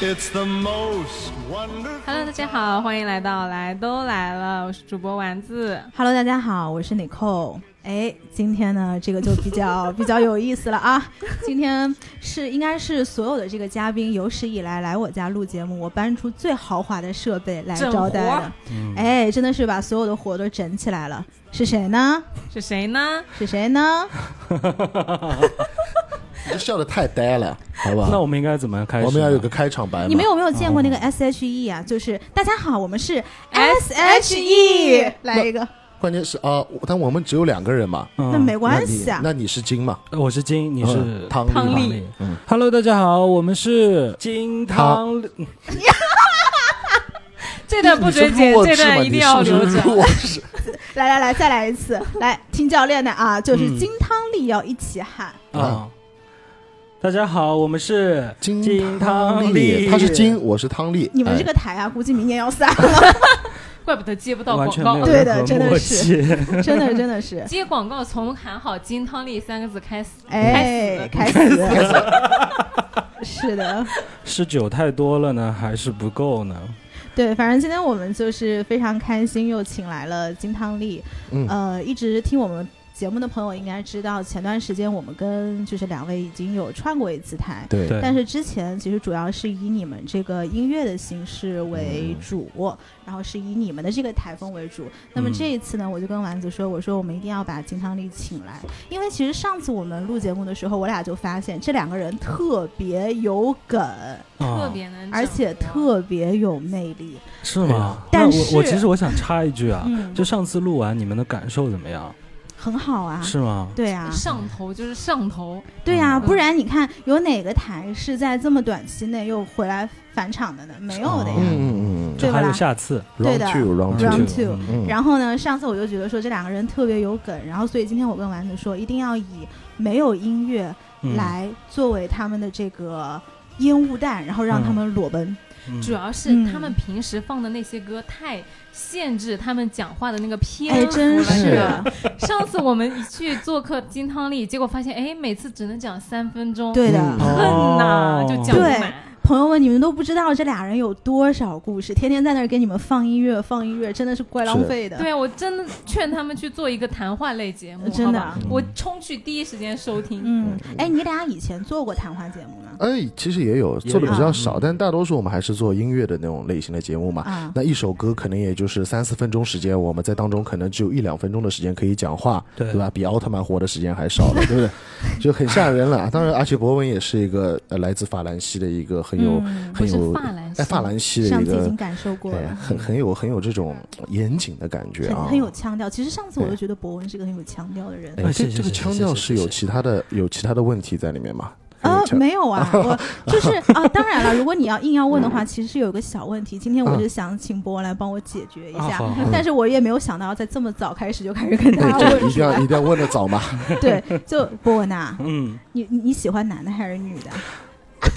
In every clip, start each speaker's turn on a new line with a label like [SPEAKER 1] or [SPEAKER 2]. [SPEAKER 1] It's the most wonderful.
[SPEAKER 2] Hello，大家好，欢迎来到来都来了，我是主播丸子。
[SPEAKER 3] Hello，大家好，我是 Nicole。哎，今天呢，这个就比较 比较有意思了啊！今天是应该是所有的这个嘉宾有史以来来我家录节目，我搬出最豪华的设备来
[SPEAKER 2] 整
[SPEAKER 3] 招待
[SPEAKER 2] 活
[SPEAKER 3] 的。哎，真的是把所有的活都整起来了。是谁呢？
[SPEAKER 2] 是谁呢？
[SPEAKER 3] 是谁呢？
[SPEAKER 4] 你笑的太呆了，好吧？
[SPEAKER 5] 那我们应该怎么开始呢？
[SPEAKER 4] 我们要有个开场白嘛。
[SPEAKER 3] 你们有没有见过那个 S H E 啊？就是大家好，我们是 S H
[SPEAKER 2] SHE
[SPEAKER 3] E，来一个，
[SPEAKER 4] 关键是啊，我但我们只有两个人嘛。
[SPEAKER 5] 嗯
[SPEAKER 3] 那没关系啊。
[SPEAKER 4] 那你是金嘛？
[SPEAKER 5] 我是金，你是
[SPEAKER 4] 嗯汤
[SPEAKER 2] 汤力
[SPEAKER 4] 力。
[SPEAKER 2] 力
[SPEAKER 4] 嗯
[SPEAKER 5] Hello，大家好，我们是金汤力。
[SPEAKER 2] 这段不准
[SPEAKER 4] 你
[SPEAKER 2] 剪
[SPEAKER 4] 是，弱
[SPEAKER 2] 这
[SPEAKER 4] 智嘛
[SPEAKER 2] 段一定要
[SPEAKER 4] 你是
[SPEAKER 2] 留
[SPEAKER 4] 不是
[SPEAKER 2] 着。
[SPEAKER 4] 弱智。
[SPEAKER 3] 来来来，再来一次，来听教练的啊，就是金汤力要一起喊。
[SPEAKER 5] 啊！大家好，我们是
[SPEAKER 4] 金
[SPEAKER 5] 汤
[SPEAKER 4] 力，他是金，我是汤力。
[SPEAKER 3] 你们
[SPEAKER 4] 哎
[SPEAKER 3] 这个台啊，估计明年要散了，
[SPEAKER 2] 怪不得接不到
[SPEAKER 5] 完
[SPEAKER 2] 广
[SPEAKER 5] 全没
[SPEAKER 2] 告
[SPEAKER 5] 有。
[SPEAKER 3] 对
[SPEAKER 5] 任
[SPEAKER 3] 的
[SPEAKER 5] 何
[SPEAKER 3] 真的
[SPEAKER 5] 默
[SPEAKER 3] 是
[SPEAKER 5] 契
[SPEAKER 3] 真的真的是，
[SPEAKER 2] 接广告从喊好“金汤力”三个字开始，
[SPEAKER 3] 哎，开始，是的，
[SPEAKER 5] 是酒太多了呢，还是不够呢？
[SPEAKER 3] 对，反正今天我们就是非常开心，又请来了金汤力，
[SPEAKER 4] 嗯
[SPEAKER 3] 呃，一直听我们。节目的朋友应该知道，前段时间我们跟就是两位已经有串过一次台，
[SPEAKER 4] 对
[SPEAKER 5] 对，
[SPEAKER 3] 但是之前其实主要是以你们这个音乐的形式为主，然后是以你们的这个台风为主。那么
[SPEAKER 5] 嗯
[SPEAKER 3] 这一次呢，我就跟丸子说，我说我们一定要把金汤力请来，因为其实上次我们录节目的时候，我俩就发现这两个人特别有梗，
[SPEAKER 2] 特
[SPEAKER 5] 啊
[SPEAKER 2] 别能，
[SPEAKER 3] 而且特别有魅力。
[SPEAKER 5] 是吗？
[SPEAKER 4] 哎
[SPEAKER 3] 但
[SPEAKER 5] 那
[SPEAKER 3] 是
[SPEAKER 5] 我我其实我想插一句啊，
[SPEAKER 3] 嗯，
[SPEAKER 5] 就上次录完你们的感受怎么样？
[SPEAKER 3] 很好啊。
[SPEAKER 5] 是吗？
[SPEAKER 3] 对啊，
[SPEAKER 2] 上头就是上头，
[SPEAKER 3] 对啊，
[SPEAKER 2] 嗯
[SPEAKER 3] 不然你看有哪个台是在这么短期内又回来返场的呢？没有的呀。
[SPEAKER 4] 嗯嗯嗯
[SPEAKER 3] 对
[SPEAKER 5] 就
[SPEAKER 3] 吧
[SPEAKER 5] 还有下次
[SPEAKER 4] 嗯。
[SPEAKER 3] 对的
[SPEAKER 4] Round two, round two。
[SPEAKER 3] Round
[SPEAKER 5] 嗯
[SPEAKER 3] two
[SPEAKER 5] 嗯
[SPEAKER 4] 嗯，
[SPEAKER 3] 然后呢，上次我就觉得说这两个人特别有梗，然后所以今天我跟丸子说，一定要以没有音乐
[SPEAKER 5] 嗯
[SPEAKER 3] 来作为他们的这个烟雾弹，然后让他们裸奔。
[SPEAKER 5] 嗯
[SPEAKER 2] 主要是
[SPEAKER 3] 嗯
[SPEAKER 2] 他们平时放的那些歌太限制他们讲话的那个篇
[SPEAKER 3] 哎，
[SPEAKER 2] 幅
[SPEAKER 3] 真
[SPEAKER 2] 了
[SPEAKER 3] 是
[SPEAKER 2] 吧上次我们一去做客金汤力，结果发现，哎，每次只能讲三分钟，
[SPEAKER 3] 对的。
[SPEAKER 4] 嗯
[SPEAKER 2] 恨呐，就讲不
[SPEAKER 3] 对
[SPEAKER 2] 满。
[SPEAKER 3] 朋友们，你们都不知道这俩人有多少故事，天天在那儿给你们放音乐，放音乐，真的是怪浪费的。
[SPEAKER 2] 对啊，我真的劝他们去做一个谈话类节目，
[SPEAKER 3] 真的啊
[SPEAKER 2] 好吧
[SPEAKER 5] 嗯
[SPEAKER 2] 我冲去第一时间收听。
[SPEAKER 3] 嗯，哎，你俩以前做过谈话节目吗？
[SPEAKER 4] 哎，其实也有
[SPEAKER 5] 也
[SPEAKER 4] 做的比
[SPEAKER 3] 有
[SPEAKER 4] 较
[SPEAKER 5] 嗯
[SPEAKER 4] 少，但大多数我们还是做音乐的那种类型的节目嘛。
[SPEAKER 3] 啊，
[SPEAKER 4] 那一首歌可能也就是三四分钟时间，我们在当中可能只有一两分钟的时间可以讲话，
[SPEAKER 5] 对
[SPEAKER 4] 对吧？比奥特曼活的时间还少了，对不 对？就很吓人了。当然，而且博文也是一个呃来自法兰西的一个很有、
[SPEAKER 3] 嗯
[SPEAKER 2] 不
[SPEAKER 4] 很
[SPEAKER 2] 是
[SPEAKER 4] 有
[SPEAKER 2] 发兰西，
[SPEAKER 4] 哎法兰西的
[SPEAKER 3] 上
[SPEAKER 4] 一
[SPEAKER 3] 次已
[SPEAKER 4] 个
[SPEAKER 3] 经感受过
[SPEAKER 4] 对
[SPEAKER 3] 了，
[SPEAKER 4] 很很有很有这种严谨的感觉
[SPEAKER 3] 很
[SPEAKER 4] 啊，
[SPEAKER 3] 很有腔调。其实上次我
[SPEAKER 4] 对
[SPEAKER 3] 就觉得博文是个很有腔调的人。
[SPEAKER 4] 哎
[SPEAKER 5] 哎
[SPEAKER 4] 这
[SPEAKER 5] 谢谢
[SPEAKER 4] 这个
[SPEAKER 5] 谢谢
[SPEAKER 4] 腔调
[SPEAKER 5] 谢谢
[SPEAKER 4] 是有
[SPEAKER 5] 谢谢
[SPEAKER 4] 其他的有其他的问题在里面吗？
[SPEAKER 3] 啊
[SPEAKER 4] 有，腔
[SPEAKER 3] 没有啊， 我就是啊，当然了，如果你要硬要问的
[SPEAKER 5] 嗯
[SPEAKER 3] 话，其实是有一个小问题。今天我就想请博文来帮我解决一
[SPEAKER 5] 啊
[SPEAKER 3] 下
[SPEAKER 5] 好，好
[SPEAKER 3] 但是我也没有想到要在这么早开始就开始跟大家
[SPEAKER 4] 对，哎这
[SPEAKER 3] 问
[SPEAKER 4] 一
[SPEAKER 3] 出
[SPEAKER 4] 定要
[SPEAKER 3] 来。
[SPEAKER 4] 一定要问的早嘛。
[SPEAKER 3] 对，就博文啊，
[SPEAKER 5] 嗯，
[SPEAKER 3] 你你你喜欢男的还是女的？啊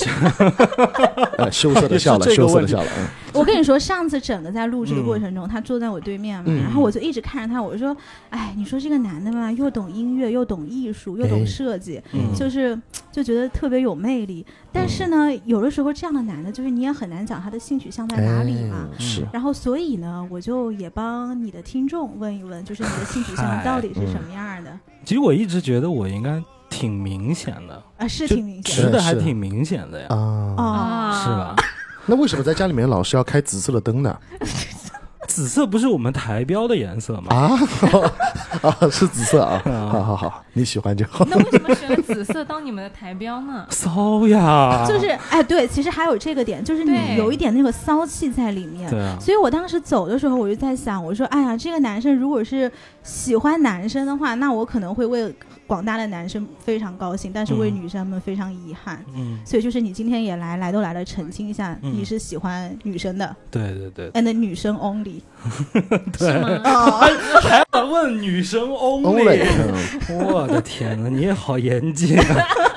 [SPEAKER 4] 呃，羞涩的笑了，
[SPEAKER 5] 也是这
[SPEAKER 4] 羞
[SPEAKER 5] 个
[SPEAKER 4] 涩的
[SPEAKER 5] 问题
[SPEAKER 4] 笑了。嗯
[SPEAKER 3] 我跟你说，上次整个在录制的过程中，他坐在我对面嘛，
[SPEAKER 5] 嗯
[SPEAKER 3] 然后我就一直看着他，我说，哎，你说这个男的嘛，又懂音乐，又懂艺术，又懂
[SPEAKER 4] 哎
[SPEAKER 3] 设计，
[SPEAKER 5] 嗯
[SPEAKER 3] 就是就觉得特别有魅力。但是呢，有的时候这样的男的，就是你也很难讲他的性取向在哪里嘛。
[SPEAKER 4] 哎是，
[SPEAKER 3] 然后，所以呢，我就也帮你的听众问一问，就是你的性取向
[SPEAKER 5] 嗨
[SPEAKER 3] 到底是什么样的？
[SPEAKER 5] 其实我一直觉得我应该挺明显的，
[SPEAKER 3] 啊，是
[SPEAKER 5] 嗯就
[SPEAKER 3] 挺明显
[SPEAKER 4] 是
[SPEAKER 5] 直的还
[SPEAKER 4] 是
[SPEAKER 5] 挺明显的呀
[SPEAKER 4] 啊。，
[SPEAKER 3] 哦。
[SPEAKER 2] 啊，
[SPEAKER 5] 是吧？？
[SPEAKER 4] 那为什么在家里面老是要开紫色的灯呢？
[SPEAKER 5] 紫色不是我们台标的颜色吗？
[SPEAKER 4] 啊 啊，是紫色啊！
[SPEAKER 5] 啊？
[SPEAKER 4] 好好好，你喜欢就好。
[SPEAKER 2] 那为什么选紫色当你们的台标呢
[SPEAKER 5] 骚呀，
[SPEAKER 3] 就是哎，对，其实还有这个点，就是你
[SPEAKER 2] 对
[SPEAKER 3] 有一点那个骚气在里面。
[SPEAKER 5] 对啊，
[SPEAKER 3] 所以我当时走的时候，我就在想，我说，哎呀，这个男生如果是喜欢男生的话，那我可能会为广大的男生非常高兴，但是为
[SPEAKER 5] 嗯
[SPEAKER 3] 女生们非常遗憾。
[SPEAKER 5] 嗯，
[SPEAKER 3] 所以就是你今天也来，来都来了，澄清一下，
[SPEAKER 5] 嗯
[SPEAKER 3] 你是喜欢女生的、
[SPEAKER 5] 对对对，
[SPEAKER 3] a n d 女生 only。
[SPEAKER 2] 是吗？
[SPEAKER 3] 哦，
[SPEAKER 5] 还要问女生
[SPEAKER 4] Only，
[SPEAKER 5] only，我的天呐，你也好严谨啊，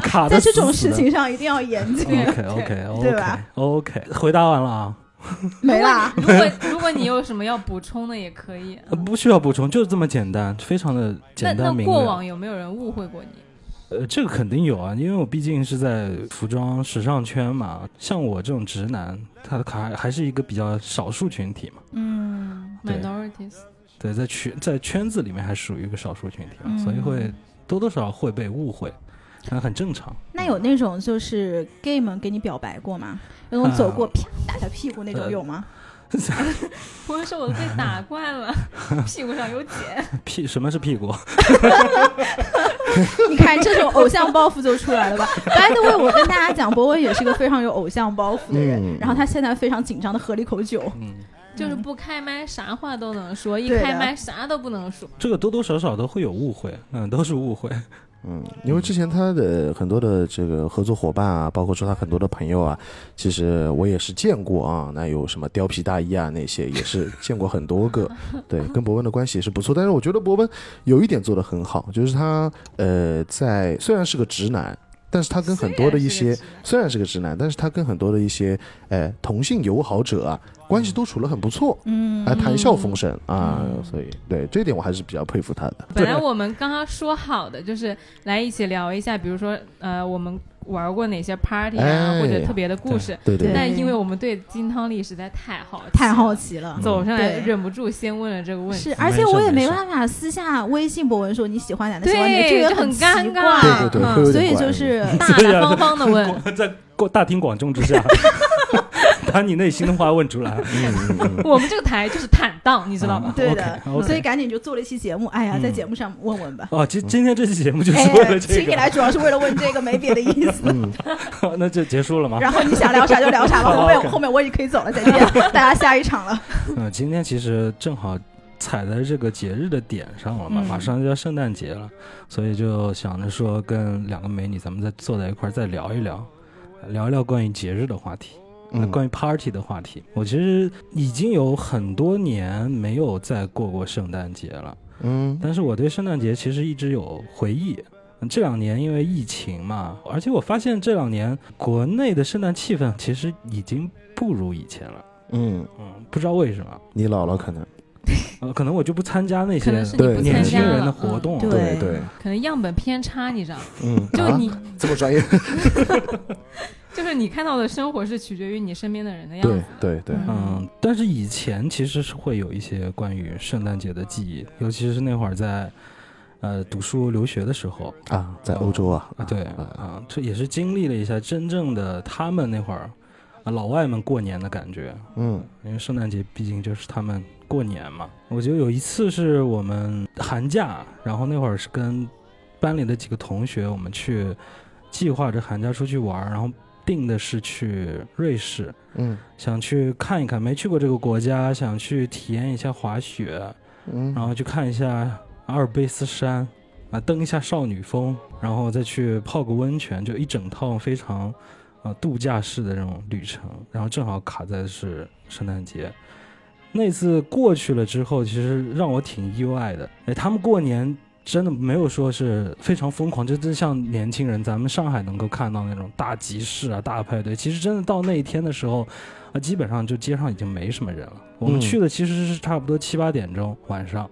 [SPEAKER 5] 卡
[SPEAKER 3] 在
[SPEAKER 5] 的
[SPEAKER 3] 这种事情上一定要严谨。
[SPEAKER 5] ，OK OK
[SPEAKER 3] 对
[SPEAKER 5] OK
[SPEAKER 3] 吧
[SPEAKER 5] OK，回答完了啊，
[SPEAKER 3] 没啦，
[SPEAKER 2] 如果如果你有什么要补充的，也可以。
[SPEAKER 5] 呃呃不需要补充，就是这么简单，非常的
[SPEAKER 2] 那
[SPEAKER 5] 简
[SPEAKER 2] 那
[SPEAKER 5] 单明
[SPEAKER 2] 过
[SPEAKER 5] 了。
[SPEAKER 2] 往有没有人误会过你？
[SPEAKER 5] 呃，这个肯定有啊，因为我毕竟是在服装时尚圈嘛，像我这种直男，他还还是一个比较少数群体嘛。
[SPEAKER 3] 嗯，
[SPEAKER 5] 对
[SPEAKER 2] ，minorities，
[SPEAKER 5] 对，在圈在圈子里面还属于一个少数群体嘛，
[SPEAKER 3] 嗯
[SPEAKER 5] 所以会多多少少会被误会，但很正常。
[SPEAKER 3] 那有那种就是 gay 们给你表白过吗？有种走过
[SPEAKER 5] 啊
[SPEAKER 3] 啪打他屁股那种
[SPEAKER 5] 呃
[SPEAKER 3] 有吗？
[SPEAKER 2] 我说我被打惯 了，屁股上有茧。
[SPEAKER 5] 屁什么是屁股？
[SPEAKER 3] 你看这种偶像包袱就出来了吧？By the way，我跟大家讲，博文也是个非常有偶像包袱的人，
[SPEAKER 4] 嗯
[SPEAKER 3] 然后他现在非常紧张的喝了一口酒。
[SPEAKER 5] 嗯，
[SPEAKER 2] 就是不开麦啥话都能说，一
[SPEAKER 3] 对的
[SPEAKER 2] 开麦啥都不能说。
[SPEAKER 5] 这个多多少少都会有误会，嗯，都是误会。
[SPEAKER 4] 嗯，因为之前他的很多的这个合作伙伴啊，包括说他很多的朋友啊，其实我也是见过啊。那有什么貂皮大衣啊那些，也是见过很多 个。对，跟博文的关系也是不错。但是我觉得博文有一点做得很好，就是他呃，在虽然是个直男，但是他跟很多的一些虽然是个直男，但是他跟很多的一些呃同性友好者啊，关系都处得很不错，
[SPEAKER 3] 嗯
[SPEAKER 4] 啊，谈笑风生啊。所以对这一点我还是比较佩服他的。
[SPEAKER 2] 本来我们刚刚说好的就是来一起聊一下，比如说呃，我们玩过哪些 party 啊，
[SPEAKER 4] 哎
[SPEAKER 2] 或者特别的故事。
[SPEAKER 4] 对对
[SPEAKER 3] 对
[SPEAKER 4] 对，
[SPEAKER 2] 但因为我们对金汤力实在太好奇，
[SPEAKER 3] 太好，奇
[SPEAKER 4] 嗯
[SPEAKER 3] 了。
[SPEAKER 2] 走上来
[SPEAKER 3] 对
[SPEAKER 2] 忍不住先问了这个问题。
[SPEAKER 3] 是，而且我也
[SPEAKER 5] 嗯没
[SPEAKER 3] 没
[SPEAKER 5] 事
[SPEAKER 3] 办法私下微信博文说你喜欢男的，喜欢女的，这
[SPEAKER 2] 对，
[SPEAKER 3] 个
[SPEAKER 2] 就
[SPEAKER 3] 也
[SPEAKER 2] 很
[SPEAKER 3] 奇
[SPEAKER 2] 尴
[SPEAKER 3] 怪
[SPEAKER 2] 尬，
[SPEAKER 4] 对对对会有
[SPEAKER 2] 嗯
[SPEAKER 3] 所以
[SPEAKER 4] 点怪
[SPEAKER 3] 就是
[SPEAKER 2] 大大方方的 问。
[SPEAKER 5] 广在广大庭广众之下，把你内心的话问出来。
[SPEAKER 2] 我们这个台就是坦荡，你知道吗？
[SPEAKER 4] 嗯
[SPEAKER 3] 对的
[SPEAKER 5] OK，OK
[SPEAKER 3] 所以赶紧就做了一期节目。哎呀，
[SPEAKER 5] 嗯
[SPEAKER 3] 在节目上问问 吧。
[SPEAKER 5] 哦，今今天这期节目就是为
[SPEAKER 3] 哎，
[SPEAKER 5] 了这
[SPEAKER 3] 请你
[SPEAKER 5] 个，嗯
[SPEAKER 3] 来主要是为了问这个，没别的意思。
[SPEAKER 4] 嗯
[SPEAKER 5] 那就结束了吗？
[SPEAKER 3] 然后你想聊啥就聊啥吧，
[SPEAKER 5] 好
[SPEAKER 3] 后面
[SPEAKER 5] OK
[SPEAKER 3] 后面我也可以走了，再见， 大家下一场了。
[SPEAKER 5] 嗯，今天其实正好踩在这个节日的点上了嘛，
[SPEAKER 3] 嗯
[SPEAKER 5] 马上就要圣诞节了，所以就想着说跟两个美女咱们再坐在一块儿再聊一聊，聊一聊关于节日的话题。那
[SPEAKER 4] 嗯
[SPEAKER 5] 关于 party 的话题，我其实已经有很多年没有再过过圣诞节了。
[SPEAKER 4] 嗯
[SPEAKER 5] 但是我对圣诞节其实一直有回忆。嗯这两年因为疫情嘛，而且我发现这两年国内的圣诞气氛其实已经不如以前了。
[SPEAKER 4] 嗯，
[SPEAKER 5] 嗯，不知道为什么，
[SPEAKER 4] 你姥姥可能
[SPEAKER 5] 呃，可能我就不参加那
[SPEAKER 2] 可
[SPEAKER 5] 些
[SPEAKER 2] 能是你
[SPEAKER 4] 对
[SPEAKER 2] 不
[SPEAKER 5] 年
[SPEAKER 2] 参
[SPEAKER 5] 轻
[SPEAKER 2] 加
[SPEAKER 5] 人的
[SPEAKER 2] 了，
[SPEAKER 5] 活动、啊
[SPEAKER 3] 嗯对
[SPEAKER 4] 对，
[SPEAKER 2] 嗯可能样本偏差，你知道吗？
[SPEAKER 4] 嗯，
[SPEAKER 2] 就
[SPEAKER 4] 啊
[SPEAKER 2] 你
[SPEAKER 4] 这么专业，
[SPEAKER 2] 就是你看到的生活是取决于你身边的人的样
[SPEAKER 4] 对
[SPEAKER 2] 子。
[SPEAKER 4] 对对，
[SPEAKER 5] 嗯，但是以前其实是会有一些关于圣诞节的记忆，尤其是那会儿在呃读书留学的时候
[SPEAKER 4] 啊，在欧洲啊，
[SPEAKER 5] 啊，对
[SPEAKER 4] 啊，
[SPEAKER 5] 啊，这也是经历了一下真正的他们那会儿、啊、老外们过年的感觉。
[SPEAKER 4] 嗯
[SPEAKER 5] 因为圣诞节毕竟就是他们过年嘛。我觉得有一次是我们寒假，然后那会儿是跟班里的几个同学，我们去计划着寒假出去玩儿，然后定的是去瑞士，
[SPEAKER 4] 嗯
[SPEAKER 5] 想去看一看，没去过这个国家，想去体验一下滑雪，
[SPEAKER 4] 嗯
[SPEAKER 5] 然后去看一下阿尔卑斯山，啊，登一下少女峰，然后再去泡个温泉，就一整套非常，啊，度假式的这种旅程。然后正好卡在是圣诞节，那次过去了之后，其实让我挺意外的。哎，他们过年。真的没有说是非常疯狂，就真像年轻人，咱们上海能够看到那种大集市啊、大派对。其实真的到那一天的时候，啊，基本上就街上已经没什么人了。我
[SPEAKER 4] 嗯
[SPEAKER 5] 们去的其实是差不多七八点钟晚上，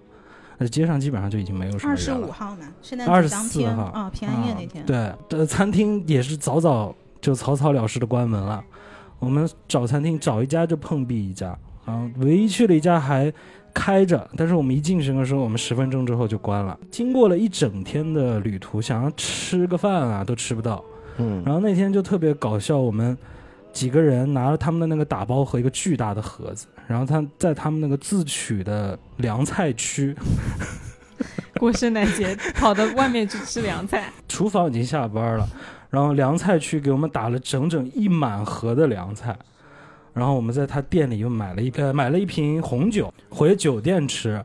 [SPEAKER 5] 那街上基本上就已经没有什么
[SPEAKER 3] 二十
[SPEAKER 5] 人
[SPEAKER 3] 五
[SPEAKER 5] 了。
[SPEAKER 3] 号呢，圣诞
[SPEAKER 5] 二
[SPEAKER 3] 节
[SPEAKER 5] 十
[SPEAKER 3] 当
[SPEAKER 5] 四
[SPEAKER 3] 天
[SPEAKER 5] 号
[SPEAKER 3] 啊，平安夜那天。
[SPEAKER 5] 啊，对，呃，餐厅也是早早就草草了事的关门了。我们找餐厅找一家就碰壁一家，然后唯一去了一家还开着，但是我们一进去的时候，我们十分钟之后就关了。经过了一整天的旅途，想要吃个饭啊都吃不到。
[SPEAKER 4] 嗯
[SPEAKER 5] 然后那天就特别搞笑，我们几个人拿了他们的那个打包盒，一个巨大的盒子，然后他在他们那个自取的凉菜区，
[SPEAKER 2] 过圣诞节跑到外面去吃凉菜，
[SPEAKER 5] 厨房已经下班了，然后凉菜区给我们打了整整一满盒的凉菜，然后我们在他店里又买了一呃买了一瓶红酒回酒店吃。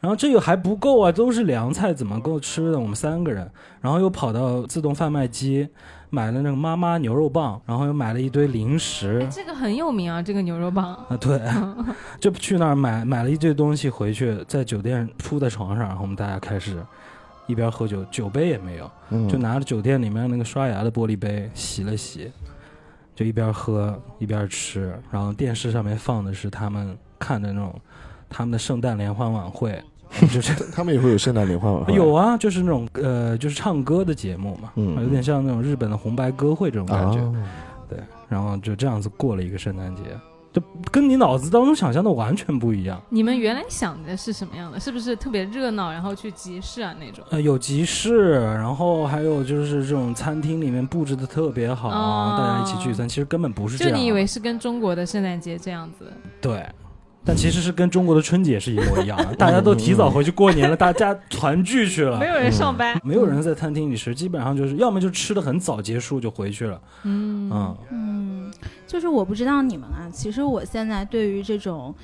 [SPEAKER 5] 然后这个还不够啊，都是凉菜，怎么够吃的？我们三个人，然后又跑到自动贩卖机买了那个妈妈牛肉棒，然后又买了一堆零食
[SPEAKER 2] 哎，。这个很有名啊，这个牛肉棒。
[SPEAKER 5] 啊，对，就去那儿买买了一堆东西回去，在酒店铺在床上，然后我们大家开始一边喝酒，酒杯也没有，
[SPEAKER 4] 嗯，
[SPEAKER 5] 就拿着酒店里面那个刷牙的玻璃杯洗了洗，就一边喝一边吃，然后电视上面放的是他们看的那种他们的圣诞联欢晚会。就是
[SPEAKER 4] 他们也会有圣诞联欢晚会。
[SPEAKER 5] 有啊，就是那种呃，就是唱歌的节目嘛，
[SPEAKER 4] 嗯
[SPEAKER 5] 有点像那种日本的红白歌会这种感
[SPEAKER 4] 啊
[SPEAKER 5] 觉。，对，然后就这样子过了一个圣诞节，就跟你脑子当中想象的完全不一样。
[SPEAKER 2] 你们原来想的是什么样的？是不是特别热闹，然后去集市啊那种？
[SPEAKER 5] 呃，有集市，然后还有就是这种餐厅里面布置的特别好，
[SPEAKER 2] 哦
[SPEAKER 5] 大家一起聚餐，其实根本不是这
[SPEAKER 2] 就
[SPEAKER 5] 样的。
[SPEAKER 2] 你以为是跟中国的圣诞节这样子？
[SPEAKER 5] 对，但其实是跟中国的春节是一模一样的，大家都提早回去过年了，大家团聚去了
[SPEAKER 4] 啊
[SPEAKER 2] 没。有人上班，
[SPEAKER 5] 没有人在餐厅里吃，基本上就是要么就吃的很早结束就回去了，
[SPEAKER 2] 嗯
[SPEAKER 5] 嗯，
[SPEAKER 3] 嗯，就是我不知道你们啊，其实我现在对于这种。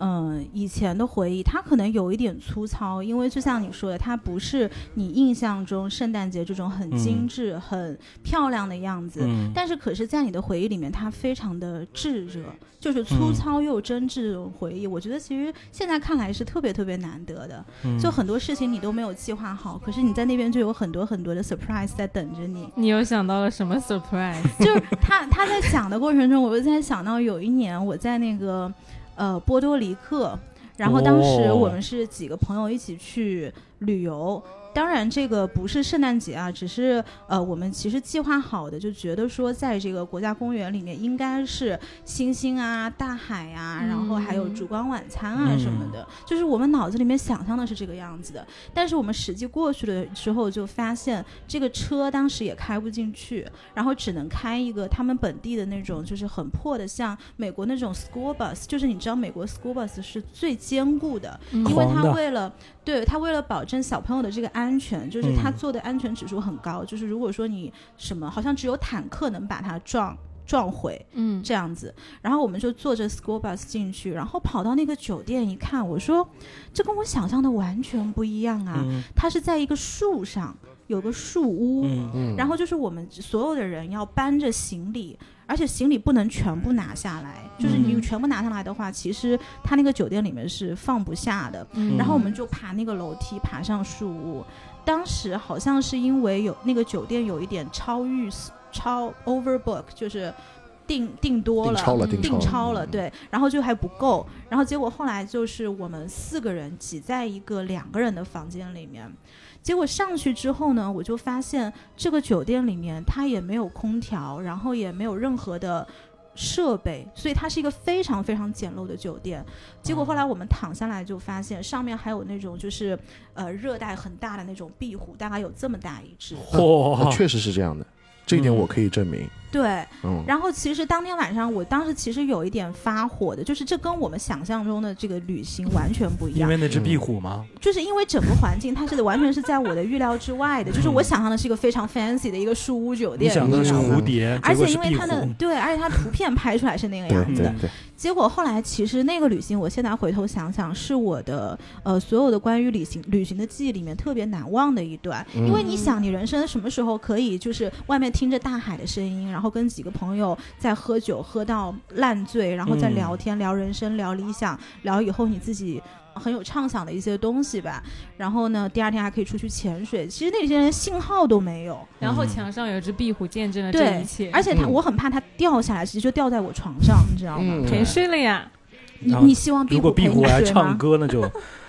[SPEAKER 3] 嗯，以前的回忆，它可能有一点粗糙，因为就像你说的，它不是你印象中圣诞节这种很精
[SPEAKER 5] 嗯
[SPEAKER 3] 致、很漂亮的样子。
[SPEAKER 5] 嗯
[SPEAKER 3] 但是，可是，在你的回忆里面，它非常的炙热，就是粗
[SPEAKER 5] 嗯
[SPEAKER 3] 糙又真挚的回忆。我觉得其实现在看来是特别特别难得的，
[SPEAKER 5] 嗯
[SPEAKER 3] 就很多事情你都没有计划好，可是你在那边就有很多很多的 surprise 在等着你。
[SPEAKER 2] 你又想到了什么 surprise？
[SPEAKER 3] 就是他他在讲的过程中，我就在想到有一年我在那个呃波多黎各，然后当时
[SPEAKER 5] 哦
[SPEAKER 3] 我们是几个朋友一起去旅游。当然，这个不是圣诞节啊，只是呃，我们其实计划好的，就觉得说，在这个国家公园里面应该是星星啊、大海啊，然后还有
[SPEAKER 2] 嗯
[SPEAKER 3] 烛光晚餐啊什么的，就是我们脑子里面想象的是这个样子的。但是我们实际过去的时候，就发现这个车当时也开不进去，然后只能开一个他们本地的那种，就是很破的，像美国那种 school bus，就是你知道美国 school bus 是最坚固的，
[SPEAKER 4] 嗯
[SPEAKER 3] 因为它
[SPEAKER 5] 黄的
[SPEAKER 3] 为了对它为了保证小朋友的这个安全，就是它
[SPEAKER 5] 嗯
[SPEAKER 3] 做的安全指数很高，就是如果说你什么，好像只有坦克能把它撞撞毁，
[SPEAKER 2] 嗯，
[SPEAKER 3] 这样子。然后我们就坐着 school bus 进去，然后跑到那个酒店一看，我说这跟我想象的完全不一样啊！
[SPEAKER 5] 嗯
[SPEAKER 3] 它是在一个树上，有个树屋。
[SPEAKER 5] 嗯
[SPEAKER 4] 嗯
[SPEAKER 3] 然后就是我们所有的人要搬着行李，而且行李不能全部拿下来，就是你
[SPEAKER 2] 嗯
[SPEAKER 3] 全部拿下来的话，其实它那个酒店里面是放不下的。
[SPEAKER 2] 嗯
[SPEAKER 3] 然后我们就爬那个楼梯，爬上树屋。当时好像是因为有那个酒店有一点超预超 overbook，就是订订多
[SPEAKER 4] 定
[SPEAKER 3] 了。
[SPEAKER 4] 超了，
[SPEAKER 2] 嗯
[SPEAKER 3] 定
[SPEAKER 4] 定
[SPEAKER 3] 超
[SPEAKER 4] 超
[SPEAKER 3] 了，，对，然后就还不够，然后结果后来就是我们四个人挤在一个两个人的房间里面，结果上去之后呢，我就发现这个酒店里面它也没有空调，然后也没有任何的设备，所以它是一个非常非常简陋的酒店。结果后来我们躺下来就发现上面还有那种就是呃热带很大的那种壁虎，大概有这么大一只，
[SPEAKER 4] 那
[SPEAKER 5] 嚯，
[SPEAKER 4] 哦确实是这样的，这
[SPEAKER 5] 嗯
[SPEAKER 4] 一点我可以证明。
[SPEAKER 3] 对，
[SPEAKER 4] 嗯，
[SPEAKER 3] 然后其实当天晚上，我当时其实有一点发火的，就是这跟我们想象中的这个旅行完全不一
[SPEAKER 5] 因
[SPEAKER 3] 样，
[SPEAKER 5] 为那只壁虎嘛，
[SPEAKER 3] 就是因为整个环境它是完全是在我的预料之外的，就是我想象的是一个非常 fancy 的一个树屋酒
[SPEAKER 5] 嗯你
[SPEAKER 3] 店，
[SPEAKER 5] 想
[SPEAKER 3] 你
[SPEAKER 5] 的
[SPEAKER 3] 知
[SPEAKER 5] 是
[SPEAKER 3] 道吗
[SPEAKER 5] 蝴？蝶，
[SPEAKER 3] 而
[SPEAKER 5] 结果
[SPEAKER 3] 且
[SPEAKER 5] 是
[SPEAKER 3] 因为
[SPEAKER 5] 壁
[SPEAKER 3] 它的
[SPEAKER 5] 虎，
[SPEAKER 3] 对，而且它图片拍出来是那个
[SPEAKER 4] 对
[SPEAKER 3] 样子
[SPEAKER 4] 对
[SPEAKER 3] 的，
[SPEAKER 4] 对，
[SPEAKER 3] 结果后来其实那个旅行，我现在回头想想，是我的呃所有的关于旅行旅行的记忆里面特别难忘的一段，
[SPEAKER 4] 嗯
[SPEAKER 3] 因为你想，你人生什么时候可以就是外面听着大海的声音，然后跟几个朋友在喝酒，喝到烂醉，然后再聊
[SPEAKER 5] 嗯
[SPEAKER 3] 天、聊人生、聊理想、聊以后你自己。很有畅想的一些东西吧，然后呢，第二天还可以出去潜水。其实那些人信号都没有，
[SPEAKER 2] 然后
[SPEAKER 5] 嗯
[SPEAKER 2] 墙上有只壁虎见证了这
[SPEAKER 3] 对
[SPEAKER 2] 一切，
[SPEAKER 3] 而且他、
[SPEAKER 4] 嗯
[SPEAKER 3] 我很怕他掉下来，其实就掉在我床上，你知道吗？
[SPEAKER 4] 嗯
[SPEAKER 2] 谁睡了呀？
[SPEAKER 3] 你
[SPEAKER 5] 然后
[SPEAKER 3] 你希望壁
[SPEAKER 5] 如果
[SPEAKER 3] 虎陪
[SPEAKER 5] 壁
[SPEAKER 3] 你
[SPEAKER 5] 虎来
[SPEAKER 3] 睡吗
[SPEAKER 5] 唱？歌，那就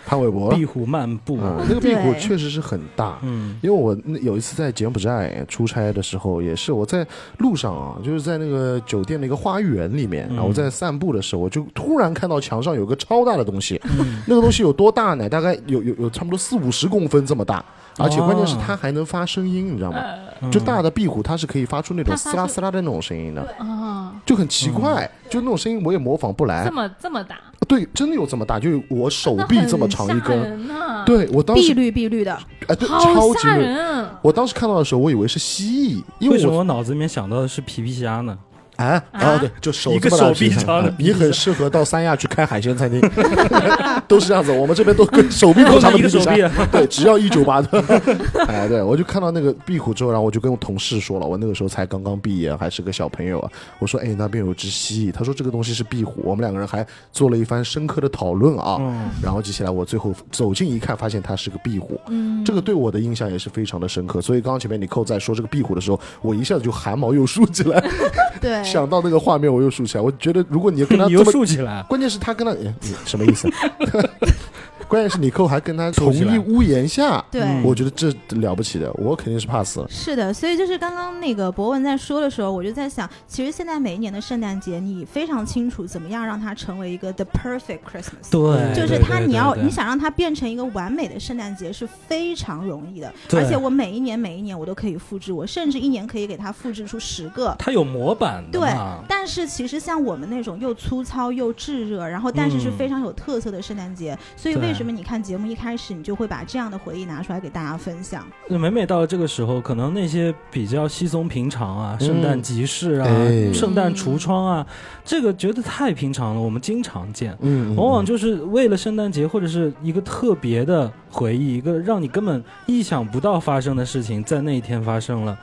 [SPEAKER 4] 潘玮柏，
[SPEAKER 5] 壁虎漫步。
[SPEAKER 4] 嗯，那个壁虎
[SPEAKER 3] 对
[SPEAKER 4] 确实是很大。
[SPEAKER 5] 嗯
[SPEAKER 4] 因为我那有一次在柬埔寨出差的时候，也是我在路上啊，就是在那个酒店的一个花园里面，
[SPEAKER 5] 嗯
[SPEAKER 4] 然后我在散步的时候，我就突然看到墙上有个超大的东西，
[SPEAKER 5] 嗯
[SPEAKER 4] 那个东西有多大呢？大概有有有差不多四五十公分这么大，而且关键是它还能发声音，你知道吗？
[SPEAKER 2] 呃
[SPEAKER 5] 嗯
[SPEAKER 4] 就大的壁虎它是可以发出那种
[SPEAKER 2] 它发
[SPEAKER 4] 嘶
[SPEAKER 2] 出
[SPEAKER 4] 啦嘶啦的那种声音的，
[SPEAKER 2] 啊，
[SPEAKER 4] 就很奇
[SPEAKER 5] 嗯
[SPEAKER 4] 怪，就那种声音我也模仿不来
[SPEAKER 2] 这。么这么大，
[SPEAKER 4] 对，真的有这么大，就有哎我手
[SPEAKER 2] 那
[SPEAKER 4] 臂
[SPEAKER 2] 很
[SPEAKER 4] 这么长一
[SPEAKER 2] 吓
[SPEAKER 4] 根。
[SPEAKER 2] 人呐，，
[SPEAKER 4] 对我当
[SPEAKER 3] 碧
[SPEAKER 4] 时
[SPEAKER 3] 绿碧绿 的，
[SPEAKER 4] 哎，对，
[SPEAKER 2] 好
[SPEAKER 4] 超级
[SPEAKER 2] 吓
[SPEAKER 4] 美。
[SPEAKER 2] 人。啊
[SPEAKER 4] 我当时看到的时候，我以为是蜥蜴，因
[SPEAKER 5] 为什么
[SPEAKER 4] 我
[SPEAKER 5] 我脑子里面想到的是皮皮虾呢？
[SPEAKER 4] 啊
[SPEAKER 2] 啊
[SPEAKER 4] 啊对，就手
[SPEAKER 5] 一个
[SPEAKER 4] 这么大
[SPEAKER 5] 手臂
[SPEAKER 4] 平常
[SPEAKER 5] 长的
[SPEAKER 4] 啊
[SPEAKER 5] 皮
[SPEAKER 4] 你很适合到三亚去开海鲜餐厅， 都是这样子。我们这边都 跟手臂够长的
[SPEAKER 5] 一
[SPEAKER 4] 皮
[SPEAKER 5] 个
[SPEAKER 4] 皮
[SPEAKER 5] 手
[SPEAKER 4] 虾
[SPEAKER 5] 臂，，啊
[SPEAKER 4] 对，只要一九八的。 哎，对，我就看到那个壁虎之后，然后我就跟我同事说了，我那个时候才刚刚毕业，还是个小朋友啊。我说，哎，那边有只蜥蜴，他说这个东西是壁虎。我们两个人还做了一番深刻的讨论啊。
[SPEAKER 5] 嗯，
[SPEAKER 4] 然后记起来，我最后走近一看，发现它是个壁虎。
[SPEAKER 3] 嗯，
[SPEAKER 4] 这个对我的印象也是非常的深刻。所以刚刚前面你扣在说这个壁虎的时候，我一下子就汗毛又竖起来，
[SPEAKER 3] 对，
[SPEAKER 4] 想到那个画面我又竖起来。我觉得如果你跟他
[SPEAKER 5] 你
[SPEAKER 4] 这
[SPEAKER 5] 又
[SPEAKER 4] 么，
[SPEAKER 5] 竖起来，
[SPEAKER 4] 关键是他跟他、哎你什么意思？关键是你扣还跟他
[SPEAKER 5] 凑
[SPEAKER 4] 同
[SPEAKER 5] 起来
[SPEAKER 4] 一屋檐下，
[SPEAKER 3] 对。
[SPEAKER 5] 嗯
[SPEAKER 4] 我觉得这了不起的，我肯定是怕死了。
[SPEAKER 3] 是的，所以就是刚刚那个博文在说的时候，我就在想，其实现在每一年的圣诞节，你非常清楚怎么样让它成为一个 the perfect Christmas，
[SPEAKER 5] 对，
[SPEAKER 3] 就是
[SPEAKER 5] 对
[SPEAKER 3] 它
[SPEAKER 5] 对
[SPEAKER 3] 你
[SPEAKER 5] 对
[SPEAKER 3] 要
[SPEAKER 5] 对
[SPEAKER 3] 你想让它变成一个完美的圣诞节是非常容易的，
[SPEAKER 5] 对
[SPEAKER 3] 而且我每一年每一年我都可以复制，我甚至一年可以给它复制出十个，
[SPEAKER 5] 它有模板的
[SPEAKER 3] 对
[SPEAKER 5] 嘛，
[SPEAKER 3] 但是其实像我们那种又粗糙又炙热，然后但是是
[SPEAKER 5] 嗯
[SPEAKER 3] 非常有特色的圣诞节，所以
[SPEAKER 5] 对
[SPEAKER 3] 为什么你看节目一开始你就会把这样的回忆拿出来给大家分享？
[SPEAKER 5] 每每到了这个时候，可能那些比较稀松平常啊，
[SPEAKER 4] 嗯
[SPEAKER 5] 圣诞集市啊、
[SPEAKER 4] 哎
[SPEAKER 5] 圣诞
[SPEAKER 2] 嗯
[SPEAKER 5] 橱窗啊，这个觉得太平常了，我们经常见。
[SPEAKER 4] 嗯
[SPEAKER 5] 往往就是为了圣诞节或者是一个特别的回忆，一个让你根本意想不到发生的事情，在那一天发生了，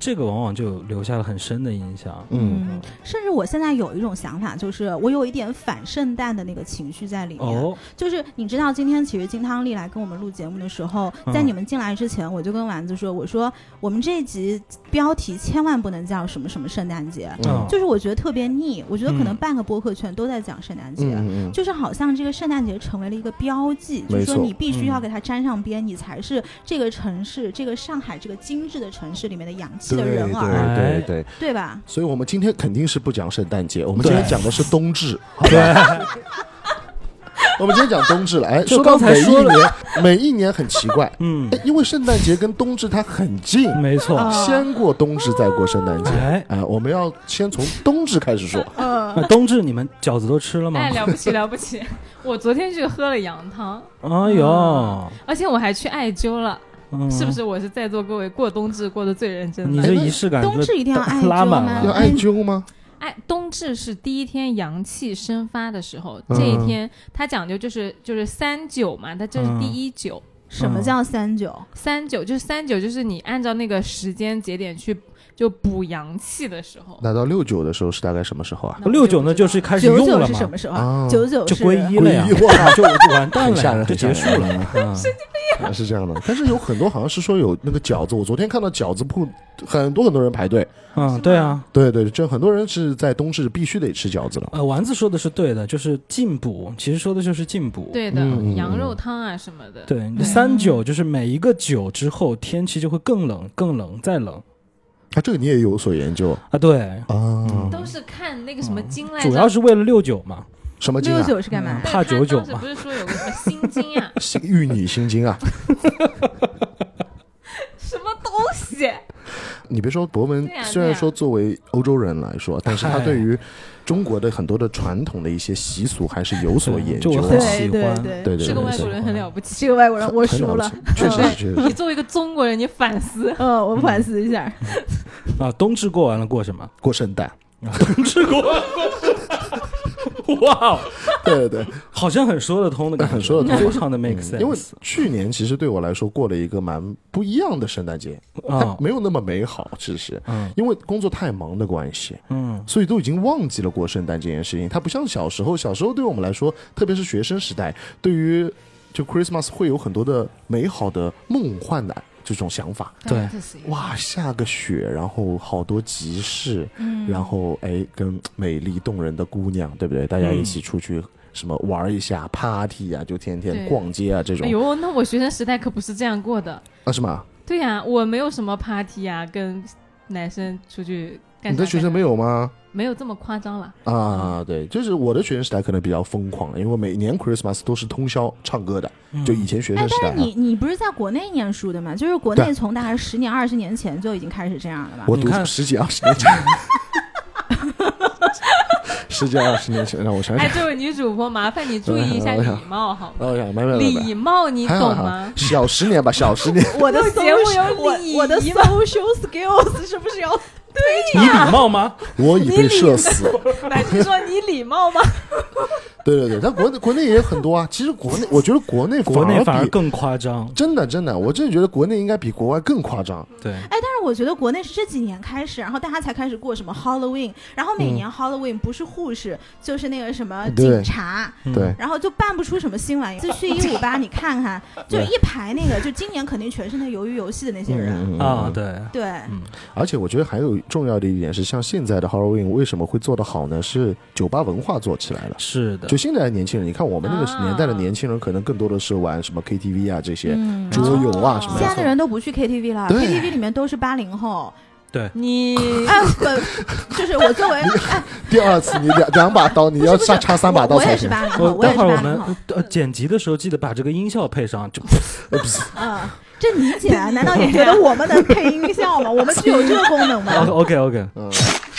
[SPEAKER 5] 这个往往就留下了很深的印象。
[SPEAKER 4] 嗯
[SPEAKER 3] 嗯，甚至我现在有一种想法，就是我有一点反圣诞的那个情绪在里面。
[SPEAKER 5] 哦，
[SPEAKER 3] 就是你知道，今天其实金汤力来跟我们录节目的时候，
[SPEAKER 5] 嗯
[SPEAKER 3] 在你们进来之前，我就跟丸子说，我说我们这一集标题千万不能叫什么什么圣诞节，
[SPEAKER 4] 哦
[SPEAKER 5] 嗯
[SPEAKER 3] 就是我觉得特别腻，我觉得可能
[SPEAKER 5] 嗯
[SPEAKER 3] 半个播客圈都在讲圣诞节。
[SPEAKER 4] 嗯嗯
[SPEAKER 3] 就是好像这个圣诞节成为了一个标记，就
[SPEAKER 4] 没
[SPEAKER 3] 是
[SPEAKER 4] 错
[SPEAKER 3] 说你必须要给它沾上边，你才是这个城市、这个上海这个精致的城市里面的洋气
[SPEAKER 4] 对
[SPEAKER 3] 的人啊儿，
[SPEAKER 5] 哎
[SPEAKER 4] 对对对，
[SPEAKER 3] 对吧？
[SPEAKER 4] 所以我们今天肯定是不讲圣诞节，我们今天
[SPEAKER 5] 对
[SPEAKER 4] 讲的是冬至，好吧？ 我们今天讲冬至了，哎，
[SPEAKER 5] 就
[SPEAKER 4] 说到
[SPEAKER 5] 刚才
[SPEAKER 4] 每一
[SPEAKER 5] 说了
[SPEAKER 4] 年，每一年很奇怪，
[SPEAKER 5] 嗯，
[SPEAKER 4] 哎因为圣诞节跟冬至它很近，
[SPEAKER 5] 没
[SPEAKER 2] 哦
[SPEAKER 5] 错。
[SPEAKER 4] 先过冬至再过圣诞节，
[SPEAKER 5] 哎，
[SPEAKER 4] 哎，我们要先从冬至开始说，
[SPEAKER 5] 那冬至你们饺子都吃了吗？
[SPEAKER 2] 哎，了不 起了不起！我昨天去喝了羊汤，
[SPEAKER 5] 哎呦，
[SPEAKER 2] 而且我还去艾灸了，
[SPEAKER 5] 嗯
[SPEAKER 2] 是不？哎是？我是在座各位过冬至过得最认真
[SPEAKER 5] 你
[SPEAKER 2] 的。
[SPEAKER 5] 这仪式感，
[SPEAKER 3] 冬至一定要艾
[SPEAKER 5] 拉
[SPEAKER 3] 灸
[SPEAKER 5] 满
[SPEAKER 3] 吗
[SPEAKER 4] 要
[SPEAKER 5] 了。
[SPEAKER 4] 艾灸吗？
[SPEAKER 5] 嗯
[SPEAKER 2] 哎，冬至是第一天阳气生发的时候，
[SPEAKER 4] 嗯
[SPEAKER 2] 这一天它讲究就是就是三九嘛，它这是第一九。
[SPEAKER 5] 嗯
[SPEAKER 3] 什么叫三九？
[SPEAKER 2] 三九就是三九，就是你按照那个时间节点去就补阳气的时候。
[SPEAKER 4] 那到六九的时候是大概什么时候啊？
[SPEAKER 2] 那我
[SPEAKER 5] 六九
[SPEAKER 2] 不
[SPEAKER 5] 呢
[SPEAKER 2] 知道
[SPEAKER 5] 就是开始
[SPEAKER 3] 九
[SPEAKER 5] 用
[SPEAKER 3] 九
[SPEAKER 5] 了嘛，
[SPEAKER 3] 是什么时候
[SPEAKER 4] 啊
[SPEAKER 3] 啊？九九
[SPEAKER 5] 就是皈依了呀
[SPEAKER 4] 皈依，哇
[SPEAKER 5] 就就完蛋
[SPEAKER 4] 很
[SPEAKER 5] 了
[SPEAKER 4] 吓人，
[SPEAKER 5] 呀，就
[SPEAKER 4] 很吓
[SPEAKER 5] 结
[SPEAKER 4] 人
[SPEAKER 5] 束了。。嗯
[SPEAKER 4] 啊是这样的，但是有很多好像是说有那个饺子，我昨天看到饺子铺很多很多人排队，
[SPEAKER 5] 嗯，对啊，
[SPEAKER 4] 对对，就很多人是在冬至必须得吃饺子了。
[SPEAKER 5] 呃，丸子说的是对的，就是进补，其实说的就是进补。
[SPEAKER 2] 对的，
[SPEAKER 4] 嗯嗯
[SPEAKER 2] 羊肉汤啊什么的。
[SPEAKER 5] 对，三九就是每一个九之后天气就会更冷，更冷再冷
[SPEAKER 4] 啊，这个你也有所研究
[SPEAKER 5] 啊。对，
[SPEAKER 4] 啊
[SPEAKER 5] 嗯？
[SPEAKER 2] 都是看那个什么经来着。
[SPEAKER 5] 主要是为了六九嘛。
[SPEAKER 4] 什么经
[SPEAKER 3] 六
[SPEAKER 4] 啊？
[SPEAKER 3] 九是干嘛
[SPEAKER 5] 嗯？
[SPEAKER 2] 对他
[SPEAKER 5] 怕九九
[SPEAKER 2] 当时
[SPEAKER 5] 嘛
[SPEAKER 2] 不是说有个什么心经 啊，
[SPEAKER 4] 心玉女心经啊！
[SPEAKER 2] 什么东西？
[SPEAKER 4] 你别说博文
[SPEAKER 2] 对啊，
[SPEAKER 4] 虽然说作为欧洲人来说，但是他
[SPEAKER 5] 嗨
[SPEAKER 4] 对于中国的很多的传统的一些习俗还是有所研
[SPEAKER 5] 就
[SPEAKER 4] 究
[SPEAKER 5] 我
[SPEAKER 4] 啊。
[SPEAKER 5] 很
[SPEAKER 4] 对
[SPEAKER 5] 喜
[SPEAKER 3] 对
[SPEAKER 5] 欢。
[SPEAKER 3] 对
[SPEAKER 4] 对对，
[SPEAKER 2] 是个
[SPEAKER 4] 对
[SPEAKER 2] 外
[SPEAKER 4] 对
[SPEAKER 2] 国人很了不起。
[SPEAKER 3] 这个外国人我
[SPEAKER 4] 很
[SPEAKER 3] 输
[SPEAKER 4] 了不
[SPEAKER 3] 了
[SPEAKER 4] 起，确实是确实
[SPEAKER 2] 你
[SPEAKER 4] 是。
[SPEAKER 2] 作为一个中国人，你反思。
[SPEAKER 3] 嗯，我反思一下。
[SPEAKER 5] 啊，冬至过完了过什么？啊
[SPEAKER 4] 过圣诞，
[SPEAKER 5] 冬至过完过什么？ 哇，哦
[SPEAKER 4] 对对 对，
[SPEAKER 5] 好像很说得通的感觉，
[SPEAKER 4] 很说得通嗯
[SPEAKER 5] 非常的 make sense。
[SPEAKER 4] 因为去年其实对我来说过了一个蛮不一样的圣诞节，它
[SPEAKER 5] 啊，
[SPEAKER 4] 没有那么美好，其实
[SPEAKER 5] 嗯
[SPEAKER 4] 因为工作太忙的关系，
[SPEAKER 5] 嗯，
[SPEAKER 4] 所以都已经忘记了过圣诞这件事情。它不像小时候，小时候对我们来说，特别是学生时代，对于就 Christmas 会有很多的美好的梦幻的这种想法。
[SPEAKER 5] 对
[SPEAKER 2] 哎这是一个，
[SPEAKER 4] 哇，下个雪，然后好多集市，
[SPEAKER 3] 嗯
[SPEAKER 4] 然后哎，跟美丽动人的姑娘，对不对？大家
[SPEAKER 5] 嗯
[SPEAKER 4] 一起出去什么玩一下、party 啊，就天天
[SPEAKER 2] 对
[SPEAKER 4] 逛街啊这
[SPEAKER 2] 哎
[SPEAKER 4] 种
[SPEAKER 2] 呦，那我学生时代可不是这样过的。
[SPEAKER 4] 啊什么？
[SPEAKER 2] 对呀、我没有什么 party 啊，跟男生出去干啥干啥。
[SPEAKER 4] 你的学生没有吗？
[SPEAKER 2] 没有这么夸张了？
[SPEAKER 4] 啊，对，就是我的学生时代可能比较疯狂了，因为每年 Christmas 都是通宵唱歌的，就以前学
[SPEAKER 2] 哎
[SPEAKER 4] 生时代、啊。
[SPEAKER 3] 你你不是在国内念书的吗？就是国
[SPEAKER 4] 对
[SPEAKER 3] 内从大概十年、二十年前就已经开始这样了吧？
[SPEAKER 4] 我
[SPEAKER 5] 你
[SPEAKER 4] 读
[SPEAKER 5] 看
[SPEAKER 4] 十几二十年前， 十几二十年前，让我想
[SPEAKER 2] 哎
[SPEAKER 4] 想，，
[SPEAKER 2] 这位女主播，麻烦你注意
[SPEAKER 4] 哎
[SPEAKER 2] 一下礼貌好吗？
[SPEAKER 4] 让我想，没没没没
[SPEAKER 2] 礼貌你
[SPEAKER 4] 还好
[SPEAKER 2] 懂
[SPEAKER 4] 还好
[SPEAKER 2] 吗？
[SPEAKER 4] 小十年吧，小十年。
[SPEAKER 3] 我的
[SPEAKER 2] 录节目有
[SPEAKER 3] social-
[SPEAKER 2] 礼
[SPEAKER 3] 我我的
[SPEAKER 2] 仪吗
[SPEAKER 3] social skills 是不是要
[SPEAKER 5] 你礼貌吗？
[SPEAKER 4] 我已被射死。
[SPEAKER 2] 来，你说你礼貌吗？
[SPEAKER 4] 对对对，但国内国内也有很多啊。其实国内，我觉得国内
[SPEAKER 5] 国内反而
[SPEAKER 4] 比
[SPEAKER 5] 更夸张。
[SPEAKER 4] 真的真的，我真的觉得国内应该比国外更夸张。
[SPEAKER 5] 对，
[SPEAKER 3] 哎，但是我觉得国内是这几年开始，然后大家才开始过什么 Halloween，然后每
[SPEAKER 4] 嗯
[SPEAKER 3] 年 Halloween 不是护士就是那个什么
[SPEAKER 4] 对
[SPEAKER 3] 警察，
[SPEAKER 5] 嗯
[SPEAKER 4] 对，
[SPEAKER 3] 然后就办不出什么新 玩意。就去一五八，你看看，就
[SPEAKER 4] 对
[SPEAKER 3] 一排那个，就今年肯定全是那鱿鱼游戏的那些人。
[SPEAKER 4] 嗯
[SPEAKER 5] 啊，。对，
[SPEAKER 3] 对，
[SPEAKER 4] 而且我觉得还有重要的一点是，像现在的 Halloween 为什么会做得好呢？是酒吧文化做起来了。
[SPEAKER 5] 是的
[SPEAKER 4] 就，现在的年轻人，你看我们那个
[SPEAKER 2] 啊
[SPEAKER 4] 年代的年轻人，可能更多的是玩什么 KTV 啊这些
[SPEAKER 3] 嗯
[SPEAKER 4] 桌游啊
[SPEAKER 2] 哦
[SPEAKER 4] 什么
[SPEAKER 3] 现在
[SPEAKER 4] 的。
[SPEAKER 3] 的人都不去 KTV 了
[SPEAKER 4] 对
[SPEAKER 3] ，KTV 里面都是八零 后。
[SPEAKER 5] 对，
[SPEAKER 2] 你
[SPEAKER 3] 哎，不，就是我作为，哎，
[SPEAKER 4] 第二次你两两把刀，你 要插插 三把
[SPEAKER 3] 我
[SPEAKER 4] 刀
[SPEAKER 3] 我也
[SPEAKER 4] 才
[SPEAKER 3] 是
[SPEAKER 4] 行。
[SPEAKER 3] 八零后，
[SPEAKER 5] 我
[SPEAKER 3] 我也
[SPEAKER 5] 待
[SPEAKER 3] 是
[SPEAKER 5] 会儿我
[SPEAKER 3] 八零
[SPEAKER 5] 们
[SPEAKER 3] 后。
[SPEAKER 5] 呃剪辑的时候记得把这个音效配上，就
[SPEAKER 4] 呃不是
[SPEAKER 3] 嗯，这你姐 难道也觉得我们能配音效吗？我们具有这个功 能吗？啊
[SPEAKER 5] OK OK，
[SPEAKER 4] 嗯，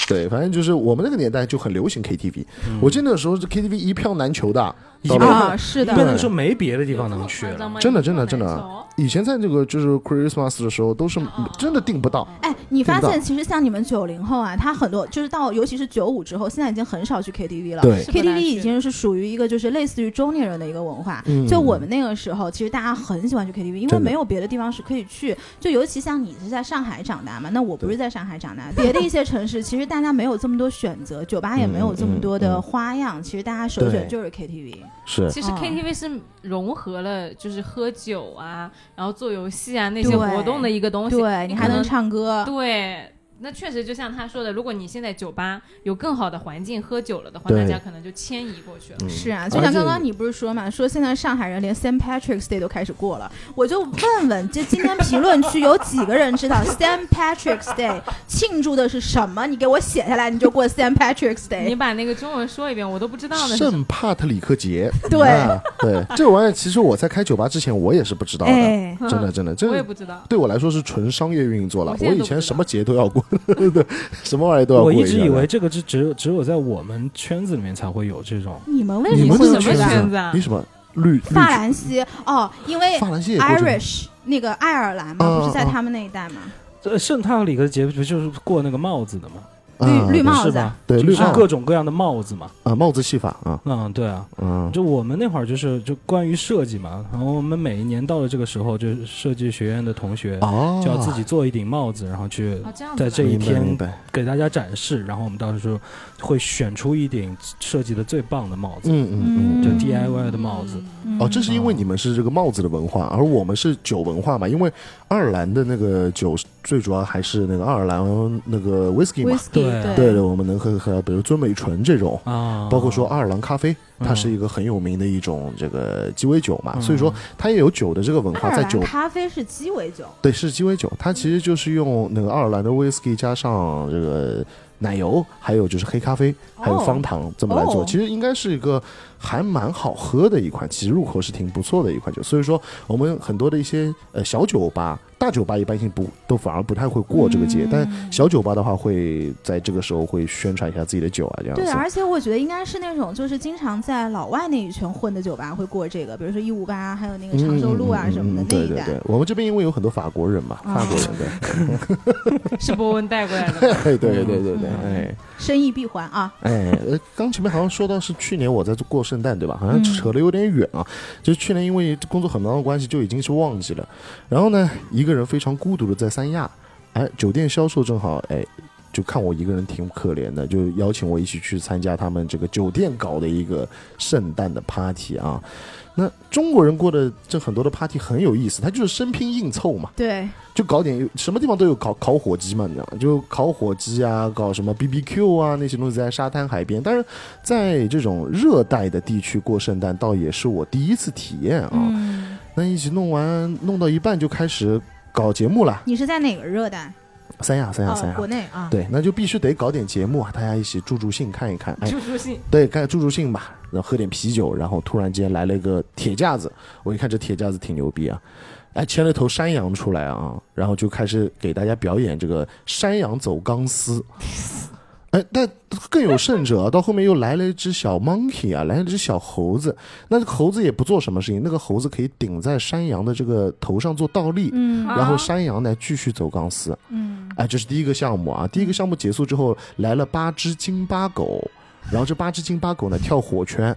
[SPEAKER 4] 对，反正就是我们那个年代就很流行 KTV，我记得那时候是 KTV 一票难求的，
[SPEAKER 5] 一
[SPEAKER 4] 到
[SPEAKER 5] 票
[SPEAKER 4] 了
[SPEAKER 5] 啊
[SPEAKER 3] 是
[SPEAKER 5] 一般来说没别的地方能去
[SPEAKER 2] 有这么
[SPEAKER 5] 了。
[SPEAKER 2] 夸张吗
[SPEAKER 4] 真的真的
[SPEAKER 2] 一个
[SPEAKER 4] 真的
[SPEAKER 2] 篮球
[SPEAKER 4] 以前在这个就是 Christmas 的时候，都是
[SPEAKER 2] 哦
[SPEAKER 4] 真的订不到。
[SPEAKER 3] 哎，你发
[SPEAKER 4] 真
[SPEAKER 3] 现
[SPEAKER 4] 的
[SPEAKER 3] 其实像你们九零后啊，他很多就是到尤其是九五之后，现在已经很少去 KTV 了。
[SPEAKER 4] 对
[SPEAKER 2] 是不大
[SPEAKER 3] KTV
[SPEAKER 2] 去
[SPEAKER 3] 已经是属于一个就是类似于中年人的一个文化。
[SPEAKER 4] 嗯
[SPEAKER 3] 就我们那个时候，其实大家很喜欢去 KTV，因为
[SPEAKER 4] 真的
[SPEAKER 3] 没有别的地方是可以去。就尤其像你是在上海长大嘛，那我不是在上海长大，别的一些城市其实大家没有这么多选择，酒吧也没有这么多
[SPEAKER 4] 嗯嗯
[SPEAKER 3] 的
[SPEAKER 4] 嗯
[SPEAKER 3] 花样，其实大家首
[SPEAKER 4] 对
[SPEAKER 3] 选就是 KTV。
[SPEAKER 4] 是
[SPEAKER 2] 其实
[SPEAKER 3] 嗯
[SPEAKER 2] KTV 是融合了就是喝酒啊，然后做游戏啊那些
[SPEAKER 3] 对
[SPEAKER 2] 活动的一个东西。
[SPEAKER 3] 对你还能
[SPEAKER 2] 可能
[SPEAKER 3] 唱歌，
[SPEAKER 2] 对，那确实就像他说的，如果你现在酒吧有更好的环境喝酒了的话，
[SPEAKER 4] 对嗯
[SPEAKER 2] 大家可能就迁移过去了。
[SPEAKER 3] 是啊，就像刚刚你不是说嘛，说现在上海人连 St. Patrick's Day 都开始过了，我就问问，这今天评论区有几个人知道 St. Patrick's Day 庆祝的是什么？你给我写下来，你就过 St. Patrick's
[SPEAKER 2] 你
[SPEAKER 3] Day。
[SPEAKER 2] 把那个中文说一遍，我都不知道呢。
[SPEAKER 4] 圣帕特里克 节，
[SPEAKER 3] 对
[SPEAKER 4] 啊对，这玩意儿其实我在开酒吧之前我也是不知道的，
[SPEAKER 3] 哎，
[SPEAKER 2] 是吧
[SPEAKER 4] 真的，真的，这
[SPEAKER 2] 嗯我也
[SPEAKER 4] 个
[SPEAKER 2] 不知道。
[SPEAKER 4] 对我来说是纯商业运作了
[SPEAKER 2] 我。现
[SPEAKER 4] 我
[SPEAKER 2] 在
[SPEAKER 4] 以
[SPEAKER 2] 都不知
[SPEAKER 4] 前
[SPEAKER 2] 道
[SPEAKER 4] 什么节都要过， 对，什么玩意儿都要
[SPEAKER 5] 我
[SPEAKER 4] 过下
[SPEAKER 5] 一
[SPEAKER 4] 的。
[SPEAKER 5] 直以为这个是只有只有在我们圈子里面才会有这种，
[SPEAKER 3] 你们为
[SPEAKER 4] 你
[SPEAKER 3] 什
[SPEAKER 4] 们
[SPEAKER 3] 么
[SPEAKER 2] 是
[SPEAKER 4] 那
[SPEAKER 2] 什
[SPEAKER 3] 会
[SPEAKER 4] 个
[SPEAKER 3] 知
[SPEAKER 2] 么
[SPEAKER 3] 道？
[SPEAKER 2] 圈子啊
[SPEAKER 4] 你什么绿绿
[SPEAKER 3] 法兰西哦，因为
[SPEAKER 4] 法兰西也过这个
[SPEAKER 3] Irish 那个爱尔兰
[SPEAKER 4] 嗯
[SPEAKER 3] 嘛，不是在
[SPEAKER 4] 嗯
[SPEAKER 3] 他们那一带嘛，
[SPEAKER 5] 呃，圣塔里克节不就是过那个帽子的吗？
[SPEAKER 4] 啊
[SPEAKER 3] 绿绿帽
[SPEAKER 5] 是
[SPEAKER 3] 子啊
[SPEAKER 5] 吧？
[SPEAKER 4] 对
[SPEAKER 5] 就
[SPEAKER 4] 绿
[SPEAKER 5] 是
[SPEAKER 4] 帽
[SPEAKER 5] 各种各样的帽子嘛。
[SPEAKER 4] 啊帽子戏法啊
[SPEAKER 5] 嗯，对啊，
[SPEAKER 4] 嗯
[SPEAKER 5] 就我们那会儿就是就关于设计嘛，然后我们每一年到了这个时候，就是设计学院的同学
[SPEAKER 4] 哦
[SPEAKER 5] 就要自己做一顶帽子，然后去
[SPEAKER 2] 哦，这样子
[SPEAKER 5] 在
[SPEAKER 2] 吧。
[SPEAKER 5] 这一
[SPEAKER 4] 明白
[SPEAKER 5] 天
[SPEAKER 4] 明白
[SPEAKER 5] 给大家展示，然后我们到时候会选出一顶设计的最棒的帽子，
[SPEAKER 4] 嗯嗯嗯
[SPEAKER 5] 就
[SPEAKER 3] 嗯
[SPEAKER 5] DIY 的帽子。
[SPEAKER 4] 哦，这是因为你们是这个帽子的文化，而我们是酒文化嘛。因为爱尔兰的那个酒最主要还是那个爱尔兰那个 whisky 嘛，
[SPEAKER 3] whisky
[SPEAKER 5] 对啊
[SPEAKER 3] 对
[SPEAKER 4] 对的，我们能喝喝，比如尊美醇这种，
[SPEAKER 5] 啊，
[SPEAKER 4] 包括说爱尔兰咖啡，它
[SPEAKER 5] 嗯
[SPEAKER 4] 是一个很有名的一种这个鸡尾酒嘛，
[SPEAKER 5] 嗯
[SPEAKER 4] 所以说它也有酒的这个文
[SPEAKER 3] 爱
[SPEAKER 4] 化
[SPEAKER 3] 尔
[SPEAKER 4] 在
[SPEAKER 3] 兰
[SPEAKER 4] 酒。
[SPEAKER 3] 咖啡是鸡尾酒，
[SPEAKER 4] 对，是鸡尾酒，它其实就是用那个爱尔兰的 whisky 加上这个奶油，还有就是黑咖啡，还有
[SPEAKER 3] 哦
[SPEAKER 4] 方糖这么来做，
[SPEAKER 3] 哦
[SPEAKER 4] 其实应该是一个还蛮好喝的一款，其实入口是挺不错的一款酒。所以说，我们很多的一些呃小酒吧、大酒吧一般性不都反而不太会过这
[SPEAKER 3] 嗯
[SPEAKER 4] 个节，但小酒吧的话会在这个时候会宣传一下自己的酒啊，这样
[SPEAKER 3] 对，
[SPEAKER 4] 子。
[SPEAKER 3] 而且我觉得应该是那种就是经常在老外那一圈混的酒吧会过这个，比如说一五八，啊还有那个长寿路啊什么的
[SPEAKER 4] 嗯
[SPEAKER 3] 那
[SPEAKER 4] 对
[SPEAKER 3] 一
[SPEAKER 4] 对
[SPEAKER 3] 带。
[SPEAKER 4] 对，我们这边因为有很多法国人嘛，
[SPEAKER 3] 啊
[SPEAKER 4] 法国人对，
[SPEAKER 2] 是波温带过来的吗。
[SPEAKER 4] 对对对对对，
[SPEAKER 3] 嗯
[SPEAKER 4] 哎
[SPEAKER 3] 生意闭环啊，
[SPEAKER 4] 哎，呃刚前面好像说到是去年我在过圣诞对吧？好像
[SPEAKER 3] 嗯
[SPEAKER 4] 扯得有点远啊，就是去年因为工作很忙的关系就已经是旺季了，然后呢，一个人非常孤独的在三亚，哎，酒店销售正好哎。就看我一个人挺可怜的，就邀请我一起去参加他们这个酒店搞的一个圣诞的 party 啊。那中国人过的这很多的 party 很有意思，他就是生拼硬凑嘛。
[SPEAKER 3] 对，
[SPEAKER 4] 就搞点什么地方都有烤烤火鸡嘛，你知道吗？就烤火鸡啊，搞什么 BBQ 啊那些东西在沙滩海边。但是在这种热带的地区过圣诞，倒也是我第一次体验啊。
[SPEAKER 3] 嗯，
[SPEAKER 4] 那一起弄完，弄到一半就开始搞节目了。
[SPEAKER 3] 你是在哪个热带？
[SPEAKER 4] 三亚，三亚，三
[SPEAKER 3] 哦，
[SPEAKER 4] 亚。
[SPEAKER 3] 国内啊，
[SPEAKER 4] 对，那就必须得搞点节目啊，大家一起助助兴，看一看。哎，
[SPEAKER 2] 助助兴，
[SPEAKER 4] 对，该助助兴吧，然后喝点啤酒，然后突然间来了一个铁架子，我一看这铁架子挺牛逼啊，哎，牵了头山羊出来啊，然后就开始给大家表演这个山羊走钢丝。 哎，但更有甚者啊，到后面又来了一只小 monkey 啊，来了一只小猴子。那猴子也不做什么事情，那个猴子可以顶在山羊的这个头上做倒立，
[SPEAKER 3] 嗯
[SPEAKER 2] 啊
[SPEAKER 4] 然后山羊呢继续走钢丝。
[SPEAKER 3] 嗯，
[SPEAKER 4] 哎，这是第一个项目啊。第一个项目结束之后，来了八只京巴狗，然后这八只京巴狗呢跳火圈，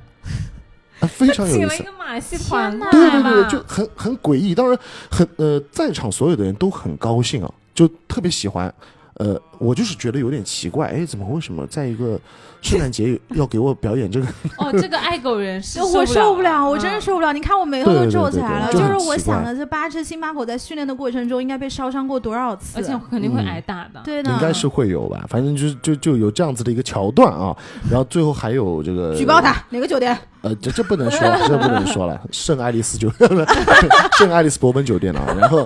[SPEAKER 4] 啊，非常有
[SPEAKER 2] 请
[SPEAKER 4] 意
[SPEAKER 2] 了一
[SPEAKER 4] 思。
[SPEAKER 2] 个马戏团过
[SPEAKER 3] 天
[SPEAKER 4] 对
[SPEAKER 2] 来
[SPEAKER 4] 对
[SPEAKER 2] 吧
[SPEAKER 4] 对，对就很很诡异。当然很呃，在场所有的人都很高兴啊，就特别喜欢。呃，我就是觉得有点奇怪，哎，怎么为什么在一个圣诞节要给我表演这个？
[SPEAKER 2] 哦，这个爱狗人士，
[SPEAKER 3] 我受
[SPEAKER 2] 受嗯
[SPEAKER 3] 不了，我嗯真的
[SPEAKER 2] 是
[SPEAKER 3] 受不了。你看我眉头都皱起来了，
[SPEAKER 4] 对对对对
[SPEAKER 3] 是
[SPEAKER 4] 就
[SPEAKER 3] 我
[SPEAKER 4] 很奇怪
[SPEAKER 3] 想的，这八只新马狗在训练的过程中应该被烧伤过多少次？
[SPEAKER 2] 而
[SPEAKER 3] 啊
[SPEAKER 2] 且肯定
[SPEAKER 4] 嗯
[SPEAKER 2] 会挨打的。
[SPEAKER 3] 对呢，
[SPEAKER 4] 应该是会有吧，反正就是就就有这样子的一个桥段啊。然后最后还有这个
[SPEAKER 3] 举报，他哪个酒店？
[SPEAKER 4] 呃，这这不能说，这不能说了，圣爱丽丝酒店，圣爱丽丝伯本酒店啊。然后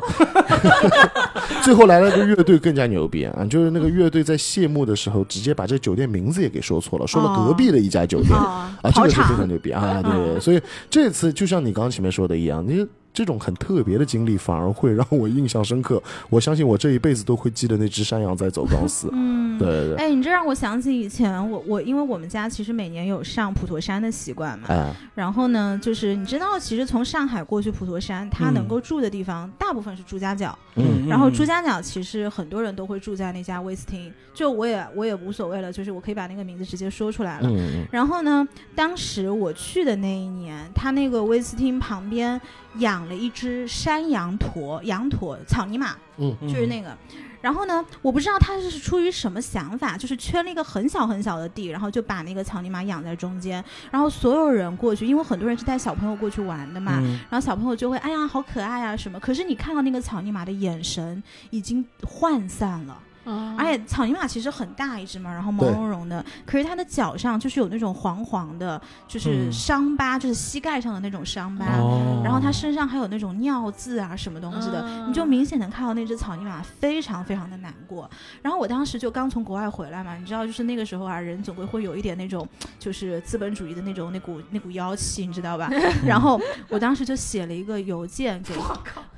[SPEAKER 4] 最后来了个乐队更加牛逼啊，就是那个乐队在谢幕的时候直接把这酒店名字也给说错了，说了隔壁的一家酒店。
[SPEAKER 3] 啊
[SPEAKER 4] 啊，这
[SPEAKER 3] 跑
[SPEAKER 4] 个是非常
[SPEAKER 3] 场
[SPEAKER 4] 牛逼啊！
[SPEAKER 3] 嗯。
[SPEAKER 4] 对，所以这次就像你刚刚前面说的一样，你这种很特别的经历反而会让我印象深刻。我相信我这一辈子都会记得那只山羊在走钢丝
[SPEAKER 3] 嗯
[SPEAKER 4] 对，对对，
[SPEAKER 3] 哎，你这让我想起以前我我，因为我们家其实每年有上普陀山的习惯嘛，
[SPEAKER 4] 哎，
[SPEAKER 3] 然后呢，就是你知道，其实从上海过去普陀山，它
[SPEAKER 5] 嗯
[SPEAKER 3] 能够住的地方大部分是朱家角，
[SPEAKER 4] 嗯，
[SPEAKER 3] 然后朱
[SPEAKER 5] 出
[SPEAKER 3] 家角其实很多人都会住在那家威斯汀，就我也我也无所谓了，就是我可以把那个名字直接说出来了。
[SPEAKER 4] 嗯嗯
[SPEAKER 3] 然后呢，当时我去的那一年，他那个威斯汀旁边养了一只山羊驼，羊驼草泥马，
[SPEAKER 5] 嗯
[SPEAKER 3] 就是那个。然后呢，我不知道他是出于什么想法，就是圈了一个很小很小的地，然后就把那个草泥马养在中间，然后所有人过去，因为很多人是带小朋友过去玩的嘛，
[SPEAKER 5] 嗯
[SPEAKER 3] 然后小朋友就会哎呀好可爱啊什么。可是你看到那个草泥马的眼神已经涣散了，
[SPEAKER 2] 嗯，
[SPEAKER 3] 而且草泥马其实很大一只嘛，然后毛
[SPEAKER 4] 对
[SPEAKER 3] 茸茸的，可是它的脚上就是有那种黄黄的，就是
[SPEAKER 5] 嗯
[SPEAKER 3] 伤疤，就是膝盖上的那种伤疤。
[SPEAKER 5] 哦
[SPEAKER 3] 然后它身上还有那种尿渍啊什么东西的，
[SPEAKER 2] 嗯
[SPEAKER 3] 你就明显能看到那只草泥马非常非常的难过。然后我当时就刚从国外回来嘛，你知道，就是那个时候啊，人总归会有一点那种就是资本主义的那种那股那股妖气，你知道吧？ 然后我当时就写了一个邮件给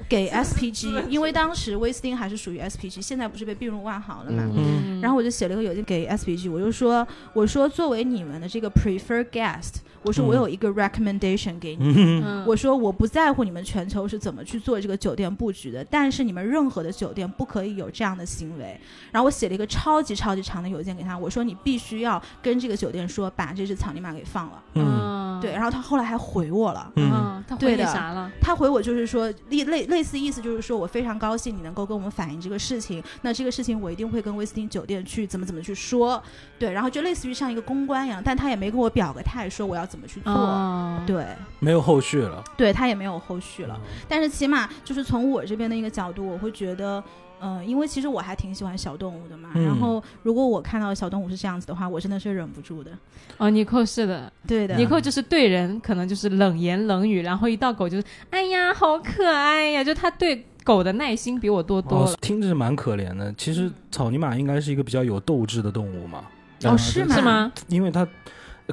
[SPEAKER 3] 给 SPG，因为当时威斯汀还是属于 SPG，现在不是被并入万豪了嘛。
[SPEAKER 4] 嗯
[SPEAKER 5] 嗯
[SPEAKER 3] 然后我就写了个邮件给 SPG，我就说，我说作为你们的这个 prefer guest，我说我
[SPEAKER 5] 嗯
[SPEAKER 3] 有一个 recommendation 给你，
[SPEAKER 5] 嗯
[SPEAKER 2] 嗯
[SPEAKER 3] 我说我不在乎你们全球是怎么去做这个酒店布局的，但是你们任何的酒店不可以有这样的行为。然后我写了一个超级超级长的邮件给他，我说你必须要跟这个酒店说把这只草泥马给放了。
[SPEAKER 5] 嗯
[SPEAKER 2] 嗯
[SPEAKER 3] 对，然后他后来还回我了。
[SPEAKER 5] 嗯
[SPEAKER 2] 嗯，他
[SPEAKER 3] 对
[SPEAKER 2] 回你
[SPEAKER 3] 的
[SPEAKER 2] 啥了？
[SPEAKER 3] 他回我就是说，类类类似意思就是说我非常高兴你能够跟我们反映这个事情，那这个事情我一定会跟威斯汀酒店去怎么怎么去说，对，然后就类似于像一个公关一样，但他也没跟我表个态，说我要怎么去做，
[SPEAKER 2] 哦，
[SPEAKER 3] 对，
[SPEAKER 5] 没有后续了，
[SPEAKER 3] 对他也没有后续了。
[SPEAKER 5] 嗯
[SPEAKER 3] 但是起码就是从我这边的一个角度，我会觉得，呃，因为其实我还挺喜欢小动物的嘛。
[SPEAKER 5] 嗯
[SPEAKER 3] 然后如果我看到小动物是这样子的话，我真的是忍不住的。
[SPEAKER 2] 哦，尼寇是的，
[SPEAKER 3] 对的
[SPEAKER 5] 嗯
[SPEAKER 2] 尼，寇就是对人可能就是冷言冷语，然后一到狗就是哎呀好可爱呀，就他对狗的耐心比我多多了
[SPEAKER 5] 哦。听着蛮可怜的。其实草泥马应该是一个比较有斗志的动物嘛，
[SPEAKER 3] 嗯哦是
[SPEAKER 5] 对
[SPEAKER 3] 吗
[SPEAKER 2] 是吗？
[SPEAKER 5] 因为它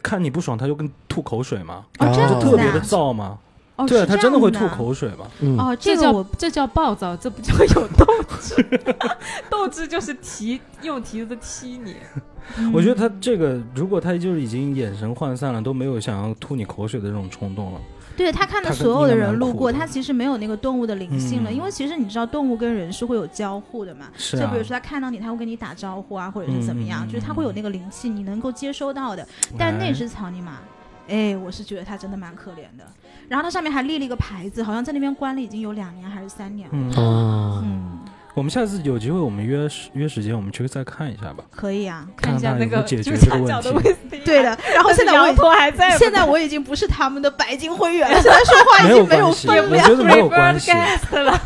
[SPEAKER 5] 看你不爽，它就跟吐口水嘛，
[SPEAKER 3] 哦，这样
[SPEAKER 4] 哦
[SPEAKER 3] 子
[SPEAKER 5] 特别的
[SPEAKER 3] 啊
[SPEAKER 5] 燥嘛，
[SPEAKER 3] 哦，
[SPEAKER 5] 对，
[SPEAKER 3] 是
[SPEAKER 5] 它
[SPEAKER 3] 这
[SPEAKER 5] 真的
[SPEAKER 3] 样
[SPEAKER 5] 会
[SPEAKER 3] 子
[SPEAKER 5] 吐
[SPEAKER 3] 啊。
[SPEAKER 5] 口水嘛。
[SPEAKER 4] 嗯
[SPEAKER 3] 哦，这个
[SPEAKER 2] 叫
[SPEAKER 3] 我
[SPEAKER 2] 这叫暴躁，这不叫有斗志， 斗志就是提用蹄子踢你。
[SPEAKER 3] 嗯
[SPEAKER 5] 我觉得它这个，如果它就是已经眼神涣散了，都没有想要吐你口水的这种冲动了。
[SPEAKER 3] 对他看到
[SPEAKER 5] 它跟
[SPEAKER 3] 所有的
[SPEAKER 5] 应该蛮
[SPEAKER 3] 人路
[SPEAKER 5] 酷
[SPEAKER 3] 过，
[SPEAKER 5] 的
[SPEAKER 3] 他其实没有那个动物的灵性了，
[SPEAKER 5] 嗯
[SPEAKER 3] 因为其实你知道动物跟人是会有交互的嘛。
[SPEAKER 5] 是
[SPEAKER 3] 就
[SPEAKER 5] 啊
[SPEAKER 3] 比如，说他看到你，他会跟你打招呼啊，或者是怎么样，
[SPEAKER 5] 嗯嗯嗯
[SPEAKER 3] 就是他会有那个灵气，你能够接收到的。但那
[SPEAKER 5] 哎
[SPEAKER 3] 只草泥马，哎，我是觉得它真的蛮可怜的。然后它上面还立了一个牌子，好像在那边关了已经有两年还是三年了。
[SPEAKER 5] 嗯，
[SPEAKER 4] 啊，
[SPEAKER 3] 嗯，
[SPEAKER 5] 我们下次有机会我们约时约时间，我们去再看一下吧。
[SPEAKER 3] 可以啊，
[SPEAKER 2] 看一下
[SPEAKER 5] 看
[SPEAKER 2] 那
[SPEAKER 5] 看有没有
[SPEAKER 2] 个
[SPEAKER 5] 解决
[SPEAKER 2] 就是
[SPEAKER 5] 这个
[SPEAKER 2] 墙
[SPEAKER 5] 问
[SPEAKER 2] 角的
[SPEAKER 5] 题
[SPEAKER 2] 威斯汀
[SPEAKER 3] 对的。然后
[SPEAKER 2] 但是
[SPEAKER 3] 现在我
[SPEAKER 2] 羊
[SPEAKER 3] 已
[SPEAKER 2] 驼还在吗，
[SPEAKER 3] 现在我已经不是他们的白金会 员，现在说话已经没有
[SPEAKER 5] 关系，
[SPEAKER 3] 分
[SPEAKER 5] 我
[SPEAKER 3] 量。
[SPEAKER 5] 觉得没有关
[SPEAKER 2] Reverse
[SPEAKER 5] 系。
[SPEAKER 2] guest 了。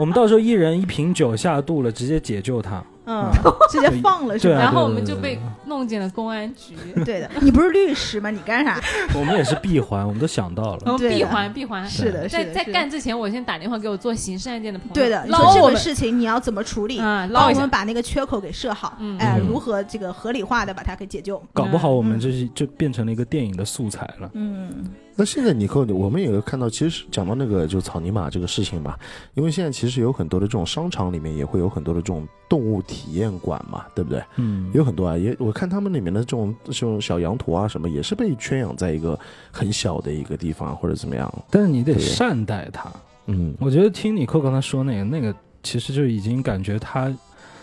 [SPEAKER 5] 我们到时候一人一瓶酒下肚了，直接解救他。
[SPEAKER 3] 嗯
[SPEAKER 5] 嗯，
[SPEAKER 3] 直接放了是
[SPEAKER 5] 对啊
[SPEAKER 3] 吧？
[SPEAKER 2] 然后我们就被弄进了公安 局，
[SPEAKER 3] 对的，你不是律师吗？你干啥？
[SPEAKER 5] 我们也是闭环，我们都想到
[SPEAKER 2] 然
[SPEAKER 5] 了。
[SPEAKER 2] 后
[SPEAKER 3] 对的
[SPEAKER 2] 闭环闭环。
[SPEAKER 3] 是的，
[SPEAKER 2] 在
[SPEAKER 3] 是的
[SPEAKER 2] 在。
[SPEAKER 3] 是的
[SPEAKER 2] 干之前，我先打电话给我做刑事案件的朋友，
[SPEAKER 3] 对的，你
[SPEAKER 2] 捞
[SPEAKER 3] 说这
[SPEAKER 2] 我
[SPEAKER 3] 个
[SPEAKER 2] 们
[SPEAKER 3] 事情你要怎么处理？
[SPEAKER 2] 啊，
[SPEAKER 3] 帮
[SPEAKER 2] 捞
[SPEAKER 3] 我
[SPEAKER 2] 一下
[SPEAKER 3] 们。把那个缺口给设好，
[SPEAKER 2] 嗯
[SPEAKER 3] 哎，
[SPEAKER 5] 嗯
[SPEAKER 3] 如何这个合理化的把它给解救？
[SPEAKER 5] 搞不好我们这是就变成了一个电影的素材了。
[SPEAKER 3] 嗯，
[SPEAKER 4] 那现在尼克，我们也看到，其实讲到那个就草泥马这个事情吧，因为现在其实有很多的这种商场里面也会有很多的这种动物体验馆嘛，对不对？
[SPEAKER 5] 嗯
[SPEAKER 4] 有很多啊，也我看他们里面的这种这种小羊驼啊什么，也是被圈养在一个很小的一个地方或者怎么样，
[SPEAKER 5] 但是你得
[SPEAKER 4] 对
[SPEAKER 5] 善待它。
[SPEAKER 4] 嗯，
[SPEAKER 5] 我觉得听你扣刚才说那个那个，其实就已经感觉它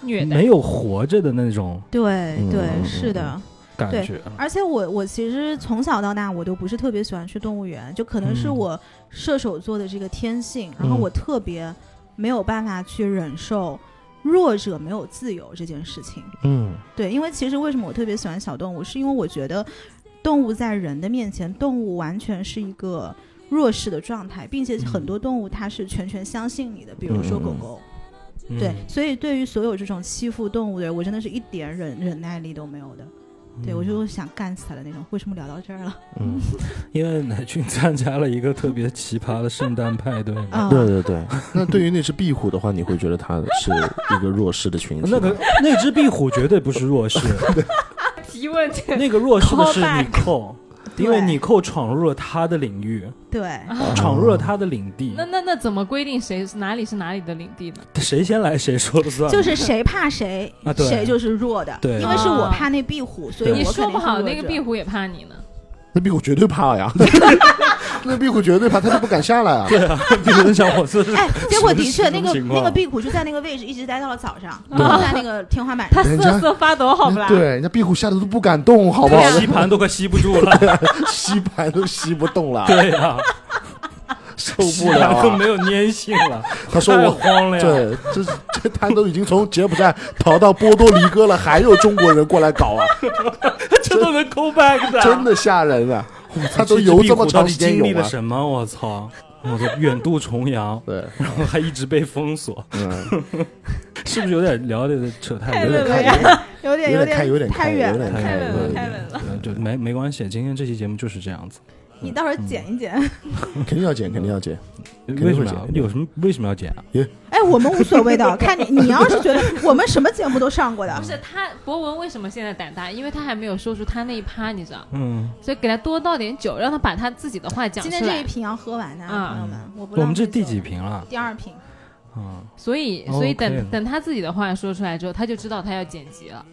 [SPEAKER 2] 虐待
[SPEAKER 5] 没有活着的那种
[SPEAKER 3] 对
[SPEAKER 4] 嗯
[SPEAKER 3] 对，
[SPEAKER 4] 嗯
[SPEAKER 3] 是的。
[SPEAKER 5] 感
[SPEAKER 3] 对
[SPEAKER 5] 觉了。
[SPEAKER 3] 而且我我其实从小到大我都不是特别喜欢去动物园，就可能是
[SPEAKER 5] 嗯
[SPEAKER 3] 我射手座的这个天性，然后
[SPEAKER 5] 嗯
[SPEAKER 3] 我特别没有办法去忍受弱者没有自由这件事情。
[SPEAKER 4] 嗯
[SPEAKER 3] 对，因为其实为什么我特别喜欢小动物，是因为我觉得动物在人的面前，动物完全是一个弱势的状态，并且很多动物它是全权相信你的，比如说狗狗。
[SPEAKER 5] 嗯
[SPEAKER 3] 对，所以对于所有这种欺负动物的人，我真的是一点忍忍耐力都没有的。对
[SPEAKER 5] 嗯
[SPEAKER 3] 我就想干死他的那种。为什么聊到这儿了？
[SPEAKER 4] 嗯，
[SPEAKER 5] 因为乃俊参加了一个特别奇葩的圣诞派对嘛，
[SPEAKER 3] 啊，
[SPEAKER 4] 对对对。那对于那只壁虎的话，你会觉得它是一个弱势的群体吗？
[SPEAKER 5] 那个那只壁虎绝对不是弱势，
[SPEAKER 2] 提问这
[SPEAKER 5] 那个弱势的是
[SPEAKER 2] Callback
[SPEAKER 5] 你寇，因为你寇闯入了他的领域，
[SPEAKER 3] 对，
[SPEAKER 5] 闯入了他的领地
[SPEAKER 2] 那，那那怎么规定谁是哪里是哪里的领地呢？
[SPEAKER 5] 谁先来谁说了算。
[SPEAKER 3] 就是谁怕谁，
[SPEAKER 5] 啊对
[SPEAKER 3] 谁就是弱的。
[SPEAKER 5] 对啊
[SPEAKER 3] 因为是我怕那壁虎，所以我
[SPEAKER 2] 你
[SPEAKER 3] 肯定
[SPEAKER 2] 说不好，
[SPEAKER 3] 是弱
[SPEAKER 2] 那个
[SPEAKER 3] 者
[SPEAKER 2] 壁虎也怕你呢。
[SPEAKER 4] 那壁虎绝对怕 呀，那壁虎绝对怕，它都不敢下来啊。
[SPEAKER 5] 对啊，壁虎想我这是
[SPEAKER 3] 哎，结果的确，
[SPEAKER 5] 什么
[SPEAKER 3] 那个
[SPEAKER 5] 情况
[SPEAKER 3] 那个壁虎就在那个位置一直待到了早上，就
[SPEAKER 5] 啊
[SPEAKER 2] 对
[SPEAKER 3] 在那个天花板
[SPEAKER 2] 它
[SPEAKER 3] 上。
[SPEAKER 4] 人
[SPEAKER 2] 瑟
[SPEAKER 4] 家嗯
[SPEAKER 2] 瑟发抖，好不啦？
[SPEAKER 4] 对，人家壁虎吓得都不敢动，好不好？
[SPEAKER 5] 吸盘都快吸不住 了，
[SPEAKER 4] 吸盘都吸不动了，
[SPEAKER 5] 对呀，
[SPEAKER 4] 受
[SPEAKER 5] 吸
[SPEAKER 4] 不了
[SPEAKER 5] 盘都
[SPEAKER 4] 啊。
[SPEAKER 5] 没哎有粘性了，
[SPEAKER 4] 他说
[SPEAKER 5] 太
[SPEAKER 4] 我
[SPEAKER 5] 慌了呀。
[SPEAKER 4] 对，这这他都已经从柬埔寨逃到波多黎各了， 还有中国人过来搞啊，
[SPEAKER 5] 这都能 call back 的，
[SPEAKER 4] 真的吓人啊！他
[SPEAKER 5] 这
[SPEAKER 4] 都
[SPEAKER 5] 只
[SPEAKER 4] 游
[SPEAKER 5] 壁
[SPEAKER 4] 这么
[SPEAKER 5] 虎到
[SPEAKER 4] 长
[SPEAKER 5] 底
[SPEAKER 4] 时间
[SPEAKER 5] 经历
[SPEAKER 4] 游
[SPEAKER 5] 了
[SPEAKER 4] 啊。
[SPEAKER 5] 什么？我操！我的远渡重 洋，
[SPEAKER 4] 对，
[SPEAKER 5] 然后还一直被封锁，
[SPEAKER 4] 嗯，
[SPEAKER 5] 是不是有点聊的扯太
[SPEAKER 2] 太
[SPEAKER 5] 远
[SPEAKER 4] 有
[SPEAKER 2] 对
[SPEAKER 4] 点
[SPEAKER 5] 了？
[SPEAKER 4] 开，
[SPEAKER 2] 对
[SPEAKER 3] 有
[SPEAKER 4] 有
[SPEAKER 3] 点
[SPEAKER 4] 点开，有点
[SPEAKER 3] 太
[SPEAKER 4] 开，
[SPEAKER 3] 远
[SPEAKER 4] 有
[SPEAKER 3] 了。
[SPEAKER 4] 点嗯
[SPEAKER 5] 太
[SPEAKER 4] 开，
[SPEAKER 5] 远
[SPEAKER 4] 有
[SPEAKER 5] 了
[SPEAKER 4] 点
[SPEAKER 2] 太
[SPEAKER 4] 开
[SPEAKER 2] 稳了。
[SPEAKER 5] 呃就没没关系，今天这期节目就是这样子。
[SPEAKER 3] 你到时候剪一剪。
[SPEAKER 4] 肯定要剪，肯定要剪。定
[SPEAKER 5] 为什么
[SPEAKER 4] 会
[SPEAKER 5] 要
[SPEAKER 4] 剪
[SPEAKER 5] 有什么为什么要剪啊？
[SPEAKER 3] 哎，我们无所谓的，看你你要是觉得我们什么节目都上 过的
[SPEAKER 2] 不，是他博文为什么现在胆大？因为他还没有说出他那一趴，你知道，
[SPEAKER 5] 嗯，
[SPEAKER 2] 所以给他多倒点酒，让他把他自己的话讲出
[SPEAKER 3] 今
[SPEAKER 2] 来。
[SPEAKER 3] 天这一瓶要喝完呢，啊
[SPEAKER 2] 嗯
[SPEAKER 3] 朋友们，我不
[SPEAKER 5] 我
[SPEAKER 3] 浪
[SPEAKER 5] 们
[SPEAKER 3] 费
[SPEAKER 5] 这第
[SPEAKER 3] 酒
[SPEAKER 5] 几？瓶了？
[SPEAKER 3] 第二瓶。
[SPEAKER 5] 嗯，
[SPEAKER 2] 所以，
[SPEAKER 5] 哦
[SPEAKER 2] 所以
[SPEAKER 5] OK
[SPEAKER 2] 等、等他自己的话说出来之后，他就知道他要剪辑了。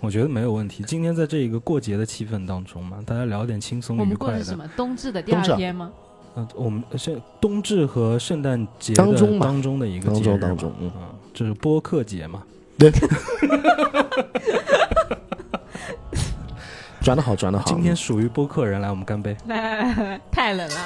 [SPEAKER 5] 我觉得没有问题。今天在这一个过节的气氛当中嘛，大家聊点轻松
[SPEAKER 2] 我
[SPEAKER 5] 愉
[SPEAKER 2] 们过
[SPEAKER 5] 快
[SPEAKER 2] 的是什
[SPEAKER 5] 的。
[SPEAKER 2] 么？冬至的第二
[SPEAKER 4] 冬至啊
[SPEAKER 2] 天吗？
[SPEAKER 5] 嗯，我们是冬至和圣诞节
[SPEAKER 4] 当
[SPEAKER 5] 的
[SPEAKER 4] 中嘛
[SPEAKER 5] 当中的一个
[SPEAKER 4] 当
[SPEAKER 5] 节日
[SPEAKER 4] 中，当
[SPEAKER 5] 嘛
[SPEAKER 4] 中，嗯，
[SPEAKER 5] 嗯，这是播客节嘛？
[SPEAKER 4] 转的好，转的好。
[SPEAKER 5] 今天属于播客人，来我们干杯。
[SPEAKER 2] 来来来来，太冷 了，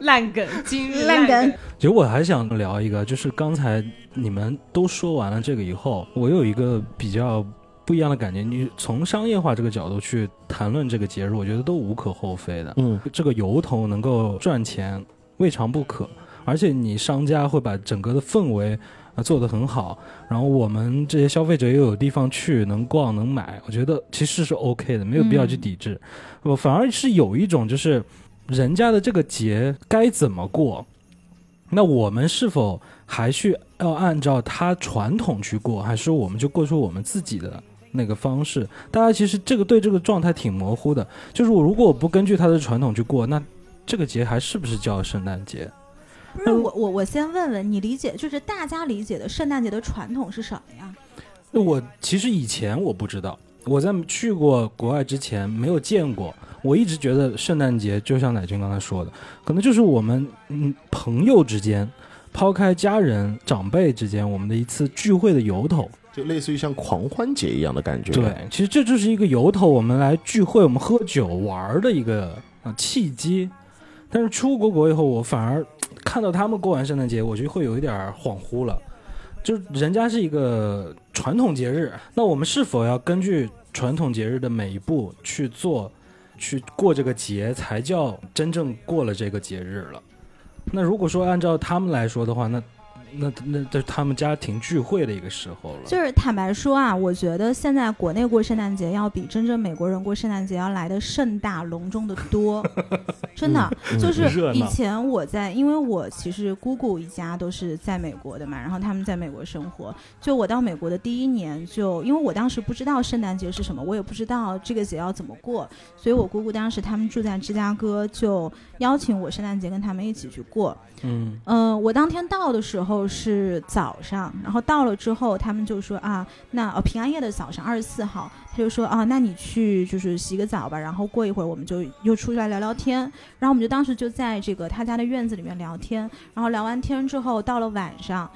[SPEAKER 2] 烂梗，今日
[SPEAKER 3] 烂梗
[SPEAKER 2] 梗。
[SPEAKER 5] 其实我还想聊一个，就是刚才你们都说完了这个以后，我有一个比较不一样的感觉。你从商业化这个角度去谈论这个节日，我觉得都无可厚非的。
[SPEAKER 4] 嗯，
[SPEAKER 5] 这个由头能够赚钱，未尝不可。而且你商家会把整个的氛围啊、呃做得很好，然后我们这些消费者又有地方去，能逛能买，我觉得其实是 OK 的，没有必要去抵制。我、反而是有一种就是人家的这个节该怎么过，那我们是否还去要按照他传统去过，还是我们就过出我们自己的那个方式？大家其实这个对这个状态挺模糊的。就是我如果我不根据他的传统去过，那这个节还是不是叫圣诞节？
[SPEAKER 3] 不是
[SPEAKER 5] 嗯
[SPEAKER 3] 我我我先问问你理解，就是大家理解的圣诞节的传统是什么呀？
[SPEAKER 5] 那我其实以前我不知道，我在去过国外之前没有见过，我一直觉得圣诞节就像乃军刚才说的，可能就是我们嗯朋友之间，抛开家人长辈之间，我们的一次聚会的由头。
[SPEAKER 4] 就类似于像狂欢节一样的感觉。
[SPEAKER 5] 对，其实这就是一个由头，我们来聚会，我们喝酒玩儿的一个呃契机。但是出国国以后，我反而看到他们过完圣诞节，我就会有一点儿恍惚了。就是人家是一个传统节日，那我们是否要根据传统节日的每一步去做，去过这个节，才叫真正过了这个节日了？那如果说按照他们来说的话，那那那这是他们家庭聚会的一个时候了。
[SPEAKER 3] 就是坦白说啊，我觉得现在国内过圣诞节要比真正美国人过圣诞节要来的盛大隆重的多，真的。
[SPEAKER 4] 嗯
[SPEAKER 3] 就是
[SPEAKER 5] 热
[SPEAKER 3] 以
[SPEAKER 5] 闹
[SPEAKER 3] 前我在，因为我其实姑姑一家都是在美国的嘛，然后他们在美国生活。就我到美国的第一年就，因为我当时不知道圣诞节是什么，我也不知道这个节要怎么过，所以我姑姑当时他们住在芝加哥，就邀请我圣诞节跟他们一起去过。
[SPEAKER 5] 嗯
[SPEAKER 3] 嗯，我当天到的时候是早上，然后到了之后，他们就说啊，那呃平安夜的早上二十四号，他就说啊，那你去就是洗个澡吧，然后过一会儿我们就又出来聊聊天，然后我们就当时就在这个他家的院子里面聊天，然后聊完天之后，到了晚上。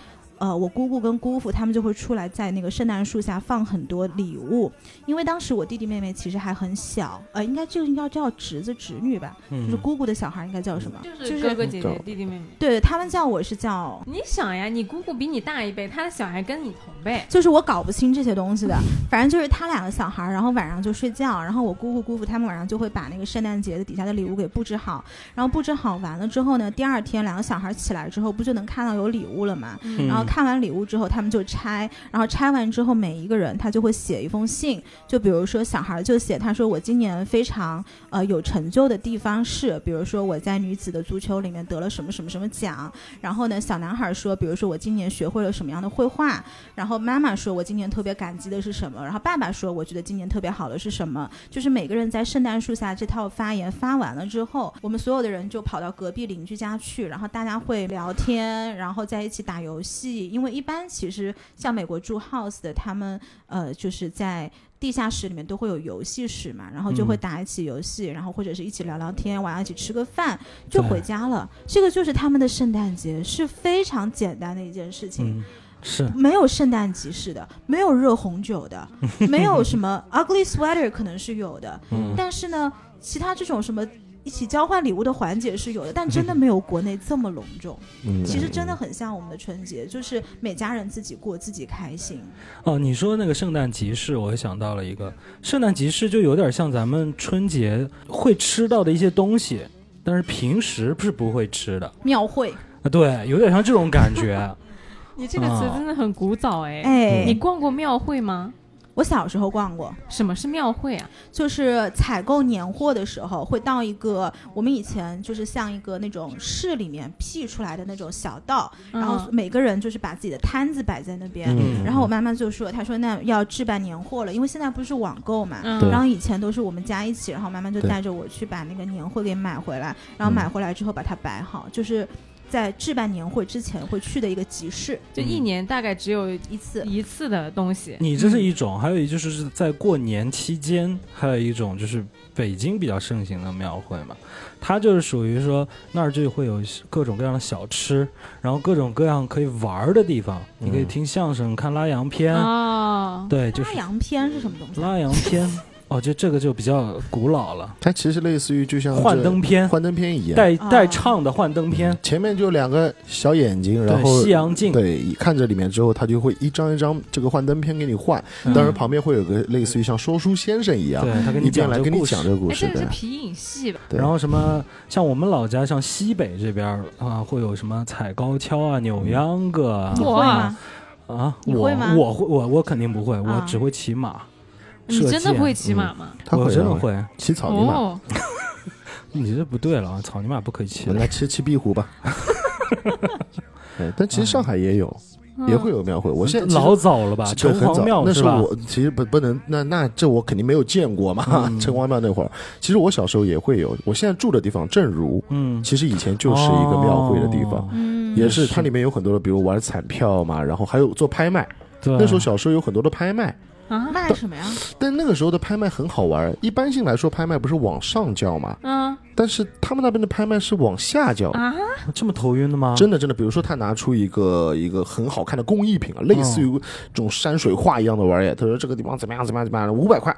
[SPEAKER 3] 呃，我姑姑跟姑父他们就会出来在那个圣诞树下放很多礼物，因为当时我弟弟妹妹其实还很小，呃，应该这个应该叫侄子侄女吧，就是
[SPEAKER 5] 嗯，
[SPEAKER 3] 姑姑的小孩应该叫什么？
[SPEAKER 2] 就是哥哥
[SPEAKER 4] 嗯
[SPEAKER 2] 姐姐、弟弟妹妹。
[SPEAKER 3] 对他们叫我是叫
[SPEAKER 2] 你想呀，你姑姑比你大一辈，她的小孩跟你同辈，
[SPEAKER 3] 就是我搞不清这些东西的，反正就是他俩的小孩儿，然后晚上就睡觉，然后我姑姑姑父他们晚上就会把那个圣诞节的底下的礼物给布置好，然后布置好完了之后呢，第二天两个小孩儿起来之后，不就能看到有礼物了吗？
[SPEAKER 4] 啊
[SPEAKER 5] 嗯
[SPEAKER 3] 然后看完礼物之后，他们就拆，然后拆完之后，每一个人他就会写一封信，就比如说小孩儿就写，他说我今年非常呃有成就的地方是，比如说我在女子的足球里面得了什么什么什么奖，然后呢，小男孩儿说，比如说我今年学会了什么样的绘画，然后妈妈说我今年特别感激的是什么，然后爸爸说我觉得今年特别好的是什么，就是每个人在圣诞树下这套发言发完了之后，我们所有的人就跑到隔壁邻居家去，然后大家会聊天，然后在一起打游戏。因为一般其实像美国住 house 的，他们呃就是在。地下室里面都会有游戏室嘛，然后就会
[SPEAKER 5] 嗯
[SPEAKER 3] 打一起游戏，然后或者是一起聊聊天，晚上一起吃个饭就
[SPEAKER 5] 对
[SPEAKER 3] 回家了。这个就是他们的圣诞节，是非常简单的一件事情。
[SPEAKER 5] 嗯，是
[SPEAKER 3] 没有圣诞集市的，没有热红酒的，没有什 么 ugly sweater 可能是有的，
[SPEAKER 5] 嗯
[SPEAKER 3] 但是呢，其他这种什么。一起交换礼物的环节是有的，但真的没有国内这么隆重。
[SPEAKER 4] 嗯，
[SPEAKER 3] 其实真的很像我们的春节，就是每家人自己过，自己开心。
[SPEAKER 5] 哦，你说那个圣诞集市，我想到了一个圣诞集市，就有点像咱们春节会吃到的一些东西，但是平时是不会吃的
[SPEAKER 3] 庙会，
[SPEAKER 5] 啊。对，有点像这种感觉。
[SPEAKER 2] 你这个词
[SPEAKER 5] 哦
[SPEAKER 2] 真的很古早哎。
[SPEAKER 4] 嗯
[SPEAKER 3] 哎，
[SPEAKER 2] 你逛过庙会吗？
[SPEAKER 3] 我小时候逛过，
[SPEAKER 2] 什么是庙会啊？
[SPEAKER 3] 就是采购年货的时候，会到一个我们以前就是像一个那种市里面辟出来的那种小道，然后
[SPEAKER 2] 嗯
[SPEAKER 3] 每个人就是把自己的摊子摆在那边，
[SPEAKER 4] 嗯，
[SPEAKER 3] 然后我妈妈就说：“她说那要置办年货了，因为现在不是网购嘛。
[SPEAKER 2] 嗯，
[SPEAKER 4] 对
[SPEAKER 3] 然后以前都是我们家一起，然后妈妈就
[SPEAKER 4] 对
[SPEAKER 3] 带着我去把那个年货给买回来，然后买回来之后把它摆好，就是在置办年货之前会去的一个集市
[SPEAKER 2] 就一年大概只有
[SPEAKER 3] 一次。
[SPEAKER 2] 一次的东西。
[SPEAKER 5] 你这是一种，还有一就是是在过年期间，还有一种就是北京比较盛行的庙会嘛，它就是属于说那儿就会有各种各样的小吃，然后各种各样可以玩儿的地方，你可以
[SPEAKER 4] 嗯
[SPEAKER 5] 听相声、看拉洋片，
[SPEAKER 2] 哦，
[SPEAKER 5] 对，就
[SPEAKER 3] 拉
[SPEAKER 5] 是
[SPEAKER 3] 洋片是什么东西？啊
[SPEAKER 5] 拉洋片。哦，就这个就比较古老了，
[SPEAKER 4] 它其实类似于就像这
[SPEAKER 5] 幻灯片，
[SPEAKER 4] 幻灯片一样，
[SPEAKER 5] 带
[SPEAKER 3] 啊
[SPEAKER 5] 带唱的幻灯片，
[SPEAKER 4] 前面就两个小眼睛，然
[SPEAKER 5] 对
[SPEAKER 4] 后
[SPEAKER 5] 西洋镜，
[SPEAKER 4] 对，看着里面之后，它就会一张一张这个幻灯片给你换，
[SPEAKER 5] 嗯
[SPEAKER 4] 当然旁边会有个类似于像说书先生一样，
[SPEAKER 5] 对他给
[SPEAKER 4] 一
[SPEAKER 5] 你
[SPEAKER 4] 边
[SPEAKER 5] 讲
[SPEAKER 4] 来跟你
[SPEAKER 5] 故事
[SPEAKER 4] 讲这个故
[SPEAKER 2] 哎，
[SPEAKER 4] 事
[SPEAKER 2] 这个是
[SPEAKER 4] 的。
[SPEAKER 2] 皮影戏吧？
[SPEAKER 4] 对
[SPEAKER 5] 然后什么，像我们老家，像西北这边儿啊，会有什么踩高跷啊、扭秧歌啊
[SPEAKER 3] 你会
[SPEAKER 2] 哇
[SPEAKER 3] 吗？
[SPEAKER 5] 啊，
[SPEAKER 3] 你
[SPEAKER 5] 我
[SPEAKER 3] 会吗
[SPEAKER 5] 我会，我我肯定不会，我
[SPEAKER 3] 啊
[SPEAKER 5] 只会骑马。
[SPEAKER 2] 你
[SPEAKER 5] 射
[SPEAKER 2] 真的
[SPEAKER 5] 箭
[SPEAKER 2] 会骑马吗？
[SPEAKER 4] 嗯他
[SPEAKER 5] 我
[SPEAKER 4] 会啊
[SPEAKER 5] 真的
[SPEAKER 4] 让
[SPEAKER 5] 会。
[SPEAKER 4] 骑草泥马，
[SPEAKER 2] 哦，
[SPEAKER 5] 你这不对了，啊！草泥马不可以骑
[SPEAKER 4] 我们
[SPEAKER 5] 的。
[SPEAKER 4] 来骑骑壁虎 吧。对，但其实上海也有，
[SPEAKER 2] 嗯
[SPEAKER 4] 也会有庙会。我现在
[SPEAKER 5] 老早了吧？
[SPEAKER 4] 其实
[SPEAKER 5] 城
[SPEAKER 4] 对嗯很
[SPEAKER 5] 隍
[SPEAKER 4] 早，
[SPEAKER 5] 庙
[SPEAKER 4] 那
[SPEAKER 5] 是
[SPEAKER 4] 时
[SPEAKER 5] 吧
[SPEAKER 4] 候？我其实不不能，那那这我肯定没有见过嘛。
[SPEAKER 5] 嗯
[SPEAKER 4] 城隍庙那会儿，其实我小时候也会有。我现在住的地方正如，
[SPEAKER 5] 嗯，
[SPEAKER 4] 其实以前就是一个庙会的地方。
[SPEAKER 5] 哦。
[SPEAKER 3] 嗯，
[SPEAKER 4] 也是，它
[SPEAKER 5] 是
[SPEAKER 4] 里面有很多的，比如玩彩票嘛，然后还有做拍卖。
[SPEAKER 5] 对，
[SPEAKER 4] 那时候小时候有很多的拍卖，
[SPEAKER 2] 啊，
[SPEAKER 3] 卖什么呀？
[SPEAKER 4] 但那个时候的拍卖很好玩。一般性来说，拍卖不是往上叫嘛，
[SPEAKER 2] 嗯
[SPEAKER 4] 但是他们那边的拍卖是往下叫。
[SPEAKER 2] 啊，
[SPEAKER 5] 这么头晕的吗？
[SPEAKER 4] 真的，真的，比如说他拿出一个一个很好看的工艺品啊，类似于这种山水画一样的玩意儿，他说这个地方怎么样怎么样怎么样，五百块，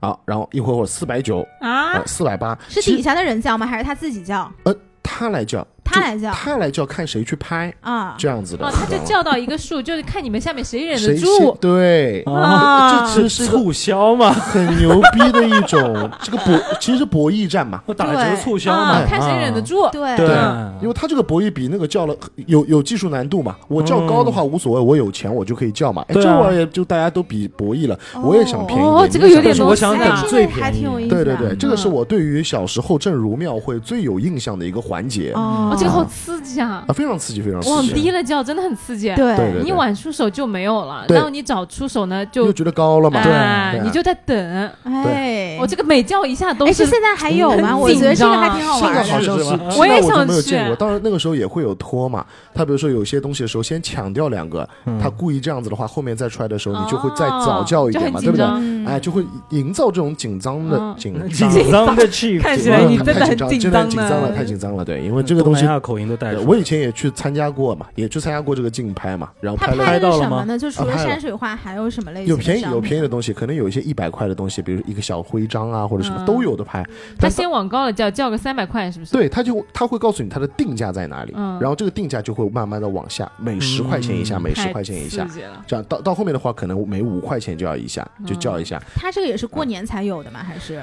[SPEAKER 4] 啊，然后一会儿会四百九，
[SPEAKER 2] 啊
[SPEAKER 4] 啊，，四百八，
[SPEAKER 3] 是
[SPEAKER 4] 其
[SPEAKER 3] 底
[SPEAKER 4] 实
[SPEAKER 3] 下的人叫吗？还是他自己叫？
[SPEAKER 4] 呃，他来叫，
[SPEAKER 3] 他来叫
[SPEAKER 4] 他来叫，看谁去拍
[SPEAKER 3] 啊？
[SPEAKER 4] 这样子的，
[SPEAKER 2] 哦，他
[SPEAKER 4] 你
[SPEAKER 2] 就
[SPEAKER 4] 知道吗
[SPEAKER 2] 叫到一个数，就是看你们下面谁忍
[SPEAKER 4] 谁
[SPEAKER 2] 得
[SPEAKER 4] 先
[SPEAKER 2] 住。
[SPEAKER 4] 对，
[SPEAKER 5] 啊，
[SPEAKER 4] 这其实是一个
[SPEAKER 5] 促销嘛，
[SPEAKER 4] 很牛逼的一种，这个博其实是博弈战嘛，
[SPEAKER 5] 我打折促销嘛
[SPEAKER 2] 啊，，看谁忍得
[SPEAKER 5] 啊。
[SPEAKER 2] 住。
[SPEAKER 3] 对
[SPEAKER 5] 对
[SPEAKER 4] 嗯，因为他这个博弈比那个叫了有有技术难度嘛，我叫高的话
[SPEAKER 2] 嗯
[SPEAKER 4] 无所谓，我有钱我就可以叫嘛，哎，
[SPEAKER 5] 对啊
[SPEAKER 4] 这玩意儿就大家都比博弈了，我也想便宜一
[SPEAKER 2] 哦
[SPEAKER 4] 点，
[SPEAKER 2] 这
[SPEAKER 4] 你
[SPEAKER 2] 个
[SPEAKER 4] 也
[SPEAKER 2] 有
[SPEAKER 4] 想
[SPEAKER 2] 点东西
[SPEAKER 4] 便宜
[SPEAKER 5] 但是我想等
[SPEAKER 2] 啊
[SPEAKER 5] 最
[SPEAKER 3] 哎还
[SPEAKER 5] 便
[SPEAKER 3] 挺有意
[SPEAKER 5] 宜
[SPEAKER 3] 思。
[SPEAKER 4] 对
[SPEAKER 3] 的。
[SPEAKER 4] 对对，这个是
[SPEAKER 2] 嗯
[SPEAKER 4] 我对于小时候正如庙会最有印象的一个环节啊，
[SPEAKER 3] 哦
[SPEAKER 2] 哦，这个好刺激啊！
[SPEAKER 4] 非常刺激，非常刺
[SPEAKER 2] 往
[SPEAKER 4] 激，
[SPEAKER 2] 低了叫真的很刺激。
[SPEAKER 3] 对
[SPEAKER 4] 对对
[SPEAKER 2] 你晚出手就没有了，
[SPEAKER 4] 对
[SPEAKER 2] 然后你早出手呢
[SPEAKER 4] 又
[SPEAKER 2] 就
[SPEAKER 4] 觉得高了嘛，
[SPEAKER 5] 对
[SPEAKER 2] 哎
[SPEAKER 4] 对，啊
[SPEAKER 2] 你就在等。哦
[SPEAKER 3] 哎，
[SPEAKER 2] 我这个每叫一下都
[SPEAKER 3] 哎，
[SPEAKER 2] 是
[SPEAKER 3] 这现在还有吗？
[SPEAKER 2] 很
[SPEAKER 3] 我觉得这
[SPEAKER 2] 紧
[SPEAKER 3] 个
[SPEAKER 2] 张
[SPEAKER 3] 还挺好
[SPEAKER 4] 这
[SPEAKER 3] 玩
[SPEAKER 4] 个
[SPEAKER 3] 的。
[SPEAKER 4] 好像是，
[SPEAKER 5] 是吗
[SPEAKER 4] 现在
[SPEAKER 2] 我也
[SPEAKER 4] 就
[SPEAKER 2] 想
[SPEAKER 4] 没有
[SPEAKER 2] 去
[SPEAKER 4] 见过。当然那个时候也会有拖嘛，他比如说有些东西的时候先抢掉两个，
[SPEAKER 2] 嗯
[SPEAKER 4] 他故意这样子的话，后面再出来的时候你就会再早叫一点嘛，
[SPEAKER 2] 哦
[SPEAKER 4] 对不对
[SPEAKER 2] 就？很紧
[SPEAKER 3] 嗯
[SPEAKER 4] 哎，就会营造这种紧张的
[SPEAKER 2] 嗯
[SPEAKER 4] 紧
[SPEAKER 5] 紧
[SPEAKER 4] 张。
[SPEAKER 5] 张的气氛，
[SPEAKER 2] 看起来你
[SPEAKER 4] 太
[SPEAKER 2] 真的很
[SPEAKER 4] 紧张，真
[SPEAKER 2] 紧
[SPEAKER 4] 的
[SPEAKER 2] 张啊
[SPEAKER 4] 很紧张了，
[SPEAKER 2] 呢
[SPEAKER 4] 太紧张了。对，因为这个东西
[SPEAKER 5] 亚口音都带
[SPEAKER 4] 呃
[SPEAKER 5] 出来了。
[SPEAKER 4] 我以前也去参加过嘛，也去参加过这个竞拍嘛，然后
[SPEAKER 3] 他
[SPEAKER 4] 拍了
[SPEAKER 5] 拍
[SPEAKER 3] 的
[SPEAKER 5] 到
[SPEAKER 3] 是
[SPEAKER 5] 了
[SPEAKER 3] 什么
[SPEAKER 5] 吗
[SPEAKER 3] 呢？就除
[SPEAKER 4] 啊
[SPEAKER 3] 了
[SPEAKER 4] 拍了
[SPEAKER 3] 山水画，还有什么类型？
[SPEAKER 4] 有便宜有便
[SPEAKER 3] 宜。
[SPEAKER 4] 宜的东西，可能有一些一百块的东西，比如一个小徽章啊或者什么都有的拍。
[SPEAKER 2] 嗯他
[SPEAKER 4] 但
[SPEAKER 2] 先往高了叫，叫个三百块是不是？
[SPEAKER 4] 对，他就他会告诉你它的定价在哪里，
[SPEAKER 2] 嗯
[SPEAKER 4] 然后这个定价就会慢慢的往下，每十块钱一下，
[SPEAKER 5] 嗯
[SPEAKER 4] 每十
[SPEAKER 2] 太
[SPEAKER 4] 块钱一
[SPEAKER 2] 刺
[SPEAKER 4] 下，
[SPEAKER 2] 激了。
[SPEAKER 4] 这样到到后面的话，可能每五块钱就要一下，就
[SPEAKER 2] 嗯
[SPEAKER 4] 叫一下，
[SPEAKER 3] 他这个也是
[SPEAKER 5] 嗯
[SPEAKER 3] 过年才有的吗？还是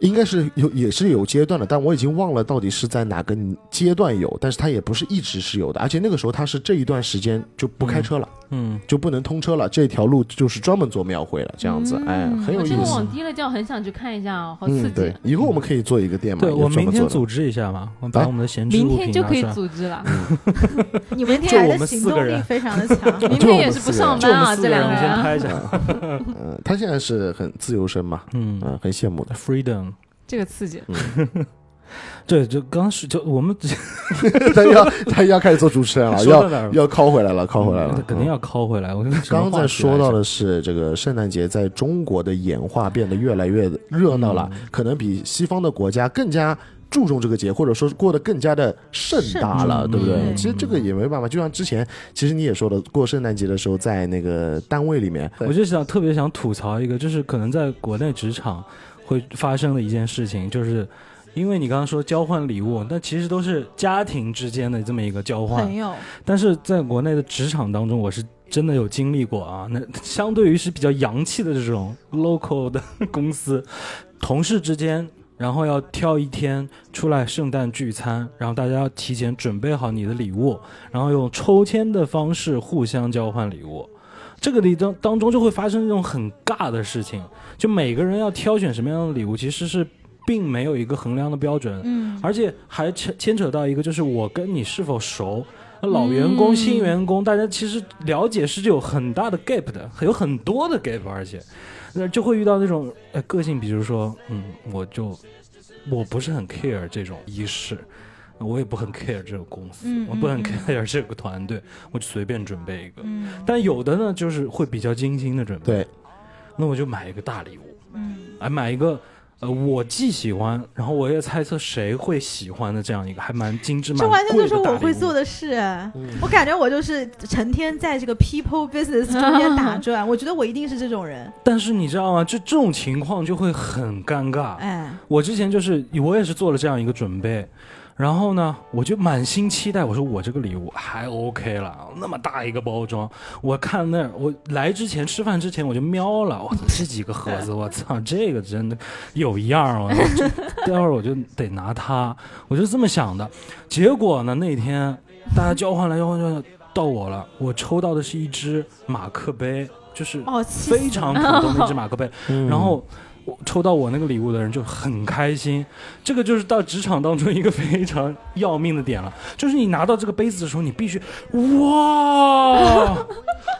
[SPEAKER 4] 应该是有也是有阶段的，但我已经忘了到底是在哪个阶段有，但是它也不是一直是有的，而且那个时候它是这一段时间就不开车了，
[SPEAKER 5] 嗯，
[SPEAKER 4] 就不能通车了，这条路就是专门做庙会了，这样子，哎，很
[SPEAKER 2] 嗯
[SPEAKER 4] 有
[SPEAKER 2] 我
[SPEAKER 4] 意
[SPEAKER 2] 这个
[SPEAKER 4] 思。
[SPEAKER 2] 往低了叫，很想去看一下哦，好刺
[SPEAKER 4] 嗯，
[SPEAKER 2] 激
[SPEAKER 4] 对！，以后我们可以做一个店嘛，
[SPEAKER 5] 对，
[SPEAKER 4] 也
[SPEAKER 5] 我
[SPEAKER 4] 专
[SPEAKER 5] 明
[SPEAKER 4] 门
[SPEAKER 5] 天
[SPEAKER 4] 做的
[SPEAKER 5] 组织一下吧，我把
[SPEAKER 4] 啊
[SPEAKER 5] 我们的闲置
[SPEAKER 2] 明
[SPEAKER 5] 物
[SPEAKER 2] 天
[SPEAKER 5] 品
[SPEAKER 2] 就
[SPEAKER 5] 拿
[SPEAKER 2] 可以
[SPEAKER 5] 出来。
[SPEAKER 2] 组织了，
[SPEAKER 3] 你们
[SPEAKER 5] 就
[SPEAKER 3] 天来
[SPEAKER 5] 我
[SPEAKER 3] 的
[SPEAKER 5] 们
[SPEAKER 3] 行
[SPEAKER 5] 四个
[SPEAKER 3] 动
[SPEAKER 5] 人
[SPEAKER 3] 力非 常的强。
[SPEAKER 2] 明
[SPEAKER 4] 就我
[SPEAKER 2] 天也
[SPEAKER 4] 们
[SPEAKER 2] 是
[SPEAKER 4] 四
[SPEAKER 2] 不
[SPEAKER 4] 个
[SPEAKER 2] 上
[SPEAKER 4] 人
[SPEAKER 5] 就
[SPEAKER 2] 班
[SPEAKER 5] 我们
[SPEAKER 2] 啊，
[SPEAKER 5] 四
[SPEAKER 2] 这
[SPEAKER 5] 个人，
[SPEAKER 2] 两
[SPEAKER 5] 我们先
[SPEAKER 2] 人，
[SPEAKER 5] 拍一下。
[SPEAKER 4] 嗯，他现在是很自由身嘛，
[SPEAKER 5] 嗯
[SPEAKER 4] 嗯，很羡慕的。
[SPEAKER 5] ，freedom。
[SPEAKER 2] 这个刺激。
[SPEAKER 5] 对，就刚是就我们
[SPEAKER 4] 他要他要开始做主持人了，
[SPEAKER 5] 说到
[SPEAKER 4] 要
[SPEAKER 5] 哪儿了？嗯
[SPEAKER 4] 要拷回来了，拷回来了，嗯
[SPEAKER 5] 肯定要拷回来。我
[SPEAKER 4] 刚刚在说到
[SPEAKER 5] 了，
[SPEAKER 4] 的是这个圣诞节在中国的演化变得越来越热闹
[SPEAKER 5] 嗯
[SPEAKER 4] 了，可能比西方的国家更加注重这个节，或者说是过得更加的盛大了，
[SPEAKER 5] 盛
[SPEAKER 4] 对不对？
[SPEAKER 3] 嗯
[SPEAKER 4] 其实这个也没办法，就像之前其实你也说的，过圣诞节的时候在那个单位里面，
[SPEAKER 5] 我就想特别想吐槽一个，就是可能在国内职场会发生的一件事情，就是因为你刚刚说交换礼物，但其实都是家庭之间的这么一个交换
[SPEAKER 3] 朋，友，
[SPEAKER 5] 但是在国内的职场当中，我是真的有经历过啊。那 相对于是比较洋气的这种 local 的公司，同事之间，然后要挑一天出来圣诞聚餐，然后大家要提前准备好你的礼物，然后用抽签的方式互相交换礼物。这个里当当中就会发生这种很尬的事情，就每个人要挑选什么样的礼物，其实是并没有一个衡量的标准。
[SPEAKER 3] 嗯，
[SPEAKER 5] 而且还牵牵扯到一个，就是我跟你是否熟。那老员
[SPEAKER 3] 嗯
[SPEAKER 5] 工、新员工，大家其实了解是有很大的 gap 的，有很多的 gap，而且那就会遇到那种呃个性，比如说，嗯，我就我不是很 care 这种仪式，我也不很 care 这个公司，
[SPEAKER 3] 嗯
[SPEAKER 5] 我不很
[SPEAKER 3] 嗯
[SPEAKER 5] care 这个团队，我就随便准备一个。
[SPEAKER 3] 嗯
[SPEAKER 5] 但有的呢，就是会比较精心的准备，
[SPEAKER 4] 对，
[SPEAKER 5] 那我就买一个大礼物，
[SPEAKER 3] 嗯，
[SPEAKER 5] 哎，买一个呃，我既喜欢，然后我也猜测谁会喜欢的这样一个还蛮精致、
[SPEAKER 3] 这
[SPEAKER 5] 蛮
[SPEAKER 3] 完全
[SPEAKER 5] 贵
[SPEAKER 3] 就
[SPEAKER 5] 的
[SPEAKER 3] 是我会做
[SPEAKER 5] 的
[SPEAKER 3] 的事。啊
[SPEAKER 5] 嗯
[SPEAKER 3] 我感觉我就是成天在这个 people business 中间打 转，我觉得我一定是这种人。
[SPEAKER 5] 大礼物。但是你知道吗？就这种情况就会很尴尬。
[SPEAKER 3] 哎，
[SPEAKER 5] 我之前就是我也是做了这样一个准备，然后呢，我就满心期待，我说我这个礼物还 OK 了，那么大一个包装，我看那儿我来之前吃饭之前我就瞄了，我这几个盒子，我操，这个真的有样儿，我这待会儿我就得拿它，我就这么想的。结果呢，那天大家交换来交换去，到我了，我抽到的是一只马克杯，就是
[SPEAKER 3] 哦，气死
[SPEAKER 5] 嗯非常普通的一只马克杯。
[SPEAKER 4] 嗯
[SPEAKER 5] 然后我抽到我那个礼物的人就很开心，这个就是到职场当中一个非常要命的点了，就是你拿到这个杯子的时候，你必须 哇，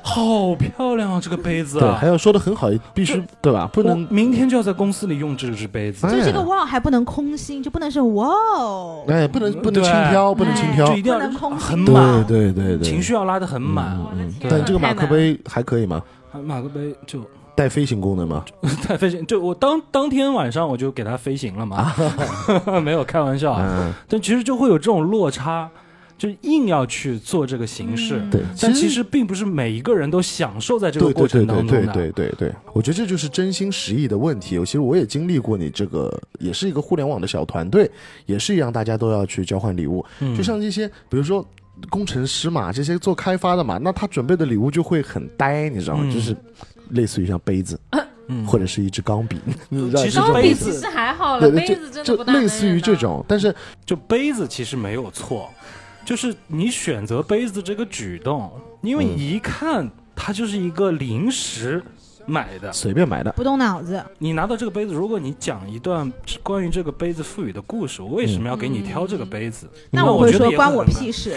[SPEAKER 5] 好漂亮啊，这个杯子
[SPEAKER 4] 对，
[SPEAKER 5] 啊
[SPEAKER 4] 还！要说的很好，必须对吧？不
[SPEAKER 5] 我
[SPEAKER 4] 能
[SPEAKER 5] 明天就要在公司里用这只杯子，
[SPEAKER 4] 哎
[SPEAKER 3] 就这个哇还不能空心，就不能是哇哦，
[SPEAKER 4] 哎，不能不能
[SPEAKER 5] 对
[SPEAKER 4] 轻飘，不能
[SPEAKER 3] 哎
[SPEAKER 4] 轻飘
[SPEAKER 5] 就，一定要
[SPEAKER 3] 不能空
[SPEAKER 5] 很
[SPEAKER 3] 心
[SPEAKER 5] 满，
[SPEAKER 4] 对对对对，
[SPEAKER 5] 情绪要拉得很满。啊
[SPEAKER 4] 嗯嗯
[SPEAKER 5] 对
[SPEAKER 4] 但这个马
[SPEAKER 2] 太
[SPEAKER 4] 克
[SPEAKER 2] 难
[SPEAKER 4] 杯还可以吗？
[SPEAKER 5] 马克杯就
[SPEAKER 4] 带飞行功能吗？
[SPEAKER 5] 太飞行，就我当当天晚上我就给它飞行了嘛， 没有开玩笑啊。
[SPEAKER 4] 嗯，
[SPEAKER 5] 但其实就会有这种落差，就硬要去做这个形式。
[SPEAKER 3] 嗯
[SPEAKER 4] 对，
[SPEAKER 5] 但其实并不是每一个人都享受在这个
[SPEAKER 4] 对
[SPEAKER 5] 过程当中的。
[SPEAKER 4] 对对对对对对，我觉得这就是真心实意的问题。其实我也经历过你这个，也是一个互联网的小团队，也是一样，大家都要去交换礼物。
[SPEAKER 5] 嗯
[SPEAKER 4] 就像这些，比如说工程师嘛，这些做开发的嘛，那他准备的礼物就会很呆，你知道吗？
[SPEAKER 5] 嗯
[SPEAKER 4] 就是类似于像杯子
[SPEAKER 5] 嗯
[SPEAKER 4] 或者是一支钢笔，你知道这
[SPEAKER 5] 其实
[SPEAKER 2] 然后
[SPEAKER 4] 种。
[SPEAKER 5] 杯
[SPEAKER 2] 比
[SPEAKER 5] 子
[SPEAKER 2] 其实还好了，
[SPEAKER 4] 对
[SPEAKER 2] 杯
[SPEAKER 4] 对，
[SPEAKER 2] 子真的
[SPEAKER 4] 就
[SPEAKER 2] 不
[SPEAKER 4] 就
[SPEAKER 2] 大能
[SPEAKER 4] 类似于
[SPEAKER 2] 忍
[SPEAKER 4] 这
[SPEAKER 2] 的。
[SPEAKER 4] 种，但是
[SPEAKER 5] 就杯子其实没有错，就是你选择杯子这个举动，因为
[SPEAKER 4] 嗯
[SPEAKER 5] 一看它就是一个临时买的。
[SPEAKER 4] 随便买 的，
[SPEAKER 3] 不动脑子，
[SPEAKER 5] 你拿到这个杯子，如果你讲一段关于这个杯子赋予的故事，我为什么要给你挑这个杯子？
[SPEAKER 3] 嗯那
[SPEAKER 5] 我
[SPEAKER 3] 会
[SPEAKER 5] 觉得
[SPEAKER 3] 说
[SPEAKER 5] 也
[SPEAKER 3] 关
[SPEAKER 5] 很
[SPEAKER 3] 我
[SPEAKER 5] 难
[SPEAKER 3] 屁！ 事。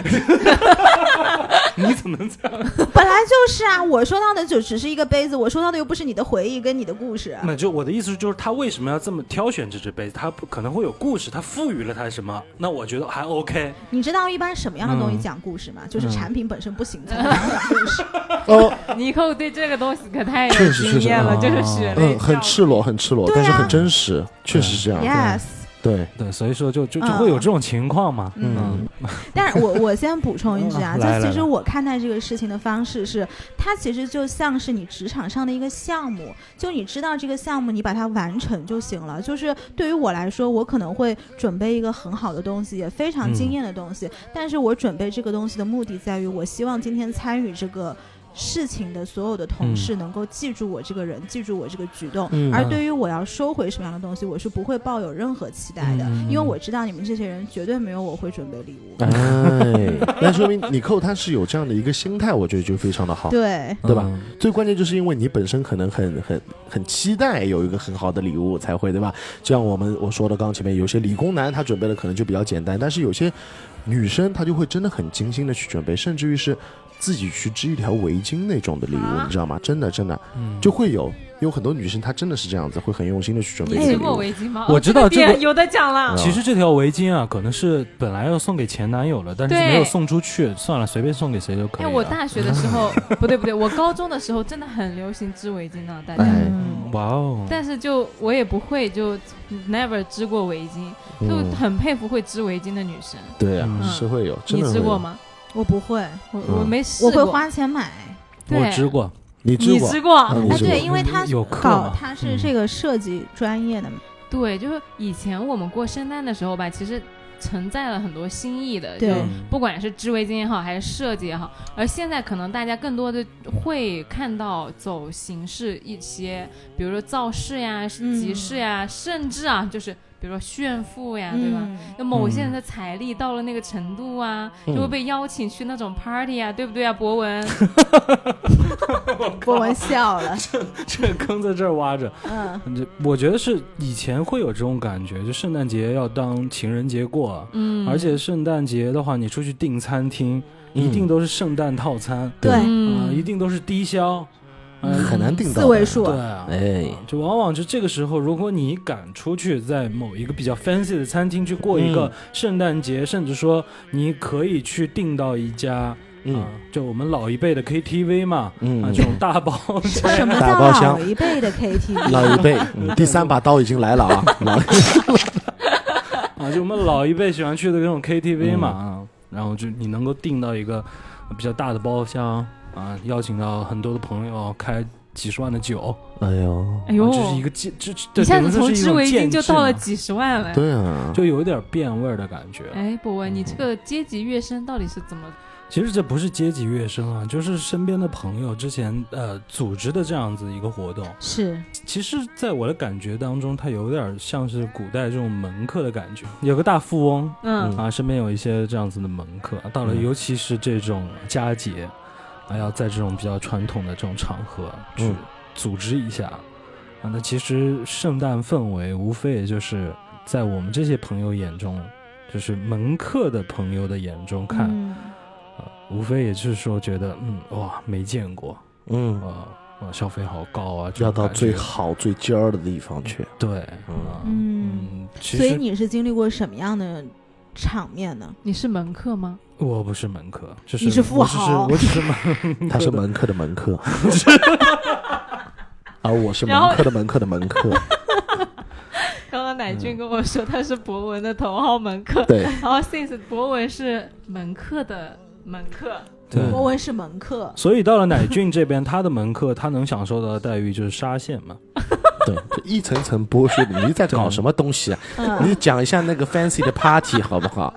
[SPEAKER 5] 你怎么能这样？
[SPEAKER 3] 本来就是啊，我收到的就只是一个杯子，我收到的又不是你的回忆跟你的故事。啊
[SPEAKER 5] 那就我的意思就是，他为什么要这么挑选这只杯子？他不可能会有故事，他赋予了他什么？那我觉得还 OK。
[SPEAKER 3] 你知道一般什么样的东西
[SPEAKER 5] 嗯
[SPEAKER 3] 讲故事吗？就是
[SPEAKER 5] 嗯啊
[SPEAKER 3] 产品本身不行才能讲故 事。
[SPEAKER 4] 哦，
[SPEAKER 2] 尼寇对这个东西可太有
[SPEAKER 4] 确实确
[SPEAKER 2] 经
[SPEAKER 4] 实
[SPEAKER 2] 验了，
[SPEAKER 5] 嗯
[SPEAKER 2] 就是血泪
[SPEAKER 4] 嗯，
[SPEAKER 2] 教
[SPEAKER 4] 很赤裸，很赤裸，
[SPEAKER 3] 对啊
[SPEAKER 4] 但是很真实，确实是这样。
[SPEAKER 3] yes，
[SPEAKER 4] 对，
[SPEAKER 5] 对，所以说就就就
[SPEAKER 3] 嗯
[SPEAKER 5] 会有这种情况嘛。
[SPEAKER 3] 嗯
[SPEAKER 5] 嗯，
[SPEAKER 3] 但是我我先补充一句啊，
[SPEAKER 5] 嗯 来
[SPEAKER 3] 就其
[SPEAKER 5] 来
[SPEAKER 3] 实
[SPEAKER 5] 来
[SPEAKER 3] 我看待这个事情的方式是，它其实就像是你职场上的一个项目，就你知道这个项目，你把它完成就行了。就是对于我来说，我可能会准备一个很好的东西，也非常
[SPEAKER 5] 嗯
[SPEAKER 3] 惊艳的东西，但是我准备这个东西的目的在于，我希望今天参与这个。事情的所有的同事能够记住我这个人，记住我这个举动。
[SPEAKER 5] 嗯
[SPEAKER 3] 而
[SPEAKER 5] 嗯
[SPEAKER 3] 对于我要收回什么样的东西，我是不会抱有任何期待的，
[SPEAKER 5] 嗯嗯嗯
[SPEAKER 3] 因为我知道你们这些人绝对没有我会准备礼物。
[SPEAKER 4] 哎，那说明你扣他是有这样的一个心态，我觉得就非常的好。
[SPEAKER 3] 对，
[SPEAKER 4] 对吧
[SPEAKER 5] 嗯？
[SPEAKER 4] 最关键就是因为你本身可能很很很期待有一个很好的礼物才会对吧？就像我们我说的刚刚前面，有些理工男他准备的可能就比较简单，但是有些女生她就会真的很精心的去准备，甚至于是自己去织一条围巾那种的礼物，
[SPEAKER 2] 啊
[SPEAKER 4] 你知道吗？真的真的
[SPEAKER 5] 嗯
[SPEAKER 4] 就会有有很多女生她真的是这样子，会很用心的去准备
[SPEAKER 2] 你
[SPEAKER 4] 这个
[SPEAKER 2] 织
[SPEAKER 4] 礼
[SPEAKER 2] 过
[SPEAKER 4] 物。
[SPEAKER 2] 哎围巾吗？
[SPEAKER 5] 我
[SPEAKER 2] 哦
[SPEAKER 5] 知道
[SPEAKER 2] 这个
[SPEAKER 5] 这
[SPEAKER 2] 点
[SPEAKER 5] 个
[SPEAKER 2] 有的讲了
[SPEAKER 4] 嗯，
[SPEAKER 5] 其实这条围巾啊，可能是本来要送给前男友了，但是
[SPEAKER 2] 对
[SPEAKER 5] 没有送出去，算了，随便送给谁就可以
[SPEAKER 2] 哎，
[SPEAKER 5] 了。
[SPEAKER 2] 我
[SPEAKER 4] 啊
[SPEAKER 2] 大学的时候不对不对，我高中的时候真的很流行织围巾呢，大家。
[SPEAKER 4] 哎
[SPEAKER 3] 嗯
[SPEAKER 5] 哇哦，
[SPEAKER 2] 但是就我也不会，就 never 织过围巾，就
[SPEAKER 4] 嗯，
[SPEAKER 2] 很佩服会织围巾的女生。
[SPEAKER 4] 对啊，
[SPEAKER 5] 嗯
[SPEAKER 4] 是会有，真
[SPEAKER 2] 你
[SPEAKER 4] 的
[SPEAKER 2] 织
[SPEAKER 4] 会
[SPEAKER 2] 过
[SPEAKER 4] 有？
[SPEAKER 2] 吗？
[SPEAKER 3] 我不会，
[SPEAKER 2] 我
[SPEAKER 4] 嗯
[SPEAKER 2] 我没试
[SPEAKER 3] 我
[SPEAKER 2] 过，
[SPEAKER 3] 会花钱买。
[SPEAKER 2] 对
[SPEAKER 5] 我织过，
[SPEAKER 4] 你织
[SPEAKER 2] 你
[SPEAKER 4] 过
[SPEAKER 2] 织？过？啊
[SPEAKER 4] 嗯我
[SPEAKER 3] 哎，
[SPEAKER 4] 知道
[SPEAKER 3] 对，因为他
[SPEAKER 5] 有课
[SPEAKER 3] 搞
[SPEAKER 5] 嘛
[SPEAKER 3] 他是这个设计专业的嘛，
[SPEAKER 2] 对，就是以前我们过圣诞的时候吧，其实承载了很多新意的，
[SPEAKER 3] 对
[SPEAKER 2] 就
[SPEAKER 5] 嗯
[SPEAKER 2] 不管是织围巾也好，还是设计也好，而现在可能大家更多的会看到走形式一些，比如说造势呀、
[SPEAKER 3] 嗯
[SPEAKER 2] 集市呀，甚至啊，就是比如说炫富呀，对
[SPEAKER 3] 对
[SPEAKER 4] 嗯
[SPEAKER 2] 吧？
[SPEAKER 3] 吧？
[SPEAKER 2] 那某
[SPEAKER 5] 嗯
[SPEAKER 2] 些人的财力到了那个程度啊，就
[SPEAKER 4] 嗯
[SPEAKER 2] 会被邀请去那种 party 啊，对不对啊，博文？
[SPEAKER 3] 博文笑了，
[SPEAKER 5] 这坑在这儿挖着。
[SPEAKER 3] 嗯，
[SPEAKER 5] 这我觉得是以前会有这种感觉，就圣诞节要当情人节过，啊
[SPEAKER 2] 嗯，
[SPEAKER 5] 而且圣诞节的话，你出去订餐厅，一
[SPEAKER 4] 嗯
[SPEAKER 5] 定都是圣诞套餐，
[SPEAKER 3] 对，
[SPEAKER 5] 啊，一
[SPEAKER 2] 嗯，
[SPEAKER 5] 定都是低消，嗯，
[SPEAKER 4] 很难定到
[SPEAKER 3] 四位
[SPEAKER 4] 的
[SPEAKER 3] 数
[SPEAKER 5] 对啊，
[SPEAKER 4] 哎
[SPEAKER 2] 嗯
[SPEAKER 5] 啊就往往就这个时候，如果你敢出去在某一个比较 fancy 的餐厅去过一个
[SPEAKER 4] 嗯
[SPEAKER 5] 圣诞节，甚至说你可以去订到一家，
[SPEAKER 4] 嗯
[SPEAKER 5] 啊，就我们老一辈的 KTV 嘛，
[SPEAKER 4] 嗯
[SPEAKER 5] 啊，这种 大包
[SPEAKER 3] 什什么
[SPEAKER 4] 打
[SPEAKER 3] 叫
[SPEAKER 4] 包
[SPEAKER 3] 老
[SPEAKER 4] 厢
[SPEAKER 3] 一辈的 KTV？
[SPEAKER 4] 老一辈，嗯第三把刀已经来了啊！老
[SPEAKER 5] 啊，就我们老一辈喜欢去的那种
[SPEAKER 2] 嗯
[SPEAKER 5] KTV 嘛，啊然后就你能够订到一个比较大的包厢啊，邀请到很多的朋友，开几十万的酒， 啊
[SPEAKER 4] 哎呦，
[SPEAKER 2] 哎呦，
[SPEAKER 5] 啊这是一个见，这这
[SPEAKER 2] 一下子
[SPEAKER 5] 等于说
[SPEAKER 2] 从
[SPEAKER 5] 是一
[SPEAKER 2] 织
[SPEAKER 5] 种
[SPEAKER 2] 围巾
[SPEAKER 5] 见
[SPEAKER 2] 就
[SPEAKER 5] 证
[SPEAKER 2] 到了
[SPEAKER 5] 嘛
[SPEAKER 2] 几十万了。
[SPEAKER 4] 对啊，
[SPEAKER 5] 就有点变味儿的感觉。
[SPEAKER 2] 哎，博文，你这个阶级跃升到底是怎么？
[SPEAKER 5] 其实这不是阶级跃升啊，就是身边的朋友之前呃组织的这样子一个活动。
[SPEAKER 3] 是，
[SPEAKER 5] 其实，在我的感觉当中，它有点像是古代这种门客的感觉。有个大富翁
[SPEAKER 2] 嗯
[SPEAKER 5] 啊，身边有一些这样子的门客，到了
[SPEAKER 4] 嗯
[SPEAKER 5] 尤其是这种佳节，啊，要在这种比较传统的这种场合去
[SPEAKER 4] 嗯
[SPEAKER 5] 组织一下。啊，那其实圣诞氛围无非也就是在我们这些朋友眼中，就是门客的朋友的眼中看。
[SPEAKER 3] 嗯
[SPEAKER 5] 啊，无非也就是说觉得，嗯，哇，没见过，
[SPEAKER 4] 嗯，
[SPEAKER 5] 啊啊，消费好高啊，这
[SPEAKER 4] 要
[SPEAKER 5] 种
[SPEAKER 4] 到
[SPEAKER 5] 感觉
[SPEAKER 4] 最好最尖儿的地方去。
[SPEAKER 5] 对，
[SPEAKER 4] 嗯
[SPEAKER 5] 啊
[SPEAKER 3] 嗯，
[SPEAKER 5] 嗯，其
[SPEAKER 3] 所以
[SPEAKER 5] 实
[SPEAKER 3] 你是经历过什么样的场面呢？
[SPEAKER 2] 你是门客吗？
[SPEAKER 5] 我不是门客，就是
[SPEAKER 3] 你是富豪
[SPEAKER 5] 我只是我只是门，
[SPEAKER 4] 他是，门客的门 客，而我是门
[SPEAKER 2] 然后
[SPEAKER 4] 客的门客的门客。
[SPEAKER 2] 刚刚乃俊跟我说他是博文的头号门客，
[SPEAKER 4] 嗯对，
[SPEAKER 2] 然后 since 博文是门客的门客，
[SPEAKER 5] 对。
[SPEAKER 3] 博文是门客，
[SPEAKER 5] 所以到了乃俊这边，他的门客他能享受到的待遇就是沙县嘛，
[SPEAKER 4] 对，这一层层剥削你，你在搞什么东西啊？
[SPEAKER 3] 嗯
[SPEAKER 4] 你讲一下那个 fancy 的 party 好不好？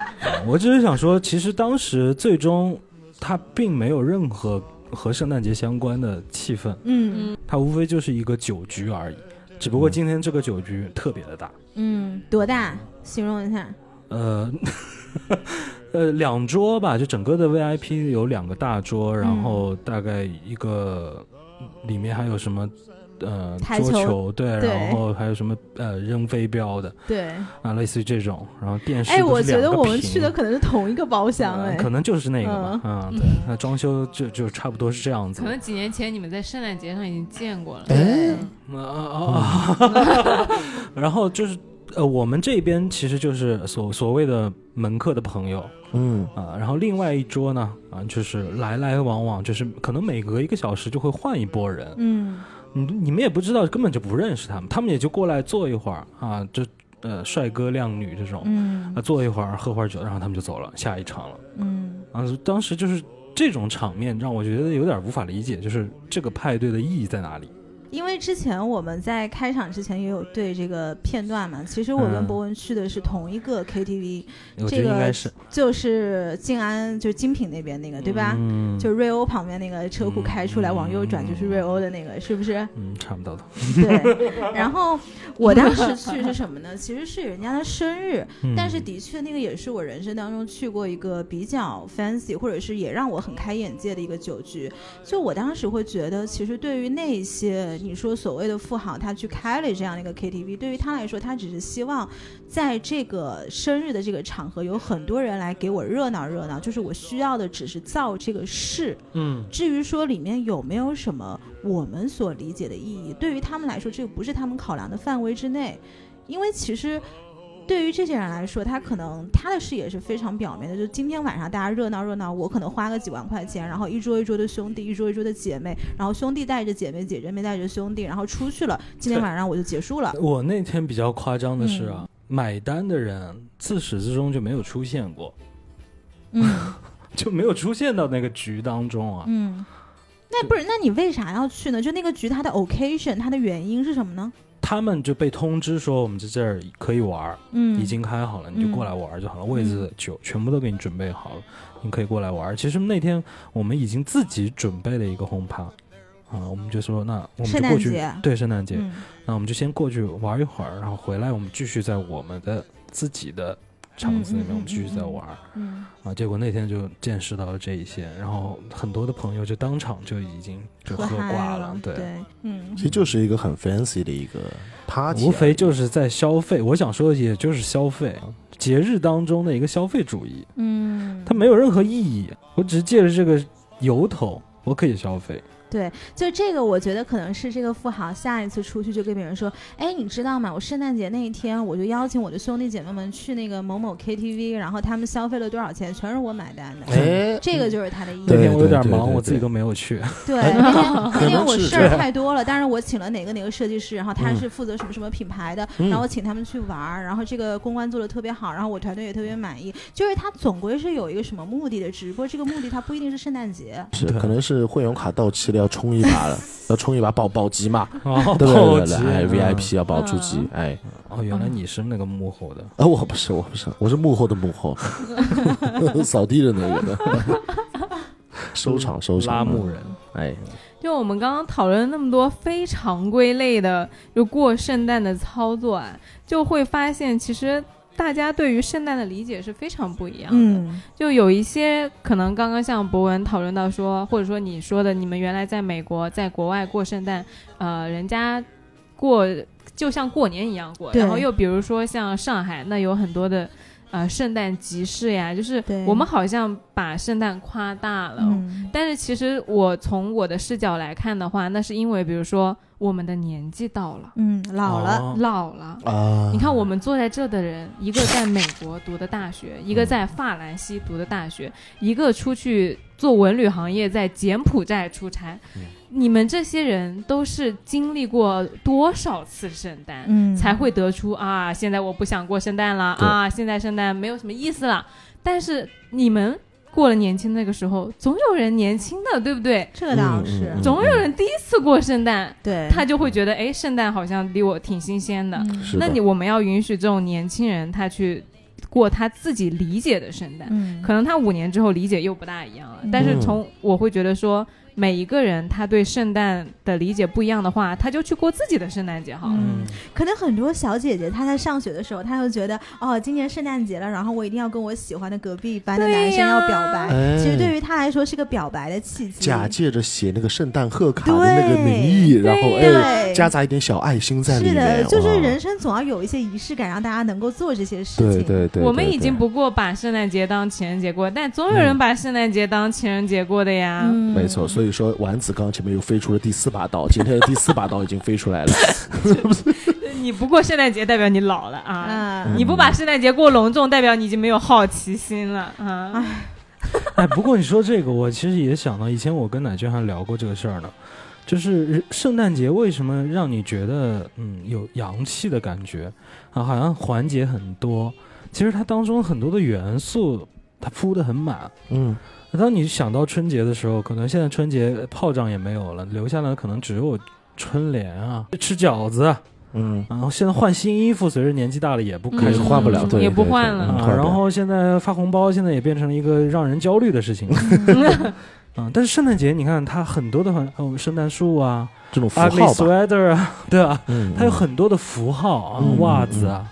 [SPEAKER 5] 我只是想说，其实当时最终他并没有任何和圣诞节相关的气氛，
[SPEAKER 3] 嗯
[SPEAKER 5] 它无非就是一个酒局而已。只不过
[SPEAKER 4] 嗯
[SPEAKER 5] 今天这个酒局特别的大，
[SPEAKER 3] 嗯，多大？形容一下，
[SPEAKER 5] 呃， 呃，两桌吧，就整个的 VIP 有两个大桌，然
[SPEAKER 3] 嗯
[SPEAKER 5] 后大概一个里面还有什么呃
[SPEAKER 3] 台
[SPEAKER 5] 桌
[SPEAKER 3] 球
[SPEAKER 5] 球对，
[SPEAKER 3] 对
[SPEAKER 5] 然后还有什么呃扔飞镖的
[SPEAKER 3] 对，
[SPEAKER 5] 啊，类似于这种，然后电视
[SPEAKER 3] 哎，
[SPEAKER 5] 都
[SPEAKER 3] 我
[SPEAKER 5] 是
[SPEAKER 3] 觉
[SPEAKER 5] 两
[SPEAKER 3] 得
[SPEAKER 5] 个
[SPEAKER 3] 我们
[SPEAKER 5] 屏
[SPEAKER 3] 去的可能是同一个包厢，
[SPEAKER 5] 呃
[SPEAKER 3] 哎，嗯
[SPEAKER 5] 可能就是那个吧，啊，对，那装修就就差不多是这样子
[SPEAKER 2] 可。能几年前你们在圣诞节上已经见过了。
[SPEAKER 4] 哎，
[SPEAKER 5] 啊啊
[SPEAKER 3] 嗯
[SPEAKER 5] 啊！ 然后就是呃，我们这边其实就是所所谓的门客的朋友，
[SPEAKER 4] 嗯，
[SPEAKER 5] 啊，然后另外一桌呢，啊，就是来来往往，就是可能每隔一个小时就会换一波人，
[SPEAKER 3] 嗯
[SPEAKER 5] 你你们也不知道，根本就不认识他们，他们也就过来坐一会儿啊，就呃帅哥靓女这种，
[SPEAKER 3] 嗯
[SPEAKER 5] 啊，坐一会儿喝会儿酒，然后他们就走了，下一场了。
[SPEAKER 3] 嗯
[SPEAKER 5] 啊，当时就是这种场面让我觉得有点无法理解，就是这个派对的意义在哪里？
[SPEAKER 3] 因为之前我们在开场之前也有对这个片段嘛，其实我跟
[SPEAKER 5] 嗯
[SPEAKER 3] 博文去的是同一个 KTV，、
[SPEAKER 5] 我
[SPEAKER 3] 这
[SPEAKER 5] 觉得应
[SPEAKER 3] 个
[SPEAKER 5] 该是
[SPEAKER 3] 就是静安，就是精品那边那个，对吧？
[SPEAKER 5] 嗯，
[SPEAKER 3] 就瑞欧旁边那个车库开出来，
[SPEAKER 5] 嗯
[SPEAKER 3] 往右转就是瑞欧的那个，是不是？
[SPEAKER 5] 嗯，差不多的。
[SPEAKER 3] 对。然后我当时去是什么呢？其实是人家的生日，
[SPEAKER 5] 嗯
[SPEAKER 3] 但是的确那个也是我人生当中去过一个比较 fancy，或者是也让我很开眼界的一个酒局。就我当时会觉得，其实对于那一些你说所谓的富豪，他去开了这样的一个 KTV，对于他来说，他只是希望在这个生日的这个场合有很多人来给我热闹热闹，就是我需要的只是造这个势。
[SPEAKER 5] 嗯
[SPEAKER 3] 至于说里面有没有什么我们所理解的意义，对于他们来说，这个不是他们考量的范围之内，因为其实。对于这些人来说，他可能他的视野是非常表面的，就今天晚上大家热闹热闹，我可能花个几万块钱，然后一桌一桌的兄弟，一桌一桌的姐妹，然后兄弟带着姐妹，姐姐妹带着兄弟，然后出去了，今天晚上我就结束了。
[SPEAKER 5] 我那天比较夸张的是啊，
[SPEAKER 3] 嗯
[SPEAKER 5] 买单的人自始至终就没有出现过，
[SPEAKER 3] 嗯
[SPEAKER 5] 就没有出现到那个局当中啊。
[SPEAKER 3] 嗯，那不是，那你为啥要去呢？就那个局，它的 occasion，它的原因是什么呢？
[SPEAKER 5] 他们就被通知说我们在这儿可以玩儿，
[SPEAKER 3] 嗯，
[SPEAKER 5] 已经开好了，你就过来玩儿就好了，位子、酒全部都给你准备好了，你可以过来玩儿。其实那天我们已经自己准备了一个轰趴，啊，我们就说那我们
[SPEAKER 3] 圣
[SPEAKER 5] 就过
[SPEAKER 3] 诞
[SPEAKER 5] 去，
[SPEAKER 3] 节，
[SPEAKER 5] 对圣诞节，
[SPEAKER 3] 嗯
[SPEAKER 5] 那我们就先过去玩一会儿，然后回来我们继续在我们的自己的场子里面，
[SPEAKER 3] 嗯嗯嗯
[SPEAKER 5] 我们继续再玩儿、
[SPEAKER 3] 嗯。
[SPEAKER 5] 啊。结果那天就见识到了这一些，然后很多的朋友就当场就已经就
[SPEAKER 3] 喝
[SPEAKER 5] 喝
[SPEAKER 3] 嗨
[SPEAKER 5] 挂
[SPEAKER 3] 了，
[SPEAKER 5] 对。
[SPEAKER 3] 嗯
[SPEAKER 4] 其，实就是一个很 fancy 的一个 party，啊
[SPEAKER 5] 无非就是是在消费，我想说的也就是消费，
[SPEAKER 4] 嗯
[SPEAKER 5] 节日当中的一个消费主义，
[SPEAKER 3] 嗯，
[SPEAKER 5] 它没有任何意义。我只是借着这个由头，我可以消费。
[SPEAKER 3] 就这个，我觉得可能是这个富豪下一次出去就跟别人说，哎，你知道吗？我圣诞节那一天，我就邀请我的兄弟姐妹们去那个某某 KTV，然后他们消费了多少钱，全是我买单的。
[SPEAKER 4] 哎，
[SPEAKER 3] 这个就是他的意义。
[SPEAKER 5] 那天我有点
[SPEAKER 4] 对对
[SPEAKER 5] 忙，
[SPEAKER 4] 对
[SPEAKER 5] 我自己
[SPEAKER 4] 对
[SPEAKER 5] 都没 有去。
[SPEAKER 3] 对，
[SPEAKER 4] 哎
[SPEAKER 3] 那天那天我
[SPEAKER 4] 是
[SPEAKER 3] 事
[SPEAKER 4] 这
[SPEAKER 3] 儿
[SPEAKER 4] 样
[SPEAKER 3] 太多了，但是我请了哪个哪个设计师，然后他
[SPEAKER 5] 嗯
[SPEAKER 3] 是负责什么什么品牌的，
[SPEAKER 5] 嗯
[SPEAKER 3] 然后我请他们去玩儿，然后这个公关做的特别好，然后我团队也特别满意。就是他总归是有一个什么目的的，只不过这个目的它不一定是圣诞节。
[SPEAKER 4] 是
[SPEAKER 5] 对
[SPEAKER 4] 可能是会员卡到期了，要冲一 把了，要冲一把保保级嘛，
[SPEAKER 5] 哦，
[SPEAKER 4] 对
[SPEAKER 5] 暴
[SPEAKER 4] 对对
[SPEAKER 5] 击
[SPEAKER 4] 对，哎
[SPEAKER 5] 嗯
[SPEAKER 4] ，VIP 要保住级，哎，
[SPEAKER 5] 哦，原来你是那个幕后的。
[SPEAKER 4] 啊，我不是，我不是，我是幕后的幕后， 扫地的那个的，收场收场，
[SPEAKER 5] 拉牧人，
[SPEAKER 4] 哎，
[SPEAKER 2] 就我们刚刚讨论那么多非常规类的，就过圣诞的操作啊，就会发现其实大家对于圣诞的理解是非常不一样的。
[SPEAKER 3] 嗯
[SPEAKER 2] 就有一些可能刚刚像博文讨论到说，或者说你说的，你们原来在美国、在国外过圣诞，呃，人家过就像过年一样过。
[SPEAKER 3] 对
[SPEAKER 2] 然后又比如说像上海，那有很多的呃圣诞集市呀，就是
[SPEAKER 3] 对
[SPEAKER 2] 我们好像把圣诞夸大了。
[SPEAKER 3] 嗯，
[SPEAKER 2] 但是其实我从我的视角来看的话，那是因为比如说我们的年纪到了，
[SPEAKER 3] 嗯，老了，
[SPEAKER 5] 哦
[SPEAKER 2] 老了。
[SPEAKER 4] 啊
[SPEAKER 2] 你，看，我们坐在这的人，一个在美国读的大学，
[SPEAKER 4] 嗯
[SPEAKER 2] 一个在法兰西读的大学，一个出去做文旅行业，在柬埔寨出差。
[SPEAKER 4] 嗯
[SPEAKER 2] 你们这些人都是经历过多少次圣诞，
[SPEAKER 3] 嗯，
[SPEAKER 2] 才会得出啊，现在我不想过圣诞了
[SPEAKER 4] 对
[SPEAKER 2] 啊，现在圣诞没有什么意思了。但是你们过了年轻那个时候，总有人年轻的，对不对？
[SPEAKER 3] 这倒是，
[SPEAKER 4] 嗯嗯嗯
[SPEAKER 2] 总有人第一次过圣诞，
[SPEAKER 3] 对，
[SPEAKER 2] 他就会觉得，哎，圣诞好像离我挺新鲜的。
[SPEAKER 3] 嗯
[SPEAKER 4] 是
[SPEAKER 2] 那
[SPEAKER 4] 的，
[SPEAKER 2] 你我们要允许这种年轻人他去过他自己理解的圣诞，
[SPEAKER 3] 嗯，
[SPEAKER 2] 可能他五年之后理解又不大一样了。
[SPEAKER 3] 嗯
[SPEAKER 2] 但是从我会觉得说，每一个人他对圣诞的理解不一样的话，他就去过自己的圣诞节好了。
[SPEAKER 3] 嗯，可能很多小姐姐她在上学的时候，她就觉得哦，今年圣诞节了，然后我一定要跟我喜欢的隔壁班的男
[SPEAKER 2] 对
[SPEAKER 3] 生
[SPEAKER 2] 呀
[SPEAKER 3] 要表白。
[SPEAKER 4] 哎
[SPEAKER 3] 其实对于她来说是个表白的契机。
[SPEAKER 4] 假借着写那个圣诞贺卡的那个名义，然后
[SPEAKER 2] 对
[SPEAKER 4] 哎，
[SPEAKER 3] 对，
[SPEAKER 4] 夹杂一点小爱心在里
[SPEAKER 3] 是
[SPEAKER 4] 面，
[SPEAKER 3] 的，就是
[SPEAKER 4] 哇
[SPEAKER 3] 人生总要有一些仪式感，让大家能够做这些事情。
[SPEAKER 4] 对对对，
[SPEAKER 2] 我们
[SPEAKER 4] 对
[SPEAKER 2] 已经
[SPEAKER 4] 对
[SPEAKER 2] 不过把圣诞节当情人节过，但总有人把圣诞节当情人节过的呀。
[SPEAKER 3] 嗯，
[SPEAKER 4] 没错，所以说丸子刚前面又飞出了第四把刀，今天的第四把刀已经飞出来了。
[SPEAKER 2] 你不过圣诞节，代表你老了啊。
[SPEAKER 3] 啊，
[SPEAKER 2] 你不把圣诞节过隆重，代表你已经没有好奇心了啊！
[SPEAKER 5] 哎，不过你说这个，我其实也想到以前我跟奶娟还聊过这个事儿呢，就是圣诞节为什么让你觉得嗯有洋气的感觉啊？好像环节很多，其实它当中很多的元素它铺的很满。
[SPEAKER 4] 嗯，
[SPEAKER 5] 那当你想到春节的时候，可能现在春节炮仗也没有了，留下来可能只有春联啊，吃饺子啊，
[SPEAKER 4] 嗯，
[SPEAKER 5] 然后现在换新衣服，随着年纪大了也不开
[SPEAKER 4] 开
[SPEAKER 5] 始
[SPEAKER 4] 始
[SPEAKER 2] 嗯
[SPEAKER 5] 换
[SPEAKER 4] 换不了，
[SPEAKER 2] 嗯
[SPEAKER 4] 对，
[SPEAKER 2] 也不
[SPEAKER 4] 对
[SPEAKER 2] 换
[SPEAKER 4] 对
[SPEAKER 2] 了
[SPEAKER 4] 嗯
[SPEAKER 5] 啊，
[SPEAKER 4] 换不
[SPEAKER 5] 然
[SPEAKER 4] 了
[SPEAKER 5] 后现在发红包，现在也变成了一个让人焦虑的事情。嗯，但是圣诞节你看，它很多的很，哦，圣诞树啊
[SPEAKER 4] 这种符
[SPEAKER 5] ，ugly
[SPEAKER 4] 号吧，
[SPEAKER 5] sweater 啊， 对啊，
[SPEAKER 4] 嗯，
[SPEAKER 5] 它有很多的符号啊，
[SPEAKER 4] 嗯
[SPEAKER 5] 袜子啊。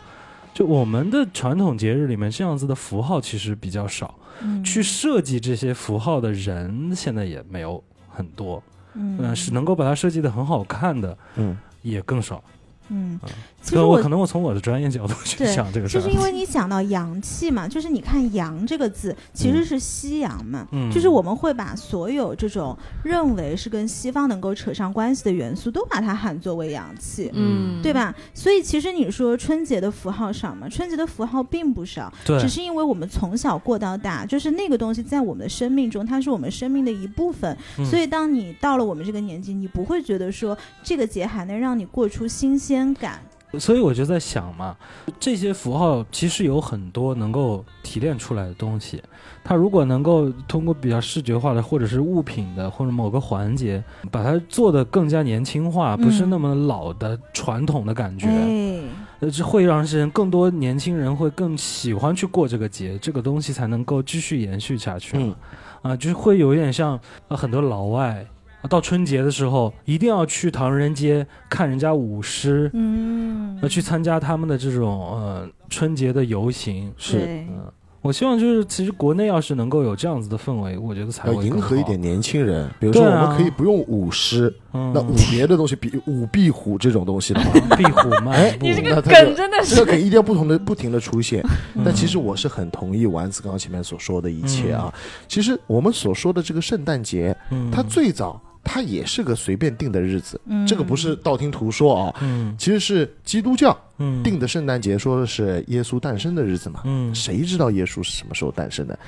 [SPEAKER 5] 就我们的传统节日里面，这样子的符号其实比较少，
[SPEAKER 3] 嗯
[SPEAKER 5] 去设计这些符号的人现在也没有很多，嗯，
[SPEAKER 4] 啊
[SPEAKER 3] 嗯
[SPEAKER 5] 是能够把它设计的很好看的
[SPEAKER 4] 嗯，
[SPEAKER 5] 也更少。
[SPEAKER 3] 嗯，
[SPEAKER 4] 啊
[SPEAKER 3] 其
[SPEAKER 5] 可
[SPEAKER 3] 实
[SPEAKER 5] 能我
[SPEAKER 3] 我
[SPEAKER 5] 可能我从我的专业角度去
[SPEAKER 3] 对
[SPEAKER 5] 想这个事
[SPEAKER 3] 就
[SPEAKER 5] 儿
[SPEAKER 3] 是，因为你讲到洋气嘛，就是你看“洋”这个字其实是西洋嘛，
[SPEAKER 5] 嗯
[SPEAKER 3] 就是我们会把所有这种认为是跟西方能够扯上关系的元素，都把它喊作为洋气。
[SPEAKER 2] 嗯，
[SPEAKER 3] 对？吧？所以其实你说春节的符号少嘛，春节的符号并不少，
[SPEAKER 5] 对
[SPEAKER 3] 只是因为我们从小过到大，就是那个东西在我们的生命中，它是我们生命的一部分。
[SPEAKER 5] 嗯
[SPEAKER 3] 所以当你到了我们这个年纪，你不会觉得说这个节还能让你过出新鲜感。
[SPEAKER 5] 所以我就在想嘛，这些符号其实有很多能够提炼出来的东西，它如果能够通过比较视觉化的，或者是物品的，或者某个环节，把它做得更加年轻化，
[SPEAKER 3] 嗯
[SPEAKER 5] 不是那么老的传统的感觉，
[SPEAKER 3] 哎，
[SPEAKER 5] 呃，这会让人更多年轻人会更喜欢去过这个节，这个东西才能够继续延续下去嘛。
[SPEAKER 4] 嗯
[SPEAKER 5] 啊，就是会有一点像、呃、很多老外、啊到春节的时候一定要去唐人街看人家舞狮。
[SPEAKER 3] 嗯，
[SPEAKER 5] 呃，去参加他们的这种呃春节的游行。
[SPEAKER 4] 是
[SPEAKER 3] 对
[SPEAKER 5] 嗯、我希望就是其实国内要是能够有这样子的氛围，我觉得才
[SPEAKER 4] 要
[SPEAKER 5] 会
[SPEAKER 4] 迎
[SPEAKER 5] 更
[SPEAKER 4] 合一
[SPEAKER 5] 好
[SPEAKER 4] 点。年轻人，比如说
[SPEAKER 5] 对
[SPEAKER 4] 我
[SPEAKER 5] 啊
[SPEAKER 4] 们可以不用舞狮，
[SPEAKER 5] 嗯，
[SPEAKER 4] 那舞别的东西，比舞壁虎这种东 西的话，
[SPEAKER 5] 壁 虎漫步，
[SPEAKER 2] 你这个
[SPEAKER 4] 嗯那他
[SPEAKER 2] 梗
[SPEAKER 4] 就
[SPEAKER 2] 真的
[SPEAKER 4] 哎
[SPEAKER 2] 是
[SPEAKER 4] 这个梗一定要不同的不停的出现。
[SPEAKER 5] 嗯
[SPEAKER 4] 但其实我是很同意丸子刚刚前面所说的一切啊。其实我们所说的这个圣诞节，
[SPEAKER 5] 嗯
[SPEAKER 4] 它最早它也是个随便定的日子，
[SPEAKER 3] 嗯
[SPEAKER 4] 这个不是道听途说啊，
[SPEAKER 5] 嗯
[SPEAKER 4] 其实是基督教
[SPEAKER 5] 嗯
[SPEAKER 4] 定的圣诞节，说的是耶稣诞生的日子嘛。
[SPEAKER 5] 嗯
[SPEAKER 4] 谁知道耶稣是什么时候诞生的？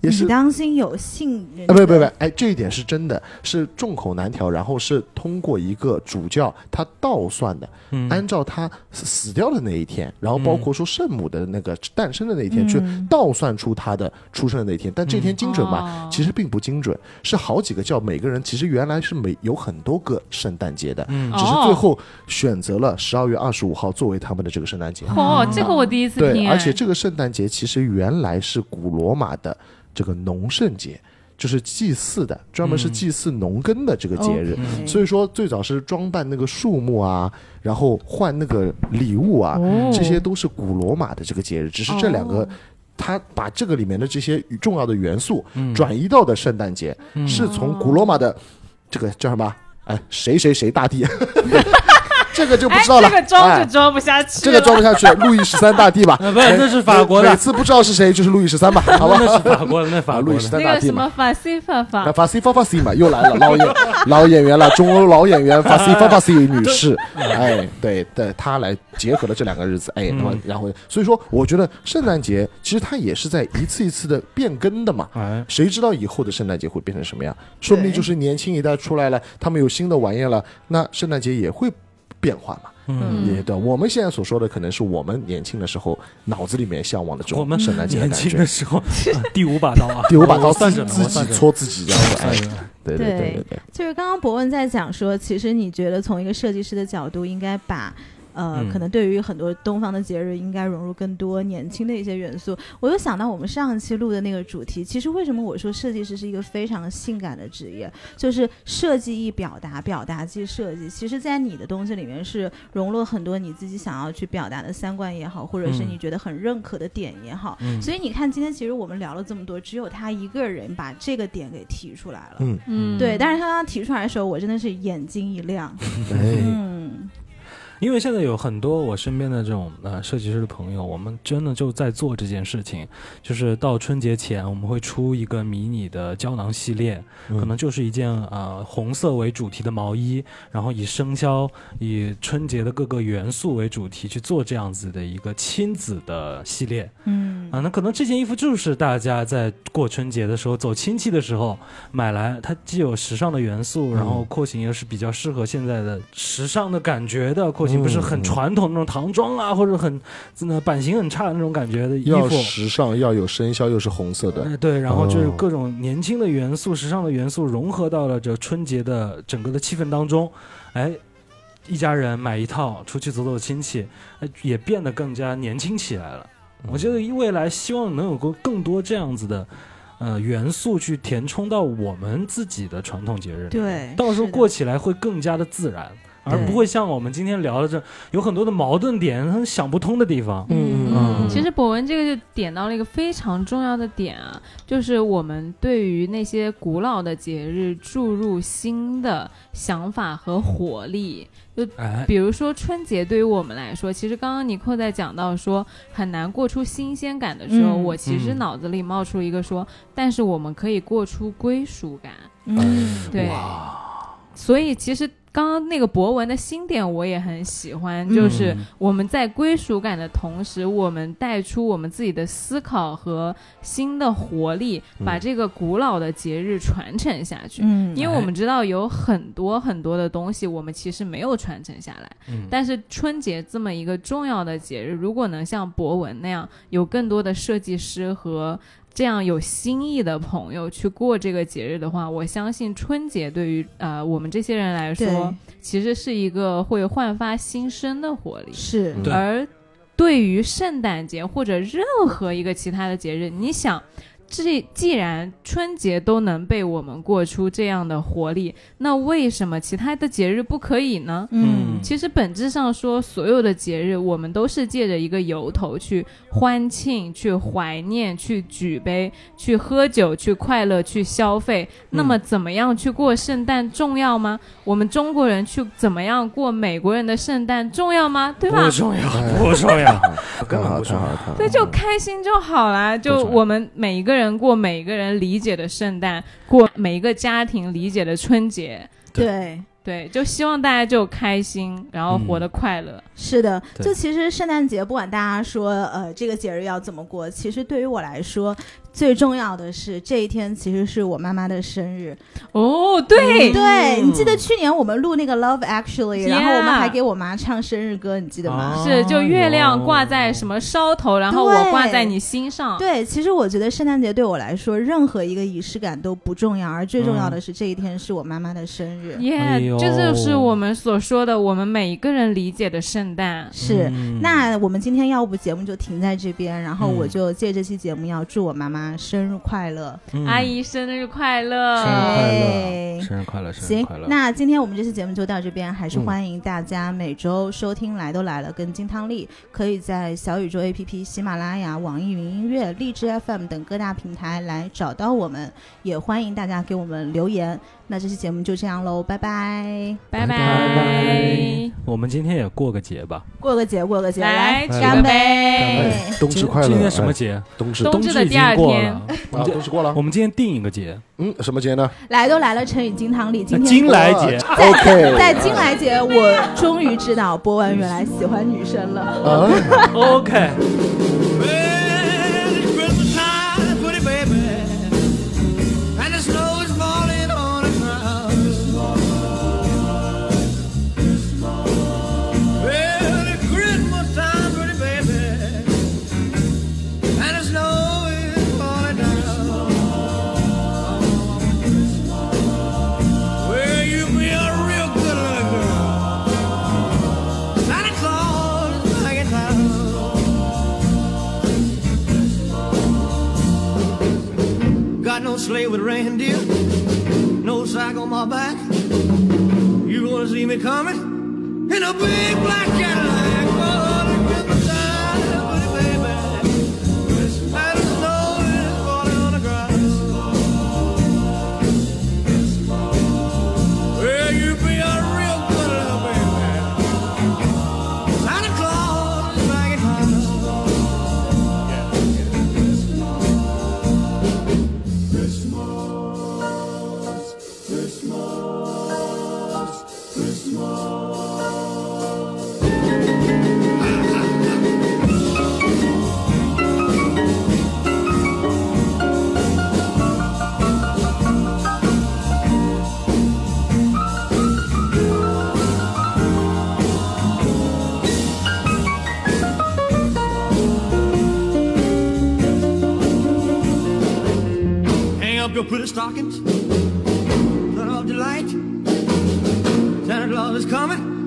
[SPEAKER 4] 也
[SPEAKER 3] 你
[SPEAKER 4] 是
[SPEAKER 3] 当心有信人
[SPEAKER 4] 啊，不
[SPEAKER 3] 的
[SPEAKER 4] 不不，哎，这一点是真的，是众口难调，然后是通过一个主教他倒算的，
[SPEAKER 5] 嗯
[SPEAKER 4] 按照他死死掉的那一天，然后包括说圣母的那个诞生的那一天，去
[SPEAKER 3] 嗯
[SPEAKER 4] 倒算出他的出生的那一天，但这天精准吗？
[SPEAKER 2] 哦
[SPEAKER 4] 其实并不精准，是好几个教，每个人其实原来是每有很多个圣诞节的，
[SPEAKER 5] 嗯
[SPEAKER 4] 只是最后选择了十二月二十五号作为他们的这个圣诞节。
[SPEAKER 2] 哦，这个我第一次
[SPEAKER 4] 嗯对，
[SPEAKER 2] 听哎，
[SPEAKER 4] 而且这个圣诞节其实原来是古罗马的这个农圣节，就是祭祀的，专门是
[SPEAKER 5] 嗯
[SPEAKER 4] 祭祀农耕的这个节日。
[SPEAKER 5] 嗯
[SPEAKER 4] 所以说，最早是装扮那个树木啊，然后换那个礼物啊，
[SPEAKER 2] 哦
[SPEAKER 4] 这些都是古罗马的这个节日。只是这两个，他把这个里面的这些重要的元素
[SPEAKER 5] 嗯
[SPEAKER 4] 转移到的圣诞节，
[SPEAKER 5] 嗯
[SPEAKER 4] 是从古罗马的这个叫什么？哎，谁谁 谁大帝， 这个就不
[SPEAKER 2] 哎，
[SPEAKER 4] 知道了。
[SPEAKER 2] 这个装
[SPEAKER 4] 哎
[SPEAKER 2] 就装不下去了，
[SPEAKER 4] 这个装不下去，路易十三大帝吧？
[SPEAKER 5] 呃不是那是 法国的
[SPEAKER 4] 每每次不知道是谁就是路易十 三吧？好吧，
[SPEAKER 5] 那是法国的，那法
[SPEAKER 4] 啊，路
[SPEAKER 5] 国
[SPEAKER 4] 易
[SPEAKER 5] 的
[SPEAKER 4] 十三
[SPEAKER 2] 那
[SPEAKER 4] 大
[SPEAKER 2] 个
[SPEAKER 4] 帝
[SPEAKER 2] 什么
[SPEAKER 4] 嘛。
[SPEAKER 2] 法西法
[SPEAKER 4] 那
[SPEAKER 2] 法，
[SPEAKER 4] 法西法法西嘛，又来了，老演老演员了，中欧老演员法西法法西女士，
[SPEAKER 5] 嗯
[SPEAKER 4] 哎，对对，她来结合了这两个日子，哎，那么
[SPEAKER 5] 嗯
[SPEAKER 4] 然后，所以说，我觉得圣诞节其实它也是在一次一次的变更的嘛，
[SPEAKER 5] 哎，
[SPEAKER 4] 谁知道以后的圣诞节会变成什么样？说不定就是年轻一代出来了，他们有新的玩意儿了，那圣诞节也会变化嘛。
[SPEAKER 5] 嗯，
[SPEAKER 4] 也对，我们现在所说的可能是我们年轻的时候脑子里面向往的这
[SPEAKER 5] 我
[SPEAKER 4] 种
[SPEAKER 5] 们
[SPEAKER 4] 圣诞节
[SPEAKER 5] 年
[SPEAKER 4] 感
[SPEAKER 5] 轻的
[SPEAKER 4] 觉。
[SPEAKER 5] 时 候，啊第五把刀啊，
[SPEAKER 4] 第五把刀
[SPEAKER 5] 我
[SPEAKER 4] 自
[SPEAKER 5] 算
[SPEAKER 4] 己
[SPEAKER 5] 准了，
[SPEAKER 4] 自
[SPEAKER 5] 我算
[SPEAKER 4] 己
[SPEAKER 5] 准了，
[SPEAKER 4] 戳自己，然后
[SPEAKER 5] 我算
[SPEAKER 4] 哎，
[SPEAKER 5] 准了，
[SPEAKER 4] 对对对对对，
[SPEAKER 3] 就是刚刚博文在讲说，其实你觉得从一个设计师的角度，应该把。呃，
[SPEAKER 5] 嗯
[SPEAKER 3] 可能对于很多东方的节日，应该融入更多年轻的一些元素。我又想到我们上一期录的那个主题，其实为什么我说设计师是一个非常性感的职业，就是设计亦表达，表达即设计。其实，在你的东西里面是融入了很多你自己想要去表达的三观也好，或者是
[SPEAKER 5] 嗯
[SPEAKER 3] 你觉得很认可的点也好。
[SPEAKER 5] 嗯
[SPEAKER 3] 所以你看，今天其实我们聊了这么多，只有他一个人把这个点给提出来了。
[SPEAKER 4] 嗯，
[SPEAKER 2] 嗯，
[SPEAKER 3] 对，但是他刚刚提出来的时候，我真的是眼睛一亮。
[SPEAKER 4] 哎，
[SPEAKER 3] 嗯，
[SPEAKER 5] 因为现在有很多我身边的这种呃设计师的朋友，我们真的就在做这件事情，就是到春节前我们会出一个迷你的胶囊系列，
[SPEAKER 4] 嗯
[SPEAKER 5] 可能就是一件呃红色为主题的毛衣，然后以生肖、以春节的各个元素为主题去做这样子的一个亲子的系列
[SPEAKER 3] 嗯
[SPEAKER 5] 啊。那可能这件衣服就是大家在过春节的时候走亲戚的时候买来，它既有时尚的元素，然后廓形也是比较适合现在的时尚的感觉的廓
[SPEAKER 4] 嗯
[SPEAKER 5] 形，不是很传统那种唐装啊，或者很真的版型很差的那种感觉的衣
[SPEAKER 6] 要
[SPEAKER 5] 服。
[SPEAKER 6] 时尚，要有生肖，又是红色的，
[SPEAKER 5] 哎，对，然后就是
[SPEAKER 4] 哦
[SPEAKER 5] 各种年轻的元素、时尚的元素融合到了这春节的整个的气氛当中，哎，一家人买一套出去走走亲戚，哎，也变得更加年轻起来了。我觉得
[SPEAKER 4] 嗯
[SPEAKER 5] 未来希望能有个更多这样子的，呃，元素去填充到我们自己的传统节日里。
[SPEAKER 3] 对，
[SPEAKER 5] 到时候
[SPEAKER 3] 是的
[SPEAKER 5] 过起来会更加的自然，而
[SPEAKER 3] 对
[SPEAKER 5] 不会像我们今天聊的这有很多的矛盾点，很想不通的地方。
[SPEAKER 4] 嗯
[SPEAKER 5] 嗯
[SPEAKER 2] 其实博文这个就点到了一个非常重要的点啊，就是我们对于那些古老的节日注入新的想法和活力。
[SPEAKER 5] 哎，
[SPEAKER 2] 比如说春节对于我们来说，其实刚刚尼克在讲到说很难过出新鲜感的时候，
[SPEAKER 3] 嗯
[SPEAKER 2] 我其实
[SPEAKER 5] 嗯
[SPEAKER 2] 脑子里冒出一个说，但是我们可以过出归属感。
[SPEAKER 3] 嗯
[SPEAKER 2] 对，所以其实刚刚那个博文的新点我也很喜欢，
[SPEAKER 3] 嗯
[SPEAKER 2] 就是我们在归属感的同时，我们带出我们自己的思考和新的活力，
[SPEAKER 4] 嗯
[SPEAKER 2] 把这个古老的节日传承下去。
[SPEAKER 3] 嗯，
[SPEAKER 2] 哎因为我们知道有很多很多的东西，我们其实没有传承下来。
[SPEAKER 5] 嗯
[SPEAKER 2] 但是春节这么一个重要的节日，如果能像博文那样有更多的设计师和这样有心意的朋友去过这个节日的话，我相信春节对于呃我们这些人来说
[SPEAKER 3] 对，
[SPEAKER 2] 其实是一个会焕发新生的活力。
[SPEAKER 5] 嗯
[SPEAKER 3] 是嗯
[SPEAKER 4] 对
[SPEAKER 2] 而对于圣诞节或者任何一个其他的节日，你想，这既然春节都能被我们过出这样的活力，那为什么其他的节日不可以呢？
[SPEAKER 5] 嗯
[SPEAKER 3] 嗯
[SPEAKER 2] 其实本质上说，所有的节日我们都是借着一个由头去欢庆、去怀念、去举杯、去喝酒、去快乐、去消费。那么，怎么样去过圣诞重要吗？我们中国人去怎么样过美国人的圣诞重要吗？对吧
[SPEAKER 5] 不？重要，
[SPEAKER 4] 哎
[SPEAKER 5] 不重要。
[SPEAKER 4] 太
[SPEAKER 5] 根本
[SPEAKER 4] 嗯好，太
[SPEAKER 5] 不重要
[SPEAKER 4] 好，太好。
[SPEAKER 2] 对，
[SPEAKER 5] 嗯
[SPEAKER 2] 就开心就好啦。就
[SPEAKER 4] 重要
[SPEAKER 2] 我们每一个人过每一个人理解的圣诞，过每一个家庭理解的春节。
[SPEAKER 3] 对。
[SPEAKER 2] 对，就希望大家就开心，然后活得快乐。
[SPEAKER 3] 是的，
[SPEAKER 5] 对
[SPEAKER 3] 就其实圣诞节，不管大家说呃这个节日要怎么过，其实对于我来说，最重要的是这一天其实是我妈妈的生日。
[SPEAKER 5] 嗯
[SPEAKER 2] 哦，对，
[SPEAKER 3] 对你记得去年我们录那个《Love Actually》，然后我们
[SPEAKER 2] Yeah
[SPEAKER 3] 还给我妈唱生日歌，你记得吗？
[SPEAKER 5] 啊
[SPEAKER 2] 是，就月亮挂在什么梢头，然后我
[SPEAKER 3] 对
[SPEAKER 2] 挂在你心上。
[SPEAKER 3] 对，其实我觉得圣诞节对我来说，任何一个仪式感都不重要，而最重要的是这一天是我妈妈的生日。
[SPEAKER 2] 耶、
[SPEAKER 5] 哎呦
[SPEAKER 2] 这就是我们所说的，我们每一个人理解的圣诞。
[SPEAKER 3] 是，
[SPEAKER 5] 嗯
[SPEAKER 3] 那我们今天要不节目就停在这边，然后
[SPEAKER 5] 嗯
[SPEAKER 3] 我就借这期节目要祝我妈妈生日快乐。
[SPEAKER 5] 嗯
[SPEAKER 2] 阿姨生日快
[SPEAKER 5] 生日
[SPEAKER 2] 乐！
[SPEAKER 5] 快
[SPEAKER 3] 哎
[SPEAKER 5] 乐，生日快乐，生日
[SPEAKER 3] 行
[SPEAKER 5] 快乐，。
[SPEAKER 3] 那今天我们这期节目就到这边，还是
[SPEAKER 4] 嗯
[SPEAKER 3] 欢迎大家每周收听《来都来了》跟金汤力，可以在小宇宙 APP、喜马拉雅、网易云音乐、荔枝 FM 等各大平台来找到我们，也欢迎大家给我们留言。那这期节目就这样喽，拜拜！
[SPEAKER 2] 拜
[SPEAKER 5] 拜拜我们今天也过个节吧，
[SPEAKER 3] 过个节，过个节，
[SPEAKER 2] 来，
[SPEAKER 3] 来
[SPEAKER 2] 举
[SPEAKER 3] 干
[SPEAKER 2] 个
[SPEAKER 3] 杯！
[SPEAKER 2] 杯！
[SPEAKER 4] 哎，冬至快乐！
[SPEAKER 5] 今天什么节？
[SPEAKER 4] 哎？冬至
[SPEAKER 2] 冬至的
[SPEAKER 5] 已
[SPEAKER 2] 第二
[SPEAKER 5] 经过
[SPEAKER 2] 天
[SPEAKER 5] 了，
[SPEAKER 4] 啊，
[SPEAKER 5] 我们
[SPEAKER 4] 冬
[SPEAKER 5] 今
[SPEAKER 4] 至过了
[SPEAKER 5] 我。们今天定一个节，
[SPEAKER 4] 嗯，什么节呢？嗯
[SPEAKER 3] 来都来了，成语金汤力，今天
[SPEAKER 5] 金来节。
[SPEAKER 4] OK，
[SPEAKER 3] 在金来节，我终于知道博文原来喜欢女生了。
[SPEAKER 4] 啊。
[SPEAKER 5] OK。
[SPEAKER 1] Well, it's Christmas time, pretty baby, and the snow is falling on the ground. Well, it's Christmas time, pretty baby, and the snow is falling down. Well, you be a real good little girl. Santa Claus is back in town. Got no sleigh with reindeer, no sack on my back. You gonna see me coming in a big black Cadillac. Oh, it's Christmas time, buddy, baby. And the snow is falling on the grass. Well, you be a real good little baby. Hang up your pretty stockings. Let off the light. Santa Claus is coming. Oh,